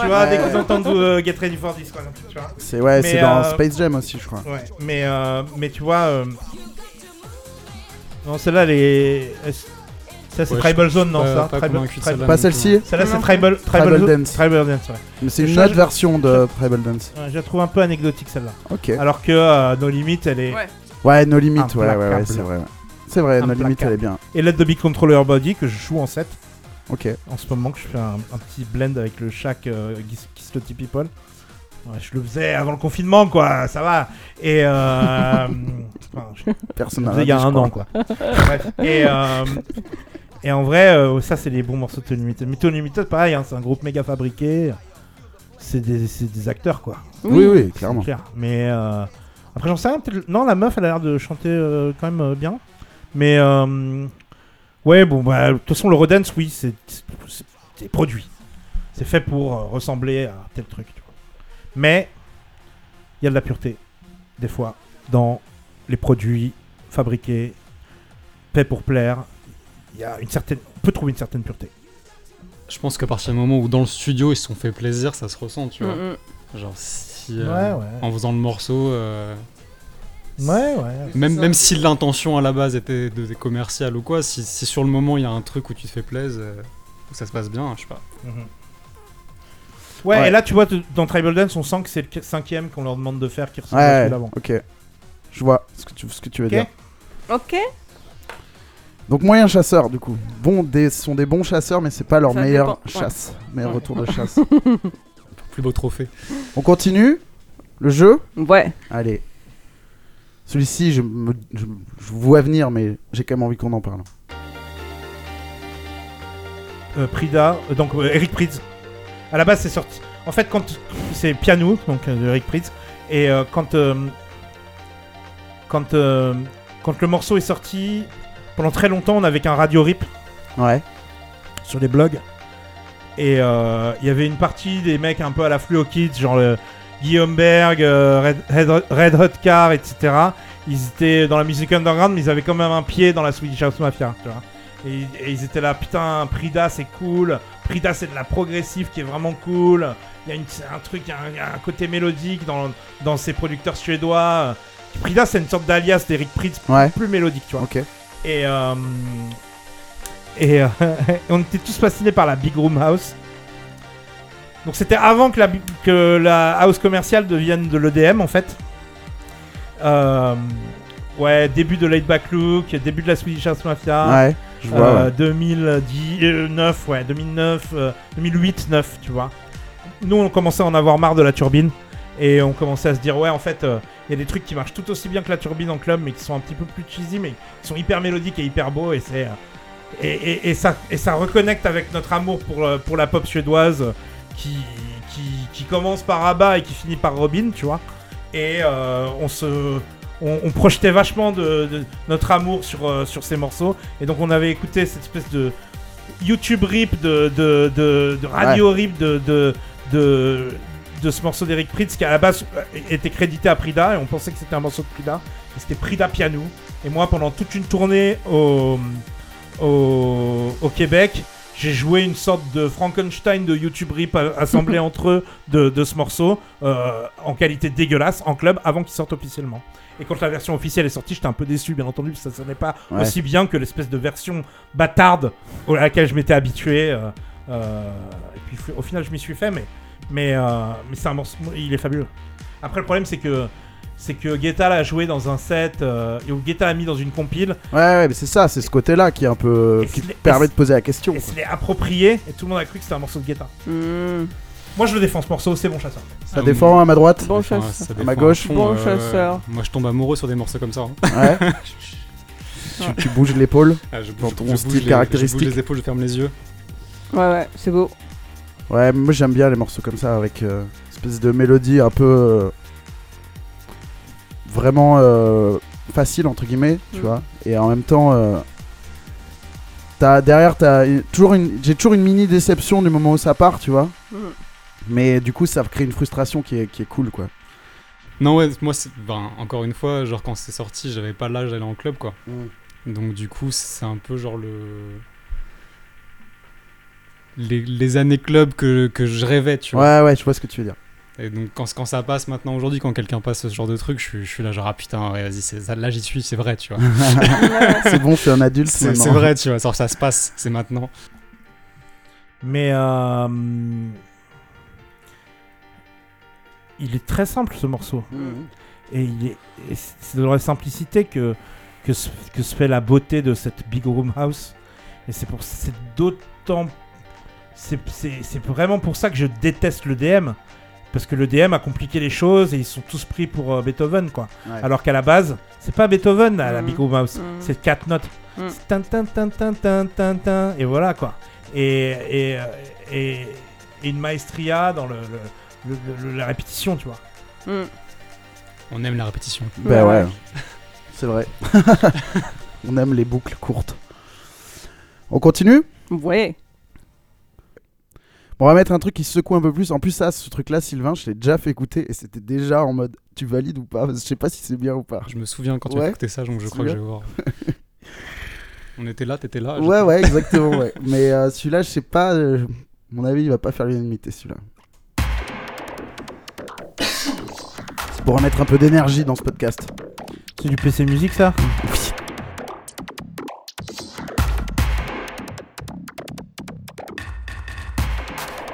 Tu vois, dès qu'ils entendent euh, Get Ready for This, quoi. Tu vois
C'est ouais,
Mais,
c'est dans
euh,
Space Jam aussi je crois.
ouais. Mais, euh, mais tu vois. euh, Non, celle-là, elle est. elle s- Ça, c'est
Ouais,
Tribal Zone, non,
pas-
ça
pas
Tribal.
convaincu de
Tribal-
celle-là.
Pas celle-ci,
Celle-là, c'est
Non.
Tribal, Tribal,
Tribal
Zo-
Dance.
Tribal Dance, ouais.
mais c'est
Ah, Je
une
change-
autre version de Tribal Dance.
Ouais, Je la trouve un peu anecdotique, celle-là.
Ok.
Alors que euh, No Limit, elle est.
Ouais.
Ouais, No Limit, ouais, ouais, ouais,
Implacable.
c'est vrai. C'est vrai, No Limit, elle
Implacable.
est bien.
Et Let the Big Controller Body, que je joue en 7.
Ok.
En ce moment, que je fais un, un petit blend avec le Shaq euh, Kiss Kiss the People. Ouais, je le faisais avant le confinement, quoi, ça va. Et. Euh, enfin, je le
Personne n'a
faisais il y a
rien dit, je
un an,
crois.
quoi. Bref. Et, euh, et en vrai, euh, ça, c'est les bons morceaux de Tony Limited. Mais Tony Limited, pareil, hein, c'est un groupe méga fabriqué. C'est des, c'est des acteurs, quoi.
Oui, oui, clairement.
Clair. Mais. euh, après, j'en sais rien. peut-être- Non, la meuf, elle a l'air de chanter euh, quand même euh, bien. Mais. euh, ouais, bon, bah, de toute façon, le Rodance, oui, c'est- c'est c'est produit. C'est fait pour euh, ressembler à tel truc. tu vois. Mais. Il y a de la pureté, des fois, dans les produits fabriqués, paix pour plaire, il y a une certaine, on peut trouver une certaine pureté.
Je pense qu'à partir du moment où dans le studio ils se sont fait plaisir, ça se ressent, tu vois.
Mm, mm.
Genre si euh,
ouais.
en faisant le morceau, euh,
Ouais, ouais.
même, même si l'intention à la base était de, de commercial ou quoi, si, si sur le moment il y a un truc où tu te fais plaisir, euh, où ça se passe bien, je sais pas.
Ouais,
Ouais.
et là, tu vois, t- dans Tribal Dance, on sent que c'est le qu- cinquième qu'on leur demande de faire qui ressemble à
Ouais,
celui d'avant.
ok. Je vois ce que tu, ce que tu veux
Ok.
dire.
Ok.
Donc moyen chasseur du coup. Bon, des sont des bons chasseurs, mais c'est pas leur
Ça
meilleure
dépend, ouais.
chasse, meilleur
Ouais.
retour de chasse.
Plus beau trophée.
On continue le jeu.
Ouais.
Allez. Celui-ci, je, me- je- je vois venir, mais j'ai quand même envie qu'on en parle.
Euh, Prida, euh, donc euh, Eric Prydz. À la base, c'est sorti. En fait, quand c'est Piano, donc euh, de Eric Prydz, et euh, quand euh, quand euh, quand le morceau est sorti, pendant très longtemps, on avait qu'un radio rip
Ouais.
sur les blogs. Et euh, il y avait une partie des mecs un peu à la Fluo Kids, genre le Guillaume Berg, euh, Red, Red, Red Hot Car, etc. Ils étaient dans la musique underground, mais ils avaient quand même un pied dans la Swedish House Mafia, tu vois. Et, et ils étaient là, putain, Prida c'est cool, Prida c'est de la progressive qui est vraiment cool. Il y a une- c'est un truc, il y a un- il y, a un côté mélodique dans, dans ces producteurs suédois. Prida c'est une sorte d'alias d'Eric Prydz,
Ouais.
plus mélodique, tu vois.
Ok.
Et, euh, et euh, on était tous fascinés par la Big Room House. Donc c'était avant que la, bi- que la house commerciale devienne de l'EDM en fait. Euh, ouais, début de Late Back Look, début de la Swedish House Mafia.
ouais. Je vois.
Euh,
ouais.
2009, ouais, 2009, euh, 2008, 9, tu vois. Nous, on commençait à en avoir marre de la turbine. Et on commençait à se dire, ouais, en fait, euh, il y a des trucs qui marchent tout aussi bien que la turbine en club, mais qui sont un petit peu plus cheesy, mais qui sont hyper mélodiques et hyper beaux. Et c'est. euh, et, et- et ça, et ça reconnecte avec notre amour pour, euh, pour la pop suédoise euh, qui, qui, qui commence par Abba et qui finit par Robin, tu vois. Et euh, on se. On, on projetait vachement de, de notre amour sur, euh, sur ces morceaux. Et donc on avait écouté cette espèce de YouTube rip, de, de, de- de radio rip de, de, de, de ce morceau d'Eric Pritz qui à la base euh, était crédité à Prida et on pensait que c'était un morceau de Prida. Et c'était Prida Piano. Et moi pendant toute une tournée au, au, au Québec, j'ai joué une sorte de Frankenstein de YouTube rip euh, assemblé entre eux de, de ce morceau euh, en qualité dégueulasse en club avant qu'il sorte officiellement. Et quand la version officielle est sortie, j'étais un peu déçu, bien entendu, parce que ça n'est pas
Ouais.
aussi bien que l'espèce de version bâtarde au- à laquelle je m'étais habitué. euh, euh, et puis au final, je m'y suis fait, mais, mais, euh, mais c'est un morceau, il est fabuleux. Après, le problème, c'est que c'est que Guetta l'a joué dans un set, euh, ou Guetta l'a mis dans une compile,
Ouais, ouais, mais c'est ça, c'est ce côté-là qui est un peu
Et
qui
c'est-
permet
et
de poser la question.
et
quoi.
se l'est approprié, et tout le monde a cru que c'était un morceau de Guetta.
Mm.
Moi, je le défends ce morceau, c'est bon chasseur.
Ça défend hein, à ma droite.
Bon
Enfin,
chasseur.
ça
À ma
défend
gauche.
fond, euh,
Bon chasseur.
Moi je tombe amoureux sur des morceaux comme ça. hein.
Ouais. tu, tu bouges l'épaule.
Ah, je
Dans
bouge,
ton
je bouge
style
les- je bouge
caractéristique.
les épaules, je ferme les yeux.
Ouais, ouais, c'est beau.
Ouais, moi j'aime bien les morceaux comme ça avec euh, espèce de mélodie un peu euh, vraiment euh, facile entre guillemets, tu
Mm.
vois. Et en même temps, euh, t'as- derrière t'as une- toujours une, j'ai toujours une mini déception du moment où ça part, tu vois.
Mm.
Mais du coup, ça crée une frustration qui est, qui est cool, quoi.
Non, ouais, moi, c'est- ben, encore une fois, genre quand c'est sorti, j'avais pas l'âge d'aller en club, quoi.
Hmm.
Donc, du coup, c'est un peu genre le. Les, les années club que, que je rêvais, tu vois.
Ouais, ouais, je vois ce que tu veux dire.
Et donc, quand, quand ça passe maintenant aujourd'hui, quand quelqu'un passe ce genre de truc, je, suis- je suis là, genre, ah putain, ouais, vas-y, c'est ça, là j'y suis, c'est vrai, tu vois.
C'est bon, je suis un adulte.
c'est
maintenant.
c'est vrai, tu vois, genre, ça se passe, c'est maintenant.
Mais euh, il est très simple ce morceau. Et, il est, et c'est dans la simplicité que, que, se, que se fait la beauté de cette Big Room House. Et c'est pour c'est d'autant. C'est, c'est- c'est vraiment pour ça que je déteste le DM. Parce que le DM a compliqué les choses et ils sont tous pris pour euh, Beethoven, quoi.
Ouais.
Alors qu'à la base, c'est pas Beethoven à la
Mhm.
Big Room House.
Mhm.
C'est quatre notes.
Mhm.
C'est tin, tin, tin, tin, tin, tin, tin, et voilà quoi. Et, et, euh, et, et une maestria dans le, le- le- le- la répétition, tu vois.
Mm.
On aime la répétition.
Bah
Ouais,
ouais. C'est vrai. On aime les boucles courtes. On continue
Ouais.
On va mettre un truc qui secoue un peu plus. En plus, ça, ce truc-là, Sylvain, je l'ai déjà fait écouter et c'était déjà en mode tu valides ou pas. Je sais pas si c'est bien ou pas.
Je me souviens quand tu
Ouais.
as écouté ça, donc je
C'est
crois que
bien.
je vais voir. On était là, t'étais là.
Ouais,
j'étais-
ouais, exactement. ouais. Mais euh, celui-là, je sais pas. euh, mon avis, il va pas faire l'unanimité celui-là. C'est pour remettre un peu d'énergie dans ce podcast.
C'est du PC musique ça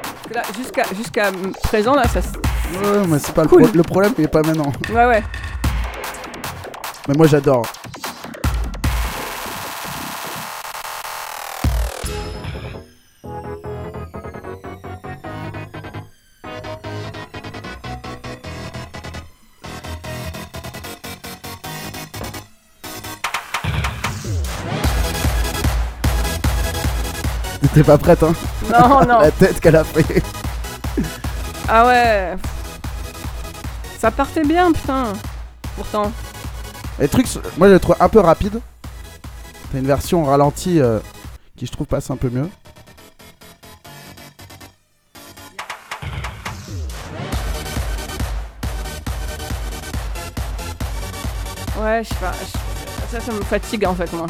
Parce que là, Jusqu'à jusqu'à présent, là, ça. se-
Ouais, mais c'est pas
Cool.
le, pro- le problème, il est pas maintenant.
Ouais, ouais.
Mais moi, j'adore. T'es pas prête, hein
Non, non.
La tête qu'elle a fait.
Ah ouais. Ça partait bien, putain. Pourtant.
Les trucs, moi je le trouve un peu rapide. T'as une version ralentie euh, qui je trouve passe un peu mieux.
Ouais, je sais pas. je- Ça, ça me fatigue en fait, moi.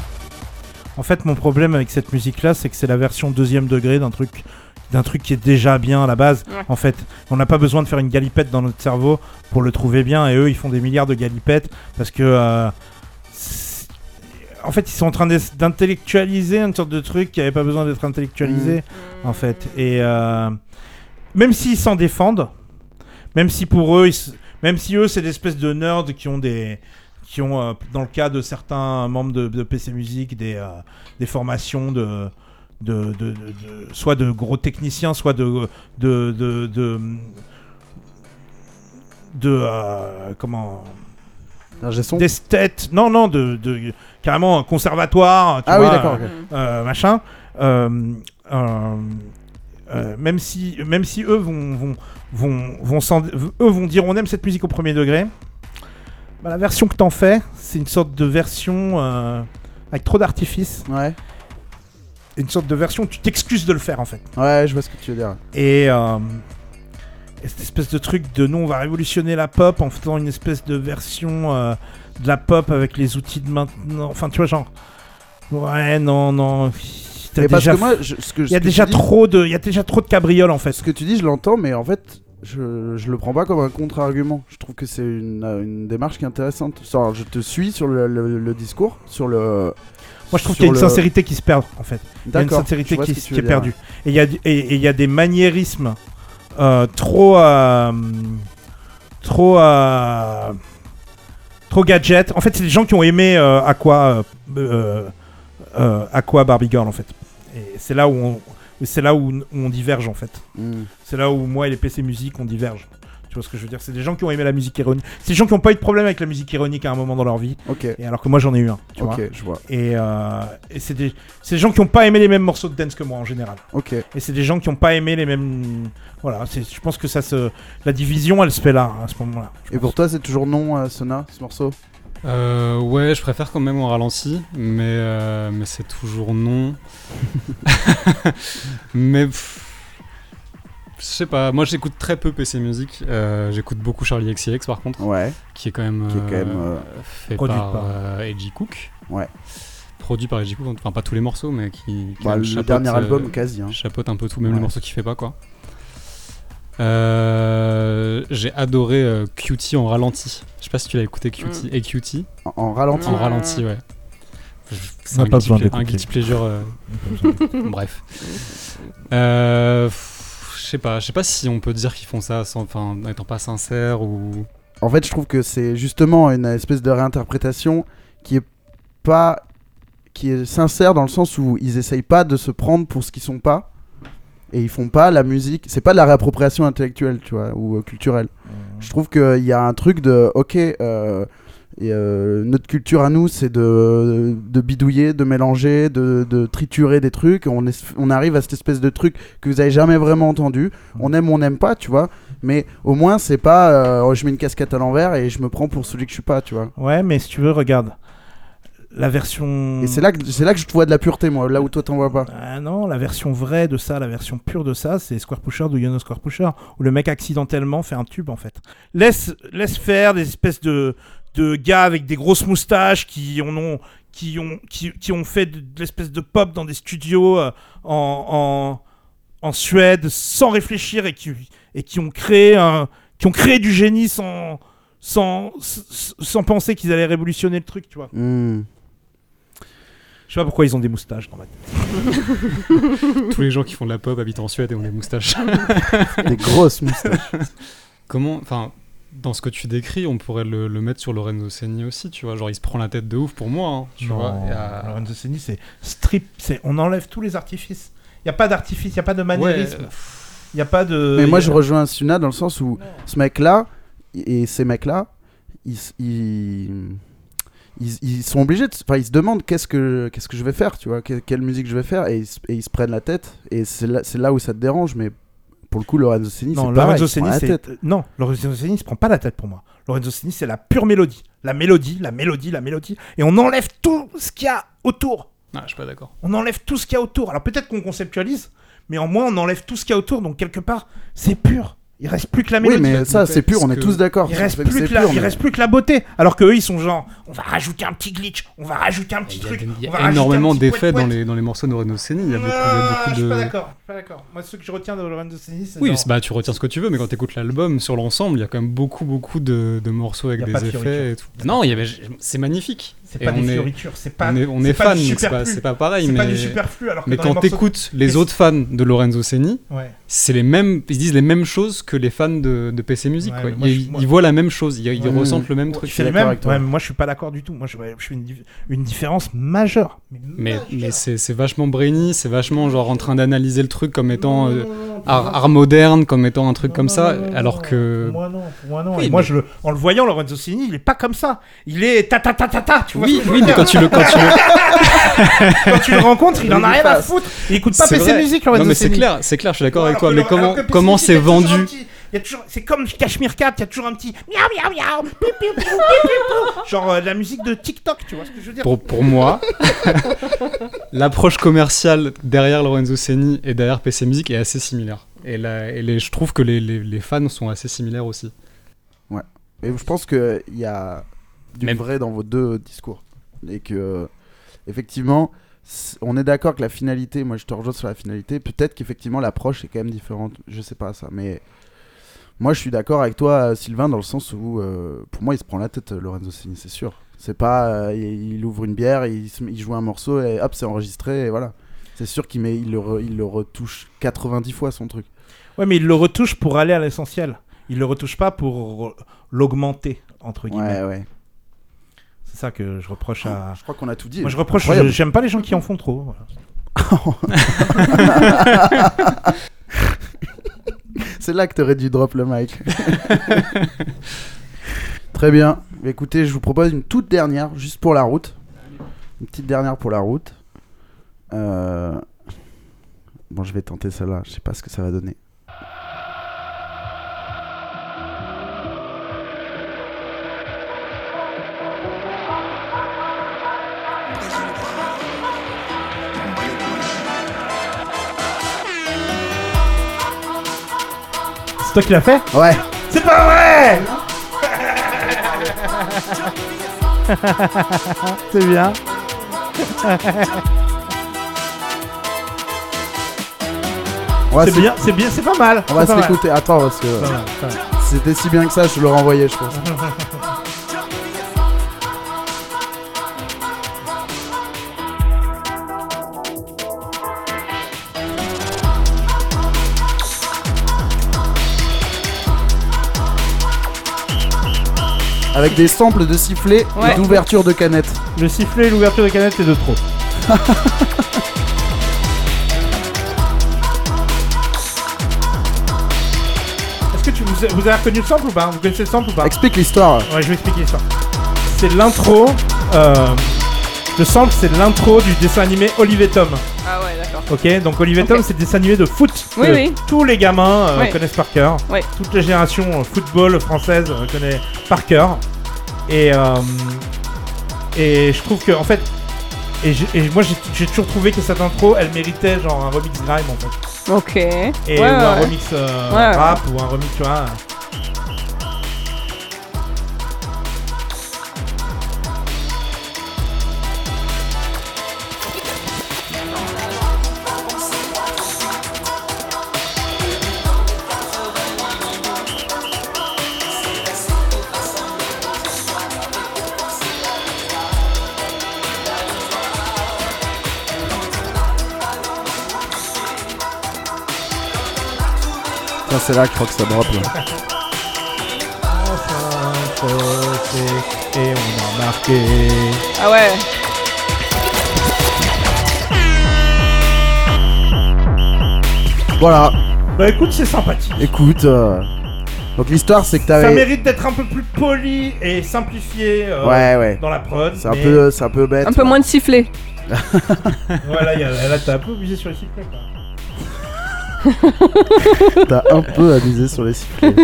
En fait, mon problème avec cette musique-là, c'est que c'est la version deuxième degré d'un truc, d'un truc qui est déjà bien à la base.
Ouais.
En fait, on n'a pas besoin de faire une galipette dans notre cerveau pour le trouver bien. Et eux, ils font des milliards de galipettes parce que, euh, c'est- en fait, ils sont en train d'ess- d'intellectualiser une sorte de truc qui n'avait pas besoin d'être intellectualisé en fait. Et euh, même s'ils s'en défendent, même si pour eux, ils s- même si eux, c'est des espèces de nerds qui ont des qui ont, euh, dans le cas de certains membres de, de PC Music, des, euh, des formations de, de, de- de- de- soit de gros techniciens, soit de de de, de, de, euh, comment
Un jet son.
d'esthètes, non non de, de carrément un conservatoire, tu
Ah oui,
vois,
d'accord. ok.
euh, machin. euh, euh, euh, même si, même si eux vont, vont, vont, vont s'en- eux vont dire on aime cette musique au premier degré, bah, la version que t'en fais, c'est une sorte de version euh, avec trop d'artifice,
Ouais.
une sorte de version où tu t'excuses de le faire en fait.
ouais, je vois ce que tu veux dire.
Et, euh, et cette espèce de truc de nous on va révolutionner la pop en faisant une espèce de version euh, de la pop avec les outils de maintenant, enfin tu vois genre ouais non non. t'as
Mais parce
déjà
que moi, je- ce que
Il y a déjà trop de, il y a déjà trop de cabrioles en fait.
Ce que tu dis, je l'entends, mais en fait, je, je le prends pas comme un contre-argument. Je trouve que c'est une, euh, une démarche qui est intéressante. Genre, je te suis sur le, le- le discours, sur le.
Moi, je trouve
sur
qu'il y a une
le-
sincérité qui se perd en fait. Il y a une
D'accord, je
sincérité
vois
qui,
ce que tu
qui
veux
est
dire.
perdue. Et il y a, du- et- et il y a des maniérismes euh, trop, euh, trop, euh, trop gadget. En fait, c'est des gens qui ont aimé euh, Aqua, euh, euh, euh, Aqua Barbie Girl en fait. Et c'est là où on, c'est là où on diverge en fait.
Mm.
C'est là où moi et les PC musique on diverge. Tu vois ce que je veux dire C'est des gens qui ont aimé la musique ironique. C'est des gens qui n'ont pas eu de problème avec la musique ironique à un moment dans leur vie.
Ok,
Et alors que moi j'en ai eu un. Tu vois
ok, je vois.
et, euh, et c'est des, c'est des gens qui n'ont pas aimé les mêmes morceaux de dance que moi en général.
Ok.
Et c'est des gens qui n'ont pas aimé les mêmes. Voilà, c'est, je pense que ça se. La division, elle se fait là, à ce moment-là.
Et pour toi, c'est toujours non, euh, Sona, ce morceau
Euh, ouais, je préfère quand même au ralenti, mais, euh, mais c'est toujours non. mais pff, je sais pas, moi j'écoute très peu PC Music, euh, j'écoute beaucoup Charlie XCX par contre,
Ouais.
qui est quand même,
Qui est quand
euh,
même, euh,
fait
produit
par,
par-
euh, A.J. Cook.
Ouais.
Produit par A.J. Cook, enfin pas tous les morceaux, mais qui. qui
Bah, le
chapeaute,
dernier
euh,
album, quasi. hein.
chapeaute un peu tout, même
Ouais.
les morceaux qu'il fait pas quoi. Euh, j'ai adoré euh, Cutie en ralenti. Je sais pas si tu l'as écouté Cutie et Cutie.
En, en ralenti.
En
Ouais.
ralenti, ouais. C'est
On
un,
n'a pas
guilty
besoin
pla- un
d'écouter.
guilty pleasure. euh, Bref. Euh, pff, je sais pas, je sais pas si on peut dire qu'ils font ça sans, enfin, n'étant pas sincères ou.
En fait, je trouve que c'est justement une espèce de réinterprétation qui est pas qui est sincère dans le sens où ils essayent pas de se prendre pour ce qu'ils sont pas et ils font pas la musique, c'est pas de la réappropriation intellectuelle, tu vois, ou euh, culturelle. Je trouve que il y a un truc de OK euh, et, euh, notre culture à nous, c'est de, de bidouiller, de mélanger, de, de triturer des trucs. On, est- on arrive à cette espèce de truc que vous avez jamais vraiment entendu. On aime, on n'aime pas, tu vois. Mais au moins, c'est pas oh, euh, je mets une casquette à l'envers et je me prends pour celui que je suis pas, tu vois.
Ouais, mais si tu veux, regarde. la version.
Et c'est là, que, c'est là que je te vois de la pureté, moi, là où toi t'en vois pas.
Ah non, la version vraie de ça, la version pure de ça, c'est Square Pusher de Yono Square Pusher, où le mec accidentellement fait un tube en fait. Laisse, laisse faire des espèces de, de gars avec des grosses moustaches qui en ont, qui ont, qui, qui ont fait de, de l'espèce de pop dans des studios euh, en, en, en Suède sans réfléchir et qui, et qui ont créé un, qui ont créé du génie sans, sans, sans penser qu'ils allaient révolutionner le truc, tu vois.
Mm.
Je sais pas pourquoi ils ont des moustaches dans ma tête.
Tous les gens qui font de la pop habitent en Suède et ont des moustaches.
Des grosses moustaches.
Comment, enfin, dans ce que tu décris, on pourrait le, le mettre sur Lorenzo Senni aussi, tu vois. Genre, il se prend la tête de ouf pour moi, hein, tu
Non,
vois. et, euh,
Lorenzo Senni, c'est strip, c'est on enlève tous les artifices. Il y a pas d'artifice, il y a pas de
ouais, euh,
manérisme, il y a pas de
Mais moi,
y a-
je rejoins Suna dans le sens où ce mec-là et ces mecs-là, ils, s- ils, ils, ils sont obligés de. s- Enfin, ils se demandent qu'est-ce que, qu'est-ce que je vais faire, tu vois, que- quelle musique je vais faire, et ils, se- et ils se prennent la tête. Et c'est là, c'est là où ça te dérange, mais pour le coup, Lorenzo Senni,
Non,
c'est pareil,
Lorenzo
il se prend
Senni,
la
c'est
tête.
euh, non, Lorenzo Senni se prend pas la tête pour moi. Lorenzo Senni, c'est la pure mélodie, la mélodie, la mélodie, la mélodie, et on enlève tout ce qu'il y a autour.
Ah, je suis pas d'accord.
On enlève tout ce qu'il y a autour. Alors peut-être qu'on conceptualise, mais en moins on enlève tout ce qu'il y a autour, donc quelque part c'est pur. Il reste plus que la
Oui,
mélodie.
mais ça,
parce
c'est pur, on est
que-
tous d'accord.
Il
sur le
reste,
fait que
plus
c'est
que la,
pur,
il
mais-
reste plus que la beauté. Alors que eux, ils sont genre, on va rajouter un petit glitch, on va rajouter un petit
Il y a,
truc.
des- il y a
on va rajouter un
énormément
petit
d'effets dans
pouet-pouet.
les, dans les morceaux de Lorenzo Senni. Il y a beaucoup, il y
Ah,
a beaucoup
Je suis pas
de.
d'accord. je suis pas d'accord. Moi, ce que je retiens de Lorenzo Senni, c'est.
Oui,
genre-
c'est- bah, tu retiens ce que tu veux, mais quand tu écoutes l'album sur l'ensemble, il y a quand même beaucoup, beaucoup de, de morceaux
Y
avec
a
des
pas de
effets
fioritures.
et tout. Non, il y avait- c'est magnifique.
C'est
Et
pas des
on est-
fioritures, c'est pas.
on est, on
c'est
est
pas
fan,
du
donc c'est pas,
superflu.
c'est pas pareil.
C'est
mais...
pas du superflu alors que
Mais
dans les
quand
morceaux-
t'écoutes
Mais
les
c'est-
autres fans de Lorenzo Senni,
Ouais.
c'est les mêmes, ils disent les mêmes choses que les fans de, de PC Music.
Ouais,
quoi.
mais moi,
ils,
je- moi-
ils voient la même chose, ils, ils
Ouais,
ressentent le même
Je
truc.
suis les
d'accord
mêmes.
avec toi.
Ouais, mais moi, je suis pas d'accord du tout. Moi, je, je suis une, dif- une différence majeure. Mais,
Mais,
majeure.
mais c'est c'est vachement brainy, c'est vachement genre en train d'analyser le truc comme étant
Non,
euh,
non, non, non, non,
art,
non,
art moderne, comme étant un truc
non,
comme
non,
ça,
non, non,
alors
non,
que
pour Moi non, pour moi non.
Oui,
Et moi
mais-
je le, en le voyant Lorenzo Senni, il est pas comme ça. Il est ta ta ta ta ta. Tu vois
oui,
ce que je veux
oui, mais
dire
quand tu le quand tu le-
quand tu le rencontres, il en a
Il
rien à
efface.
foutre. Il écoute pas
c'est
PC
vrai.
Music
Non
Lorenzo
mais c'est
Senni.
clair, c'est clair, je suis d'accord avec toi.
Alors que
Mais
le-
comment
alors que PC
comment
Music,
c'est
il y a toujours
vendu
un petit- il y a toujours- C'est comme Cashmere 4, il y a toujours un petit miaou miaou miaou, piou, piou, piou, piou, piou, piou. genre euh, de la musique de TikTok, tu vois ce que je veux dire
pour, pour moi, l'approche commerciale derrière Lorenzo Senni et derrière PC Music est assez similaire. Et, la- et les- je trouve que les, les- les fans sont assez similaires aussi.
Mais je pense qu'il y a du
Même-
vrai dans vos deux discours. Et que, effectivement, c- on est d'accord que la finalité, moi je te rejoins sur la finalité, peut-être qu'effectivement l'approche est quand même différente. Je sais pas ça, mais moi je suis d'accord avec toi, euh, Sylvain, dans le sens où, euh, pour moi, il se prend la tête, euh, Lorenzo Senni, c'est sûr. C'est pas, euh, il il ouvre une bière, il, se- il joue un morceau et hop, c'est enregistré, et voilà. C'est sûr qu'il met, il le, re- il le retouche 90 fois son truc.
Ouais, mais il le retouche pour aller à l'essentiel. Il le retouche pas pour l'augmenter entre guillemets.
Ouais, ouais.
C'est ça que je reproche à.
Ah,
Je crois qu'on a tout dit.
Ah. Moi je reproche,
Incroyable.
je- j'aime pas les gens qui en font trop. voilà.
C'est là que t'aurais dû drop le mic. Très bien. Écoutez, je vous propose une toute dernière, juste pour la route. Une petite dernière pour la route. Euh, Bon, je vais tenter celle-là. Je sais pas ce que ça va donner.
C'est toi qui l'as fait
Ouais.
C'est pas vrai C'est bien.
Ah, On va
C'est
s'éc-
bien, c'est bien, c'est pas mal.
On va
C'est pas
se
mal.
l'écouter. Attends, parce que
Pas mal, pas mal.
c'était si bien que ça, je le renvoyais, je pense. Avec des samples de sifflets et
Ouais.
d'ouverture de canettes.
Le sifflet, l'ouverture de canette est de trop. Est-ce que tu vous, vous avez reconnu le sample ou pas Vous connaissez le sample ou pas
Explique l'histoire.
Ouais, je vais expliquer ça. C'est l'intro. euh, le sample, c'est l'intro du dessin animé Olivetum.
Ah ouais, d'accord.
Ok, donc Olivetum,
Ok.
c'est le dessin animé de foot.
Oui,
que
oui.
Tous les gamins euh,
Oui.
connaissent par cœur.
Oui.
Toute la génération euh, football française euh, connaît par cœur. Et, euh, Et je trouve que, en fait, et, j'ai- et moi j'ai- j'ai toujours trouvé que cette intro, elle méritait genre un remix grime en fait.
Ok.
Et,
ouais,
ou un
ouais.
remix euh,
Ouais, ouais.
rap, ou un remix, tu vois.
Putain, c'est là que je crois que ça drop. Là.
Enfin, sauté, et on a marqué.
Ah ouais.
Voilà,
Bah écoute, c'est sympathique.
écoute. euh, Donc l'histoire, c'est que
Ça
t'avais.
mérite d'être un peu plus poli et simplifié euh,
Ouais, ouais.
dans la prod.
C'est un
mais
peu, euh, c'est un peu bête.
Un peu moins de sifflet.
Voilà, y a- là t'as un peu obligé sur les cycles. quoi.
T'as un peu abusé sur les sifflets.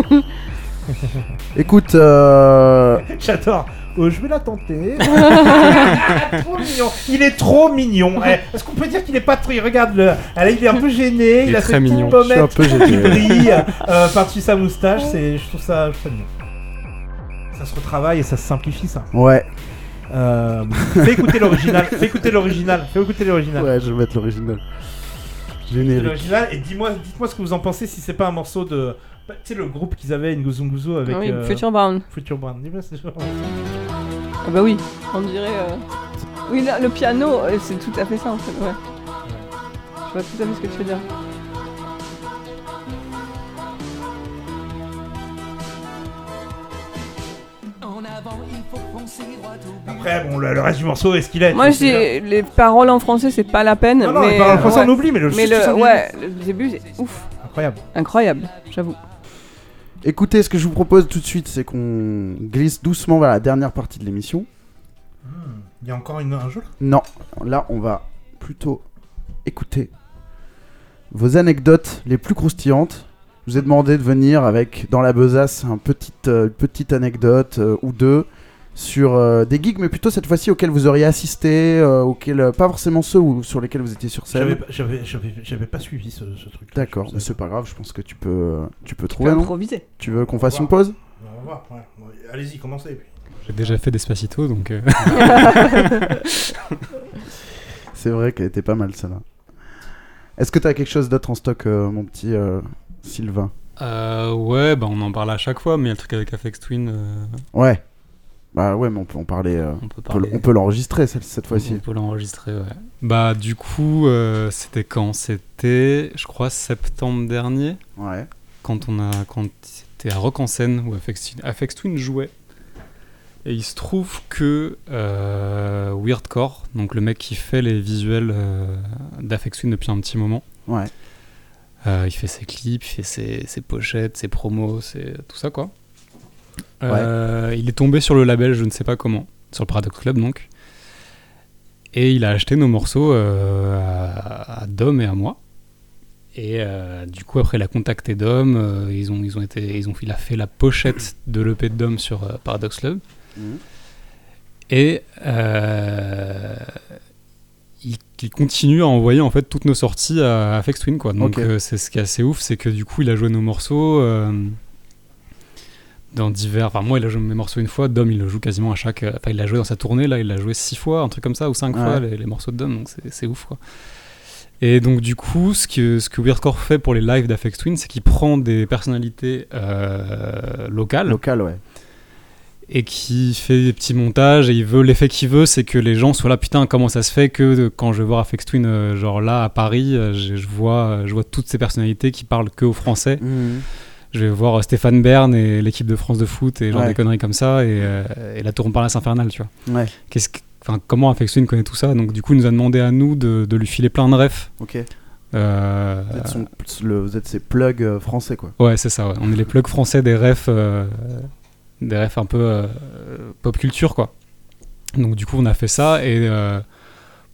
Écoute, euh...
J'adore. Euh, je vais la tenter. trop mignon. Il est trop mignon. Eh, Est-ce qu'on peut dire qu'il est pas trop. Regarde le. Allez, il est un peu gêné.
Il
Il,
est
a
très
ses
mignon.
petites
je suis un
pommettes
peu
qui
gêné.
brillent euh, par-dessus sa moustache. C'est, je trouve ça, je trouve ça mignon. Ça se retravaille et ça se simplifie ça.
Ouais,
Euh, fais écouter l'original. Fais écouter l'original. Fais écouter l'original.
ouais, je vais mettre l'original. Générique.
L'original et dis-moi, dites-moi ce que vous en pensez si c'est pas un morceau de. bah, Tu sais le groupe qu'ils avaient Nguzunguzu avec
Ah oui,
euh,
Future Bound.
Future Brand. Dis-moi, c'est genre-
Ah bah oui, on dirait. euh, Oui, là, le piano, euh, c'est tout à fait ça en fait. Ouais. Je vois tout à fait ce que tu veux dire.
Après, bon, le, le reste du morceau, est-ce qu'il est
Moi, je
c'est-
dis, les paroles en français, c'est pas la peine.
Non, non,
mais,
mais, parle en français,
ouais.
on oublie, mais le
Mais
juste
le,
78,
ouais, le début, c'est ouf.
Incroyable.
Incroyable, j'avoue.
Écoutez, ce que je vous propose tout de suite, c'est qu'on glisse doucement vers la dernière partie de l'émission.
Il y a encore une, un jeu là
Non, là, on va plutôt écouter vos anecdotes les plus croustillantes. Je vous ai demandé de venir avec, dans la besace, un petit, euh, une petite anecdote euh, ou deux sur euh, des gigs, mais plutôt cette fois-ci auxquels vous auriez assisté, euh, auxquels, euh, pas forcément ceux où- sur lesquels vous étiez sur
J'avais
scène.
pas- J'avais j'avais- j'avais pas suivi ce, ce truc.
D'accord,
Je
mais
sais
c'est pas grave, je pense que tu peux, euh, tu peux
Faut
trouver, non
improviser.
Tu veux qu'on fasse une pause
pas. On va voir, ouais. Ouais, Allez-y, commencez. puis.
J'ai déjà fait Despacito, donc euh,
C'est vrai qu'elle était pas mal celle-là. Est-ce que t'as quelque chose d'autre en stock, euh, mon petit euh, Sylvain
euh, ouais, bah on en parle à chaque fois, mais le truc avec Afex Twin, euh,
Ouais. Bah ouais, mais on peut en parler. euh,
on peut
on peut l-
parler. Mhm.
on peut l'enregistrer celle- cette
On
fois-ci.
peut l'enregistrer, ouais. Bah du coup, euh, c'était quand C'était, je crois, septembre dernier,
Ouais.
quand on a, quand c'était à Rock en scène où Afex Twin, Aphex Twin jouait. Et il se trouve que euh, Weirdcore, donc le mec qui fait les visuels euh, d'Aphex Twin depuis un petit moment.
Ouais.
Euh, il fait ses clips, il fait ses, ses pochettes, ses promos, c'est tout ça quoi. Euh, Il est tombé sur le label, je ne sais pas comment, sur le Paradox Club donc. Et il a acheté nos morceaux euh, à, à Dom et à moi. Et euh, du coup après il a contacté Dom, euh, ils ont, ils ont été, ils ont, il a fait la pochette de l'EP de Dom sur euh, Paradox Club.
Mhm.
Et euh, il, il continue à envoyer en fait toutes nos sorties à, à Fex Twin quoi. Donc
Ok.
euh, c'est ce qui est assez ouf, c'est que du coup il a joué nos morceaux euh, dans divers. Enfin moi il a joué mes morceaux une fois, Dom il le joue quasiment à chaque. euh, Enfin il l'a joué dans sa tournée là, il l'a joué six fois, un truc comme ça ou cinq
Ouais.
fois les, les morceaux de Dom. Donc c'est- c'est ouf quoi. Et donc du coup, ce que, ce que Weirdcore fait pour les lives d'Afex Twin, c'est qu'il prend des personnalités euh, locales
Local, ouais.
et qui fait des petits montages et il veut l'effet qu'il veut c'est que les gens soient là putain comment ça se fait que euh, quand je vais voir Afex Twin euh, genre là à Paris euh, je, je vois euh, je vois toutes ces personnalités qui parlent que aux français je vais voir euh, Stéphane Bern et l'équipe de France de foot et genre
Ouais.
des conneries comme ça et, euh, et la tour en Palace infernale tu vois
Ouais.
Qu'est-ce que- enfin, comment Afex Twin connaît tout ça donc du coup il nous a demandé à nous de, de lui filer plein de refs
Ok.
Euh,
Vous êtes, son- le- vous êtes ses plugs euh, français, quoi.
Ouais, c'est ça. ouais. On est les plugs français des refs, euh, des refs un peu euh, pop culture, quoi. Donc du coup, on a fait ça et euh,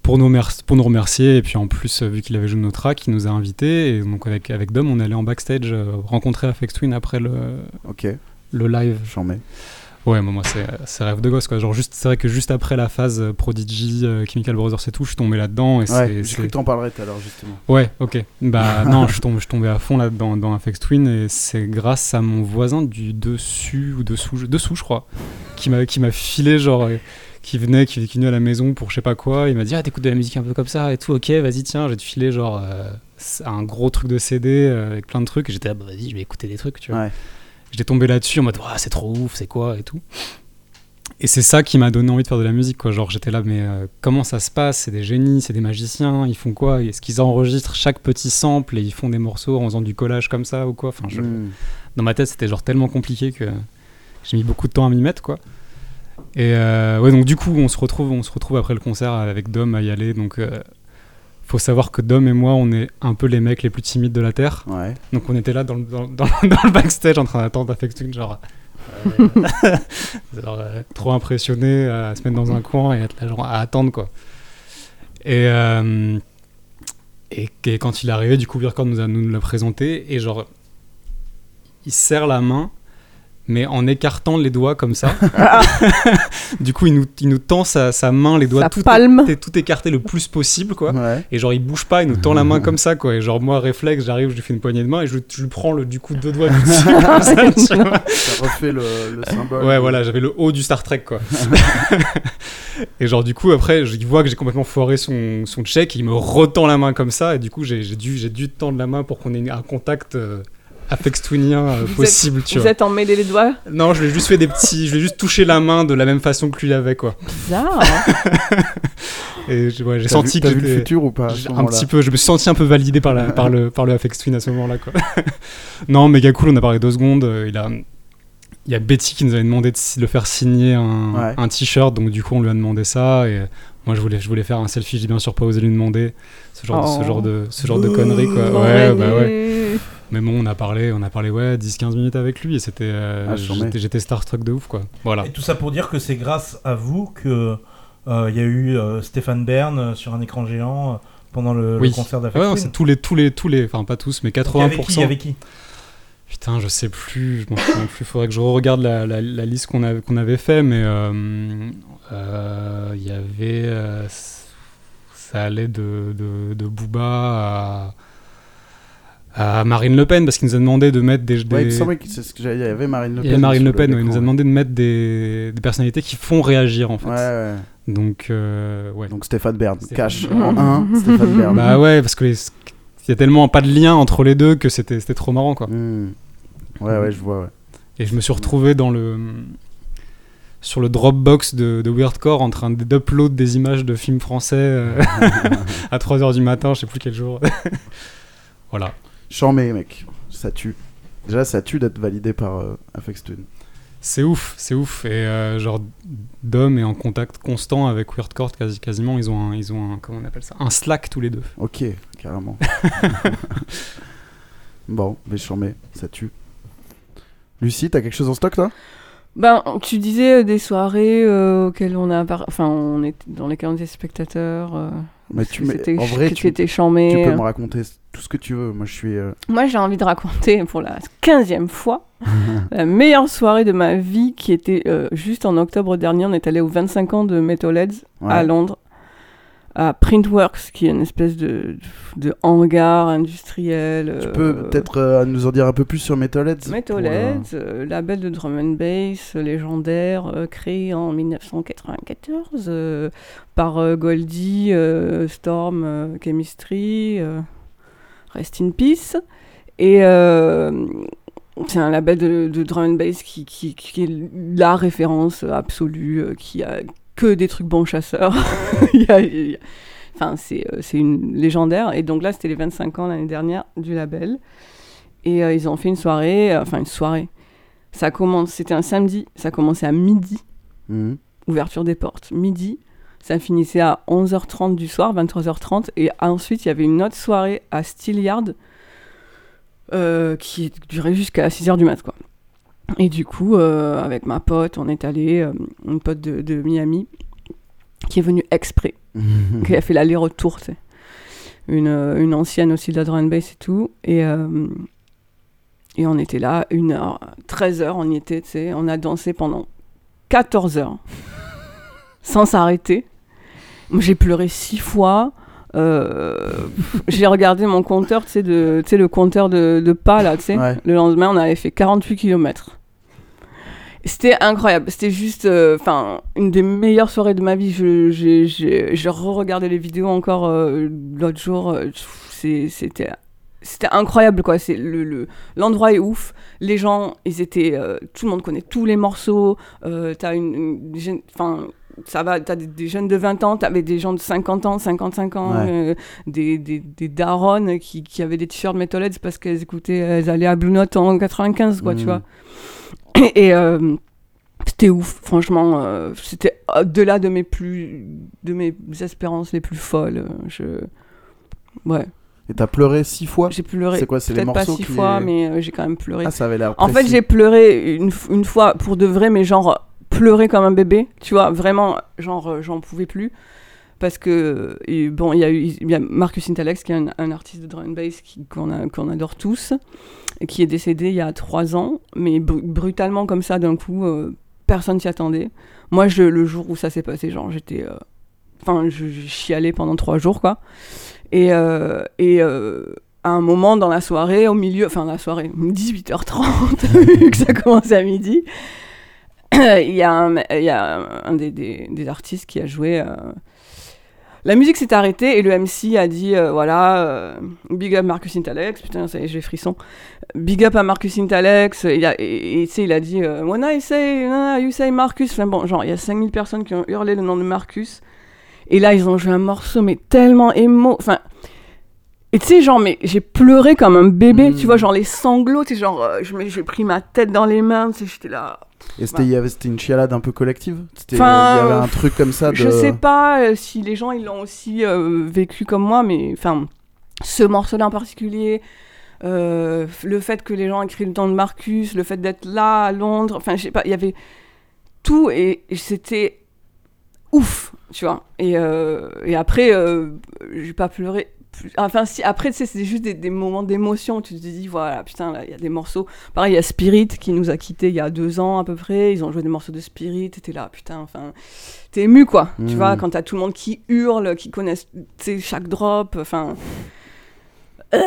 pour, nous remer- pour nous remercier et puis en plus, euh, vu qu'il avait joué nos tracks, il nous a invités et donc avec, avec Dom, on est allé en backstage euh, rencontrer Afex Twin après le,
Ok.
le live.
J'en mets.
Ouais, moi, moi, c'est c'est rêve de gosse, quoi. Genre, juste, c'est vrai que juste après la phase euh, Prodigy, euh, Chemical Brothers et tout, je suis tombé là-dedans. et
Ouais,
c'est
j'ai cru
c'est-
que t'en parlerais tout à l'heure, justement.
Ouais, ok. Bah non, je tombe, je tombais à fond là dans, dans Apex Twin et c'est grâce à mon voisin du dessus ou dessous, je- dessous je crois, qui m'a qui m'a filé genre euh, qui venait qui, qui venait à la maison pour je sais pas quoi. Il m'a dit ah t'écoutes de la musique un peu comme ça et tout. Ok, vas-y tiens, j'ai te filé genre euh, un gros truc de CD euh, avec plein de trucs. Et J'étais ah, bah, vas-y, je vais écouter des trucs, tu vois.
Ouais.
J'étais tombé là-dessus en mode Ouah, c'est trop ouf, c'est quoi et tout. Et c'est ça qui m'a donné envie de faire de la musique, quoi. Genre, j'étais là, mais euh, comment ça se passe C'est des génies, c'est des magiciens, ils font quoi Est-ce qu'ils enregistrent chaque petit sample et ils font des morceaux en faisant du collage comme ça ou quoi Enfin, je-
Mm.
dans ma tête, c'était genre tellement compliqué que j'ai mis beaucoup de temps à m'y mettre, quoi. Et euh, ouais, donc du coup, on se retrouve, on se retrouve après le concert avec Dom à y aller. Donc, euh, faut savoir que Dom et moi, on est un peu les mecs les plus timides de la terre.
Ouais.
Donc on était là dans le, dans, dans- dans le backstage en train d'attendre Apex Twin, genre, euh, genre, euh, trop impressionné euh, à se mettre dans un coin et être là, genre, à attendre quoi. Et, euh, et, et quand il est arrivé, du coup, Bircord nous, a- nous l'a présenté et genre, il serre la main, mais en écartant les doigts comme ça. du coup, il nous, il nous tend sa, sa main, les doigts
Sa
tout,
palme.
tout écartés le plus possible quoi.
Ouais.
Et genre, il bouge pas, il nous tend la main comme ça, quoi. Et genre, moi, réflexe, j'arrive, je lui fais une poignée de main et je, je lui prends le, du coup deux doigts du dessus. comme ça, tu vois.
Ça refait le, le symbole.
Euh, ouais, voilà, j'avais le haut du Star Trek, quoi. et genre, du coup, après, je- il voit que j'ai complètement foiré son, son check, il me retend la main comme ça, et du coup, j'ai j'ai dû, j'ai dû tendre la main pour qu'on ait une- un contact. euh, Apex Twinien euh,
êtes-
possible, tu
Vous
vois.
êtes emmêlés les doigts
Non, je lui ai juste fait des petits. Je lui ai juste touché la main de la même façon que lui avait, quoi.
Bizarre.
Et je- ouais, j'ai
T'as
senti
vu,
que
t'as vu le
j'étais-
futur ou pas à ce
un
moment-là
petit peu, je me suis senti un peu validé par, la, par, le, par le Afex Twin à ce moment-là. Quoi. non, méga cool, on a parlé deux secondes. euh, Il a, il y a Betty qui nous avait demandé de si- le faire signer un,
Ouais.
un t-shirt, donc du coup on lui a demandé ça. Et moi je voulais, je voulais faire un selfie, j'ai bien sûr pas osé lui demander. Ce genre, de,
Oh.
ce genre, de, ce genre de conneries quoi. Ouais, bah ouais. Mais bon, on a parlé, on a parlé ouais, 10-15 minutes avec lui et c'était. euh,
Ah, chambé.
j'étais, j'étais starstruck de ouf quoi. Voilà.
Et tout ça pour dire que c'est grâce à vous que euh, il y a eu euh, Stéphane Bern euh, sur un écran géant euh, pendant le,
Oui.
le concert
Ouais,
d'Afrique.
non, c'est tous les, tous les, tous les, enfin pas tous, mais 80%.
Avec qui, avec qui
Putain, je sais plus, je m'en souviens plus. Faudrait que je regarde la, la- la liste qu'on avait, qu'on avait fait, mais euh, euh, il y avait. euh, s- ça allait de, de, de Booba à, à Marine Le Pen, parce qu'il nous a demandé de mettre des.
Ouais, il me
des-
semblait que c'est ce que j'avais dit. Il y avait Marine Le
il
Pen.
y avait Marine
sur
Le Pen, ouais, il
l'écran,
nous a demandé de mettre des, des personnalités qui font réagir, en fait.
Ouais, ouais.
Donc, euh, ouais.
Donc Stéphane Bern,
Stéphane
cash
Bern.
en 1, Stéphane Bern.
Bah ouais, parce que les- il y a tellement pas de lien entre les deux que c'était c'était trop marrant, quoi.
Hmm. Ouais, ouais, je vois. Ouais.
Et je me suis retrouvé dans le sur le Dropbox de, de Weirdcore en train d'upload des images de films français euh, à 3h du matin, je sais plus quel jour. voilà.
Chambé, mec. Ça tue. Déjà, ça tue d'être validé par euh, Aphex Twin.
C'est ouf, c'est ouf. Et euh, genre, Dom est en contact constant avec Weirdcore quasi, quasiment. Ils ont, un, ils ont un, comment on appelle ça Un Slack tous les deux.
Ok, carrément. bon, mais chambé, ça tue. Lucie, t'as quelque chose en stock, toi
Ben, tu disais euh, des soirées euh, auxquelles on a, par- enfin, on est dans lesquelles on était spectateurs. euh,
Mais
parce
tu
que
m'es-
c'était-
en vrai,
que
tu,
t'étais
tu
chambé,
peux
euh.
me raconter tout ce que tu veux. Moi, je suis. euh,
Moi, j'ai envie de raconter pour la 15e fois la meilleure soirée de ma vie qui était euh, juste en octobre dernier. On est allé aux 25 ans de Metalheads
ouais.
à Londres, à Printworks, qui est une espèce de, de hangar industriel.
Tu
euh,
peux peut-être euh, nous en dire un peu plus sur Metalheads
Metalheads, euh, label de drum and bass légendaire, euh, créé en 1994 euh, par euh, Goldie, euh, Storm, euh, Chemistry, euh, Rest in Peace. Et euh, c'est un label de, de drum and bass qui, qui- qui est la référence absolue, euh, qui a que des trucs bons chasseurs. Il y a- il y a- Enfin, c'est euh, c'est une légendaire. Et donc là, c'était les 25 ans l'année dernière du label. Et euh, ils ont fait une soirée, euh, enfin une soirée. Ça commence, c'était un samedi, ça commençait à midi,
Mhm.
ouverture des portes, midi. Ça finissait à 11h30 du soir, 23h30. Et ensuite, il y avait une autre soirée à Steelyard euh, qui durait jusqu'à 6h du mat, quoi. Et du coup, euh, avec ma pote, on est allé, euh, une pote de, de Miami, qui est venue exprès
Mhm.
qui a fait l'aller-retour, tu sais. Une, euh, une ancienne aussi de la drum and bass et tout. Et, euh, et on était là, une heure, 13 heures, on y était, tu sais. On a dansé pendant 14 heures sans s'arrêter. Moi, J'ai pleuré six fois. Euh, j'ai regardé mon compteur, tu sais, de- tu sais, le compteur de, de pas, là, tu sais.
Ouais.
Le lendemain, on avait fait 48 km. C'était incroyable. C'était juste, euh, enfin, une des meilleures soirées de ma vie. Je, j'ai, j'ai- j'ai re-regardé les vidéos encore euh, l'autre jour. Euh, pff, c'est- c'était, c'était incroyable, quoi. C'est le, le- l'endroit est ouf. Les gens, ils étaient, euh, tout le monde connaît tous les morceaux. Euh, t'as une, une gén- enfin, ça va, t'as des, des jeunes de 20 ans, t'avais des gens de 50 ans, 55 ans,
Ouais.
euh, des, des, des darons qui, qui avaient des t-shirts Metalheads parce qu'elles écoutaient, elles allaient à Blue Note en 95, quoi,
Mm.
tu vois. Et, euh, c'était ouf, franchement, euh, c'était au-delà de mes plus, de mes espérances les plus folles. euh, Je, ouais,
Et t'as pleuré six fois
j'ai pleuré.
C'est quoi C'est les
Peut-être pas
morceaux
six
qui-
fois, mais euh, j'ai quand même pleuré.
Ah, ça avait l'air.
En fait,
précis.
j'ai pleuré une, f- une fois pour de vrai, mais genre pleuré comme un bébé, tu vois, vraiment, genre euh, j'en pouvais plus. Parce que, euh, et bon, il y a eu il y a Marcus Intelex, qui est un, un artiste de drum and bass qui- qu'on a- qu'on adore tous, et qui est décédé il y a trois ans, mais br- brutalement comme ça, d'un coup, euh, personne s'y attendait. Moi, je, le jour où ça s'est passé, genre, j'étais. euh, Enfin, je, je chialais pendant trois jours, quoi. Et, euh, et euh, à un moment dans la soirée, au milieu, enfin la soirée, 18h30, vu que ça commence à midi, il y a un, il y a un des, des- des artistes qui a joué. euh, la musique s'est arrêtée et le MC a dit euh, voilà, euh, big up Marcus Intalex, putain, ça y est, j'ai frisson. Big up à Marcus Intalex, il a, et, et, tu sais, il a dit euh, When I say, nah, you say Marcus. Enfin bon, genre, il y a 5000 personnes qui ont hurlé le nom de Marcus. Et là, ils ont joué un morceau, mais tellement émo. Enfin, et tu sais, genre, mais j'ai pleuré comme un bébé,
Mm.
tu vois, genre les sanglots, tu sais, genre, euh, je me- j'ai pris ma tête dans les mains, tu sais, j'étais là.
Et c'était il y avait- c'était une chialade un peu collective C'était-
Enfin,
Il y avait un
euh,
truc comme ça de.
Je sais pas euh, si les gens ils l'ont aussi euh, vécu comme moi, mais enfin, ce morceau-là en particulier, euh, le fait que les gens aient crié le temps de Marcus, le fait d'être là à Londres, enfin, je sais pas, il y avait tout et et c'était ouf, tu vois. Et, euh, et après, euh, j'ai pas pleuré. plus- Enfin, si, après, tu sais, c'est juste des, des moments d'émotion. où Tu te dis, voilà, putain, là, il y a des morceaux. Pareil, il y a Spirit qui nous a quittés il y a deux ans à peu près. Ils ont joué des morceaux de Spirit. T'es là, putain, enfin, t'es ému quoi. Tu
Mhm.
vois, quand t'as tout le monde qui hurle, qui connaissent, tu sais, chaque drop. Enfin, Euh,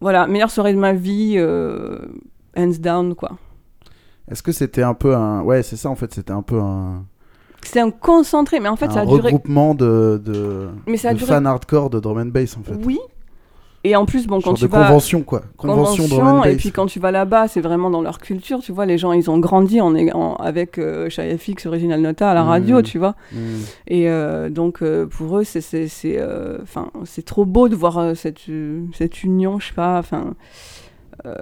voilà, meilleure soirée de ma vie, euh, hands down quoi.
Est-ce que c'était un peu un. Ouais, c'est ça en fait, c'était un peu un.
C'était un concentré, mais en fait,
un
ça a duré.
regroupement de, de,
Mais ça a
de
duré.
fans hardcore de drum and bass en fait.
Oui. Et en plus, bon, quand
Genre
tu
de
vas.
convention quoi. Convention, drum and bass.
et puis quand tu vas là-bas, c'est vraiment dans leur culture, tu vois, les gens, ils ont grandi en, en- avec euh, Chai FX, Original Nota à la radio,
Mhm.
tu vois.
Mm.
Et euh, donc, euh, pour eux, c'est- c'est c'est, euh, 'fin, c'est trop beau de voir euh, cette, euh, cette union, je sais pas. enfin euh,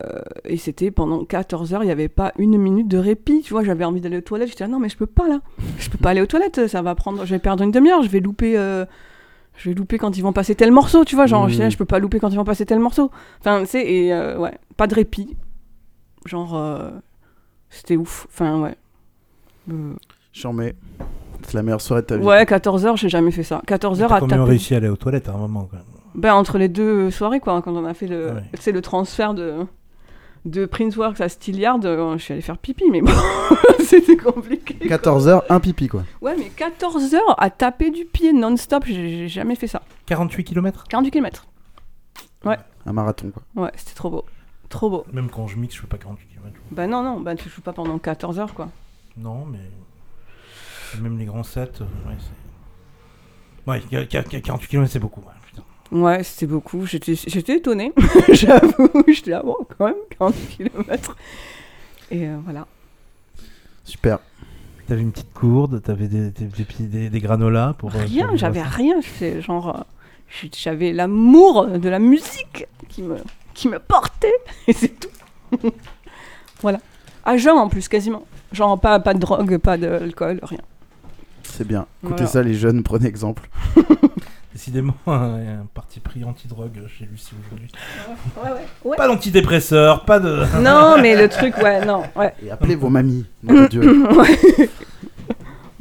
et c'était pendant 14 heures, il n'y avait pas une minute de répit. Tu vois, j'avais envie d'aller aux toilettes. J'étais là, non, mais je peux pas là. Je peux pas aller aux toilettes. Ça va prendre. Je vais perdre une demi-heure. Je vais louper. euh, Je vais louper quand ils vont passer tel morceau. Tu vois, genre,
Mhm.
j'étais là, je peux pas louper quand ils vont passer tel morceau. Enfin, tu sais, et euh, ouais, pas de répit. Genre, euh, c'était ouf. Enfin, ouais. Euh,
J'en mets. C'est la meilleure soirée de ta vie.
ouais, 14 heures, j'ai jamais fait ça. 14 heures à
Comment on
taper.
réussi à aller aux toilettes à un moment quand même.
Ben, entre les deux soirées, quoi, quand on a fait le,
Ah ouais.
tu sais, le transfert de, de Princeworks à Steelyard, euh, je suis allée faire pipi, mais bon, c'était compliqué. quoi.
14 heures, un pipi quoi.
Ouais, mais 14 heures à taper du pied non-stop, j'ai j'ai jamais fait ça.
48 km
40 km.
Un marathon quoi.
Ouais, c'était trop beau. Trop beau.
Même quand je mixe, je fais pas 48 km.
Ben non, non, ben tu joues pas pendant 14 heures, quoi.
Non, mais. Même les grands sets, euh, ouais, c'est. Ouais, qu- qu- qu- 48 km, c'est beaucoup. ouais, putain.
Ouais, c'était beaucoup. J'étais j'étais étonnée, j'avoue. J'étais là, bon, quand même, 40 km. Et euh, voilà.
Super.
T'avais une petite gourde, t'avais des, des, des, petits- des- des granolas pour. euh,
Rien,
pour-
j'avais rien. C'est genre, euh, j- j'avais l'amour de la musique qui me, qui me portait, et c'est tout. voilà. À jeun en plus, quasiment. Genre, pas, pas de drogue, pas d'alcool, rien.
C'est bien. Écoutez
Voilà.
ça les jeunes, prenez exemple.
Décidément, un, un parti pris anti-drogue chez Lucie aujourd'hui.
Ouais, ouais, ouais.
Pas d'antidépresseur, pas de.
Non, mais le truc, ouais, non, ouais.
Et appelez vos mamies. nom de Dieu. Et toi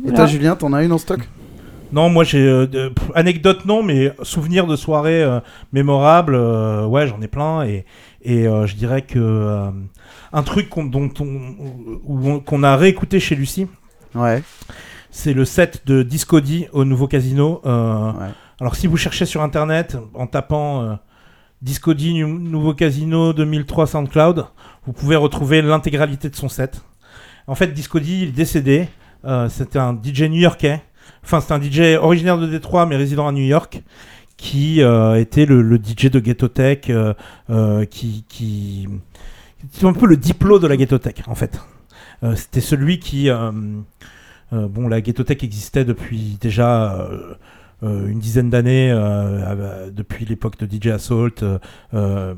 Voilà.
Julien, t'en as une en stock
Non, moi j'ai euh, de- pff, anecdote non, mais souvenirs de soirées euh, mémorables, euh, ouais, j'en ai plein et et euh, je dirais que euh, un truc qu'on dont on, où on- qu'on a réécouté chez Lucie,
Ouais.
C'est le set de Discody au nouveau casino. euh,
Ouais.
Alors si vous cherchez sur internet en tapant euh, Discody nu- nouveau casino 2003 SoundCloud, vous pouvez retrouver l'intégralité de son set. En fait, Discody, il est décédé. Euh, c'était un DJ new-yorkais. Enfin, c'est un DJ originaire de Détroit mais résident à New York qui euh, était le, le DJ de Ghetto Tech, euh, euh, qui, qui... C'est un peu le diplo de la Ghetto Tech, en fait. Euh, c'était celui qui... euh, euh, bon, la Ghetto Tech existait depuis déjà euh, euh, une dizaine d'années, euh, ah bah, depuis l'époque de DJ Assault, euh, euh,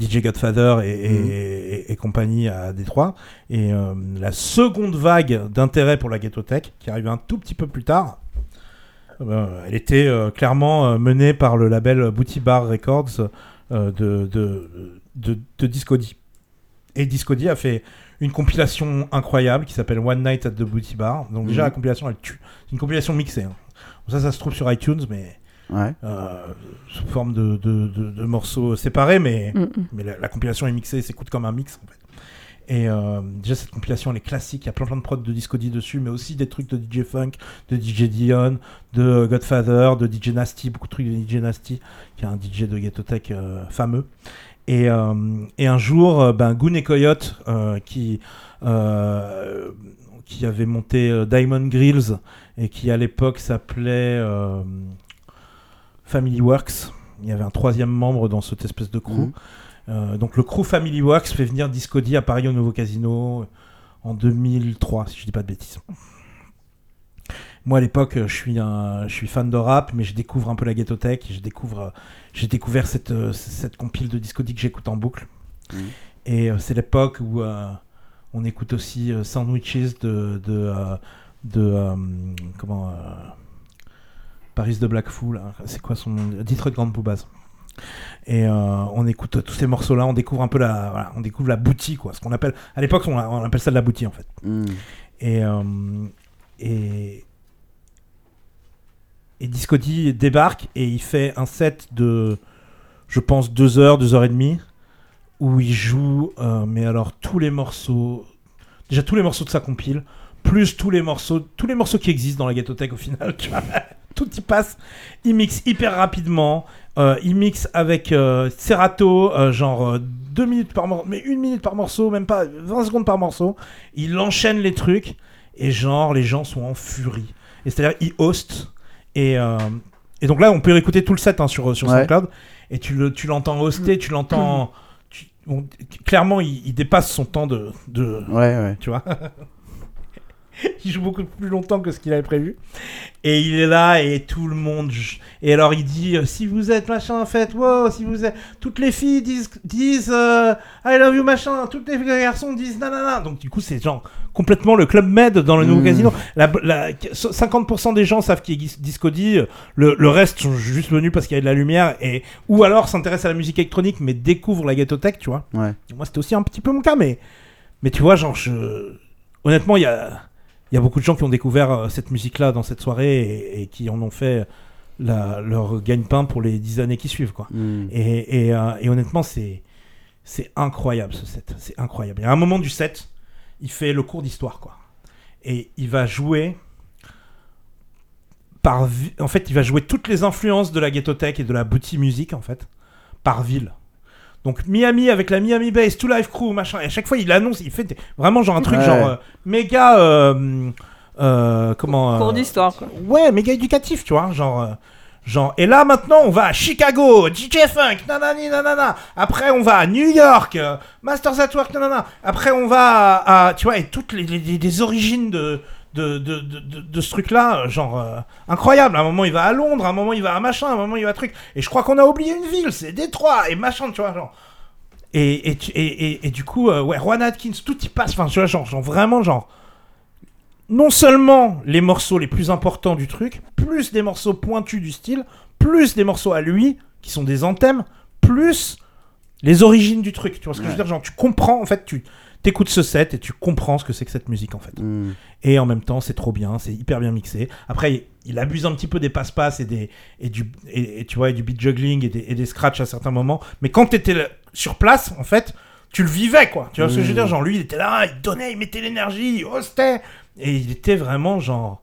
DJ Godfather et, et- et- et compagnie à Détroit. Et euh, la seconde vague d'intérêt pour la Ghetto Tech, qui arrivait un tout petit peu plus tard, euh, elle était euh, clairement euh, menée par le label Booty Bar Records euh, de, de, de, de Discody. Et Discody a fait une compilation incroyable qui s'appelle One Night at the Booty Bar. Donc déjà
Mhm.
la compilation elle tue. C'est une compilation mixée. hein. Ça ça se trouve sur iTunes mais
Ouais.
euh, sous forme de, de- de- de morceaux séparés mais
Mm, mm.
mais la, la compilation est mixée, s'écoute comme un mix en fait. Et euh, déjà cette compilation elle est classique, il y a plein plein de prods de Discody dessus, mais aussi des trucs de DJ Funk, de DJ Dion, de Godfather, de DJ Nasty, beaucoup de trucs de DJ Nasty, qui est un DJ de Ghetto Tech euh, fameux. Et, euh, et un jour, euh, ben, Goon et Coyote, euh, qui, euh, qui avait monté euh, Diamond Grills, et qui à l'époque s'appelait euh, Family Works, il y avait un troisième membre dans cette espèce de crew,
Mhm.
euh, donc le crew Family Works fait venir Discody à Paris au Nouveau Casino euh, en 2003, si je dis pas de bêtises. Moi à l'époque, euh, je suis un, je suis fan de rap, mais je découvre un peu la ghetto tech. Je découvre, euh, j'ai découvert cette euh, cette compile de Discody que j'écoute en boucle.
Mhm.
Et euh, c'est l'époque où euh, on écoute aussi euh, Sandwiches de de euh, de, euh, comment euh, Paris de Black Fool. hein. C'est quoi son nom Detroit Grand Poubaz et euh, on écoute tous ces morceaux là on découvre un peu la voilà, on découvre la boutique quoi ce qu'on appelle à l'époque on, on appelle ça de la boutique en fait
Mm.
et euh, et et Discody débarque et il fait un set de je pense deux heures deux heures et demie où il joue euh, mais alors tous les morceaux déjà tous les morceaux de sa compile plus tous les morceaux tous les morceaux qui existent dans la ghetto tech au final tu vois tout y passe il mixe hyper rapidement euh, il mixe avec euh, Serato euh, genre euh, deux minutes par morceau mais une minute par morceau même pas 20 secondes par morceau il enchaîne les trucs et genre les gens sont en furie et c'est à dire il host et euh, et donc là on peut écouter tout le set hein, sur sur
Ouais.
SoundCloud et tu le tu l'entends hoster tu l'entends tu- on- clairement il, il dépasse son temps de, de
Ouais, ouais.
tu vois. il joue beaucoup plus longtemps que ce qu'il avait prévu. Et il est là et tout le monde. j- Et alors il dit euh, si vous êtes machin, faites wow, si vous êtes. Toutes les filles disent, disent euh, I love you machin, toutes les garçons disent nanana. Donc du coup, c'est genre complètement le club med dans le nouveau
Mm.
casino. La, la- 50% des gens savent qui existe Discody, euh, le, le reste sont juste venus parce qu'il y a de la lumière et ou alors s'intéressent à la musique électronique mais découvrent la ghetto tech, tu vois.
Ouais.
Moi, c'était aussi un petit peu mon cas, mais, mais tu vois, genre, je... honnêtement, il y a... il y a beaucoup de gens qui ont découvert euh, cette musique-là dans cette soirée et, et qui en ont fait la- leur gagne-pain pour les dix années qui suivent, quoi.
Mm.
Et, et, euh, et honnêtement, c'est c'est incroyable ce set. C'est incroyable. Et à un moment du set, il fait le cours d'histoire, quoi. Et il va jouer par vi- en fait, il va jouer toutes les influences de la ghetto tech et de la boutique musique en fait par ville. Donc Miami avec la Miami Bass, Two Life Crew, machin. Et à chaque fois, il annonce, il fait des- vraiment genre un truc
Ouais.
genre euh, méga euh, euh, comment
Cours
euh,
d'histoire, quoi.
Ouais, méga éducatif, tu vois, genre. euh, Genre, et là maintenant on va à Chicago, DJ Funk, nanani nanana. Après on va à New York, euh, Masters at Work, nanana. Après on va à, à- tu vois, et toutes les, les- les- les origines de, de, de, de, de- de ce truc-là, euh, genre euh, incroyable. À un moment il va à Londres, à un moment il va à machin, à un moment il va à truc. Et je crois qu'on a oublié une ville, c'est Détroit et machin, tu vois, genre. Et, et, tu- et, et, et du coup, euh, ouais, Juan Atkins, tout y passe. Enfin, tu vois, genre, genre, vraiment, genre. Non seulement les morceaux les plus importants du truc, plus des morceaux pointus du style, plus des morceaux à lui, qui sont des anthèmes, plus les origines du truc. Tu vois ce que je veux dire Genre, tu comprends, en fait, tu t'écoutes ce set et tu comprends ce que c'est que cette musique, en fait.
Mm.
Et en même temps, c'est trop bien, c'est hyper bien mixé. Après, il abuse un petit peu des passe-passe et des et du et, et tu vois et du beat juggling et des, et des scratchs à certains moments. Mais quand t'étais là- sur place, en fait, tu le vivais, quoi. Tu vois ce que je veux
Mm.
dire Genre, lui, il était là, il donnait, il mettait l'énergie, il hostait. Et il était vraiment, genre.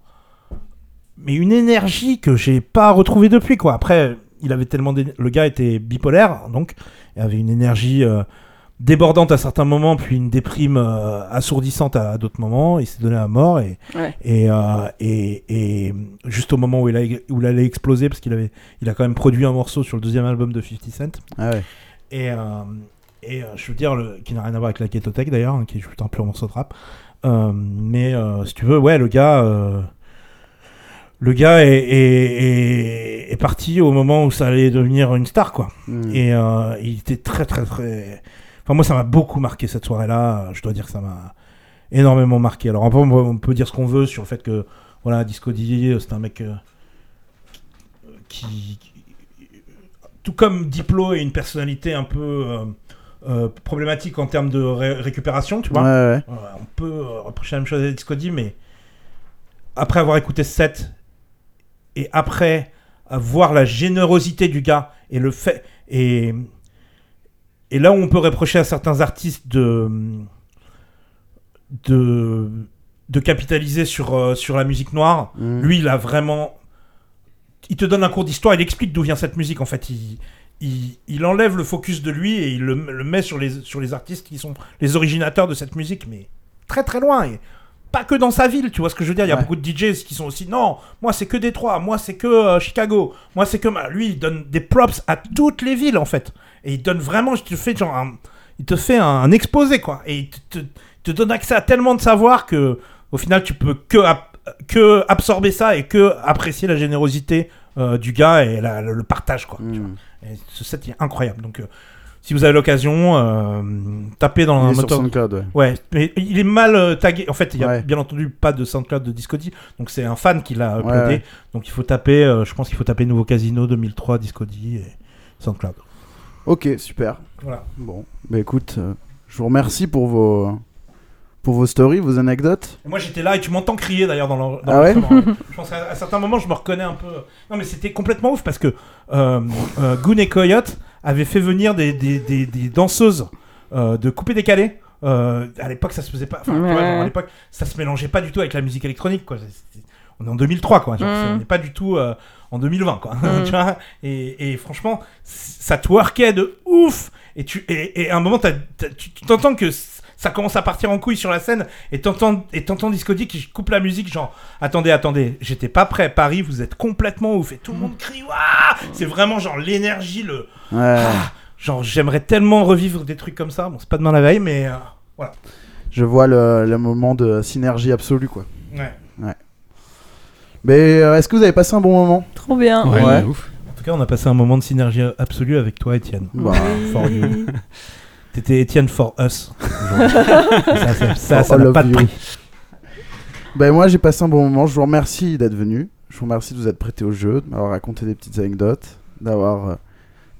Mais une énergie que j'ai pas retrouvée depuis, quoi. Après, il avait tellement. d'éner- Le gars était bipolaire, donc, il avait une énergie. euh, débordante à certains moments, puis une déprime euh, assourdissante à, à d'autres moments. Il s'est donné à mort et,
Ouais.
et, euh, et, et juste au moment où il, a- où il allait exploser, parce qu'il avait, il a quand même produit un morceau sur le deuxième album de 50 Cent.
Ah ouais.
Et, euh, et euh, je veux dire, le- qui n'a rien à voir avec la Ghetto Tech d'ailleurs, hein, qui est juste un pur morceau de rap. Euh, mais euh, si tu veux, ouais, le gars. euh, le gars est, est- est- est parti au moment où ça allait devenir une star, quoi.
Mm.
Et euh, il était très, très, très. Enfin, moi, ça m'a beaucoup marqué cette soirée-là. Je dois dire que ça m'a énormément marqué. Alors, après, on peut, on peut dire ce qu'on veut sur le fait que, voilà, Disco Didier, c'est un mec euh, qui. qui- Tout comme Diplo est une personnalité un peu euh, euh, problématique en termes de ré- récupération, tu vois.
Ouais, ouais.
Euh, on peut euh, reprocher la même chose à Discody, mais après avoir écouté ce set et après avoir la générosité du gars et le fait et et là où on peut reprocher à certains artistes de de de capitaliser sur euh, sur la musique noire,
Mm.
lui, il a vraiment. Il te donne un cours d'histoire, il explique d'où vient cette musique en fait. Il, il, il enlève le focus de lui et il le, le met sur les, sur les artistes qui sont les originateurs de cette musique, mais très très loin. Et pas que dans sa ville, tu vois ce que je veux dire. Il y a
Ouais.
beaucoup de DJs qui sont aussi. Non, moi c'est que Détroit, moi c'est que euh, Chicago, moi c'est que. ma- Lui, il donne des props à toutes les villes en fait. Et il donne vraiment, je te fais genre un- Il te fait un exposé quoi. Et il te, te- te donne accès à tellement de savoir que au final tu peux que, ap- que absorber ça et que apprécier la générosité euh, du gars et la- le, le partage quoi. tu vois.
Mm.
Et ce set il est incroyable. Donc euh, si vous avez l'occasion, euh, tapez dans
Il
un
est sur
moteur.
SoundCloud, ouais.
Ouais, mais il est mal euh, tagué. En fait, il y a
Ouais.
bien entendu pas de SoundCloud de Discody, donc c'est un fan qui l'a uploadé.
Ouais, ouais.
Donc il faut taper, euh, je pense qu'il faut taper Nouveau Casino 2003 Discody et SoundCloud.
Ok, super.
Voilà.
Bon, bah écoute, euh, je vous remercie pour vos, pour vos stories, vos anecdotes.
Et moi j'étais là et tu m'entends crier d'ailleurs dans l'en- dans
Ah ouais
l'enregistrement. Je pense qu'à à certains moments je me reconnais un peu. Non mais c'était complètement ouf parce que euh, euh, Goon et Coyote avaient fait venir des, des, des- des danseuses euh, de coupé décalé. Euh, à l'époque ça se faisait pas. Enfin, tu vois,
Ouais.
genre, à l'époque ça se mélangeait pas du tout avec la musique électronique quoi. C'était- On est en 2003 quoi. Genre,
Mm.
c'est- On n'est pas du tout euh, en 2020 quoi.
Mm.
tu vois et, et franchement c- ça twerkait de ouf. Et tu et, et à un moment t'as- t'as- tu tu t'entends que c- ça commence à partir en couille sur la scène et t'entends et t'entends Discody qui coupe la musique genre attendez attendez j'étais pas prêt Paris vous êtes complètement ouf et tout le monde crie waouh c'est vraiment genre l'énergie le
Ouais,
Ah, genre j'aimerais tellement revivre des trucs comme ça bon c'est pas demain la veille mais euh, voilà
je vois le, le moment de synergie absolue, quoi.
ouais.
Mais euh, est-ce que vous avez passé un bon moment
Trop bien.
Ouais,
Ouais.
de ouf.
en tout cas on a passé un moment de synergie absolue avec toi Étienne
Bah,
for you t'étais Étienne for us aujourd'hui. ça c'est- ça
Oh,
ça
I
n'a
love
pas de
you.
prix
Ben moi j'ai passé un bon moment, je vous remercie d'être venu, je vous remercie de vous être prêté au jeu, de m'avoir raconté des petites anecdotes, d'avoir euh,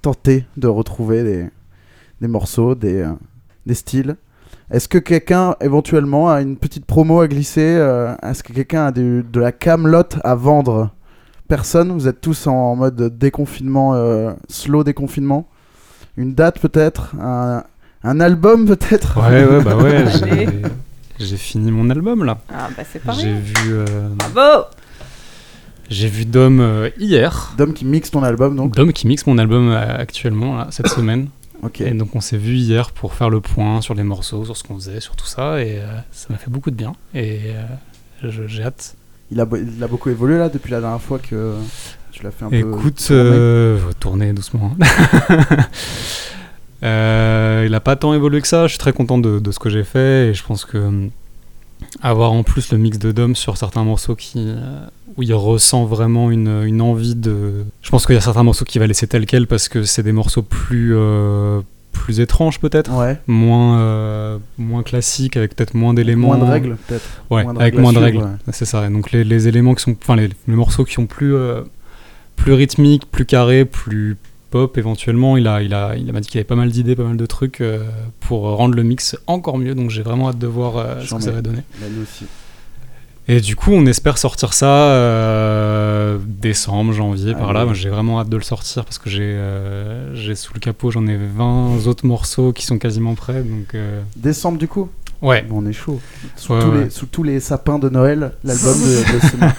tenté de retrouver des, des morceaux, des, euh, des styles. Est-ce que quelqu'un éventuellement a une petite promo à glisser euh, Est-ce que quelqu'un a des- de la camelote à vendre Personne, vous êtes tous en mode déconfinement, euh, slow déconfinement. Une date peut-être un, un album peut-être
Ouais, ouais, bah ouais. j'ai- J'ai fini mon album là.
Ah bah c'est
J'ai
pareil.
vu, euh,
Bravo.
j'ai vu Dom euh, hier.
Dom qui mixe ton album donc.
Dom qui mixe mon album euh, actuellement là, cette semaine.
Ok.
Et donc on s'est vu hier pour faire le point sur les morceaux, sur ce qu'on faisait, sur tout ça, et euh, ça m'a fait beaucoup de bien. Et euh, je- j'ai hâte.
Il a, il a beaucoup évolué là depuis la dernière fois que tu l'as fait un
Écoute,
peu. tourner.
euh, faut tourner doucement. hein. Euh, il a pas tant évolué que ça. Je suis très content de, de ce que j'ai fait, et je pense que hum, avoir en plus le mix de Dom sur certains morceaux qui, euh, où il ressent vraiment une, une envie de. Je pense qu'il y a certains morceaux qu'il va laisser tels quels parce que c'est des morceaux plus euh, plus étranges peut-être.
Ouais.
moins, euh, moins classique, avec peut-être moins d'éléments.
Moins de règles peut-être.
Ouais,
moins de
avec
règles à
moins de règles.
suivre,
C'est ça. Et donc les, les éléments qui sont. Enfin, les, les morceaux qui sont plus, euh, plus rythmiques, plus carrés, plus pop éventuellement. Il a, il a, il m'a dit qu'il avait pas mal d'idées, pas mal de trucs euh, pour rendre le mix encore mieux. Donc j'ai vraiment hâte de voir euh, ce
J'en
que ça
ai.
va donner.
Bah, nous aussi.
Et du coup, on espère sortir ça euh, décembre, janvier, par
Ah
là.
oui.
Moi, J'ai vraiment hâte de le sortir parce que j'ai euh, j'ai sous le capot, j'en ai 20 autres morceaux qui sont quasiment prêts. Donc, euh,
Décembre du coup
ouais.
Bon, On est chaud. Sous,
Ouais,
tous,
ouais.
Les, sous tous les sapins de Noël, l'album de, de Sema.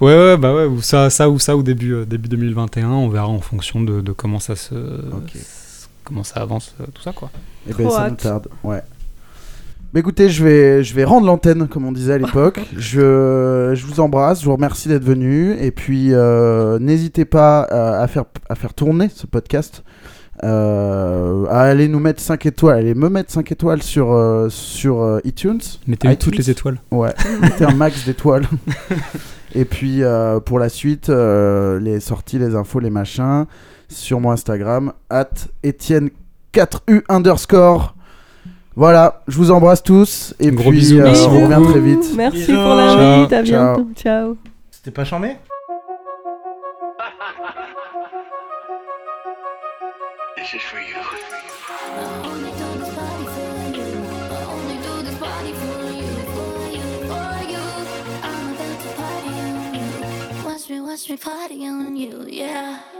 Ouais, ouais, bah ouais, ou ça, ça ou ça, ou début, euh, début 2021, on verra en fonction de, de comment ça se. Comment ça avance, euh, tout ça, quoi.
Et ben
Trop
ça
hâte.
nous tarde. Ouais. Mais écoutez, je vais, je vais rendre l'antenne, comme on disait à l'époque. je, je vous embrasse, je vous remercie d'être venu. Et puis, euh, n'hésitez pas euh, à, faire, à faire tourner ce podcast. euh, à aller nous mettre 5 étoiles, aller me mettre 5 étoiles sur, euh, sur euh, iTunes.
Mettez-lui toutes
iTunes.
les étoiles.
Ouais, mettez un max d'étoiles. Et puis euh, pour la suite, euh, les sorties, les infos, les machins, sur mon Instagram, at Etienne4U underscore. Voilà, je vous embrasse tous. Et
Gros
puis euh,
bisous, merci
on
beaucoup.
revient très vite.
Merci
Bisous.
pour la
Ciao.
visite, à
Ciao.
bientôt. Ciao.
C'était pas chambé
This is for you.
Watch me, watch me party on you, yeah.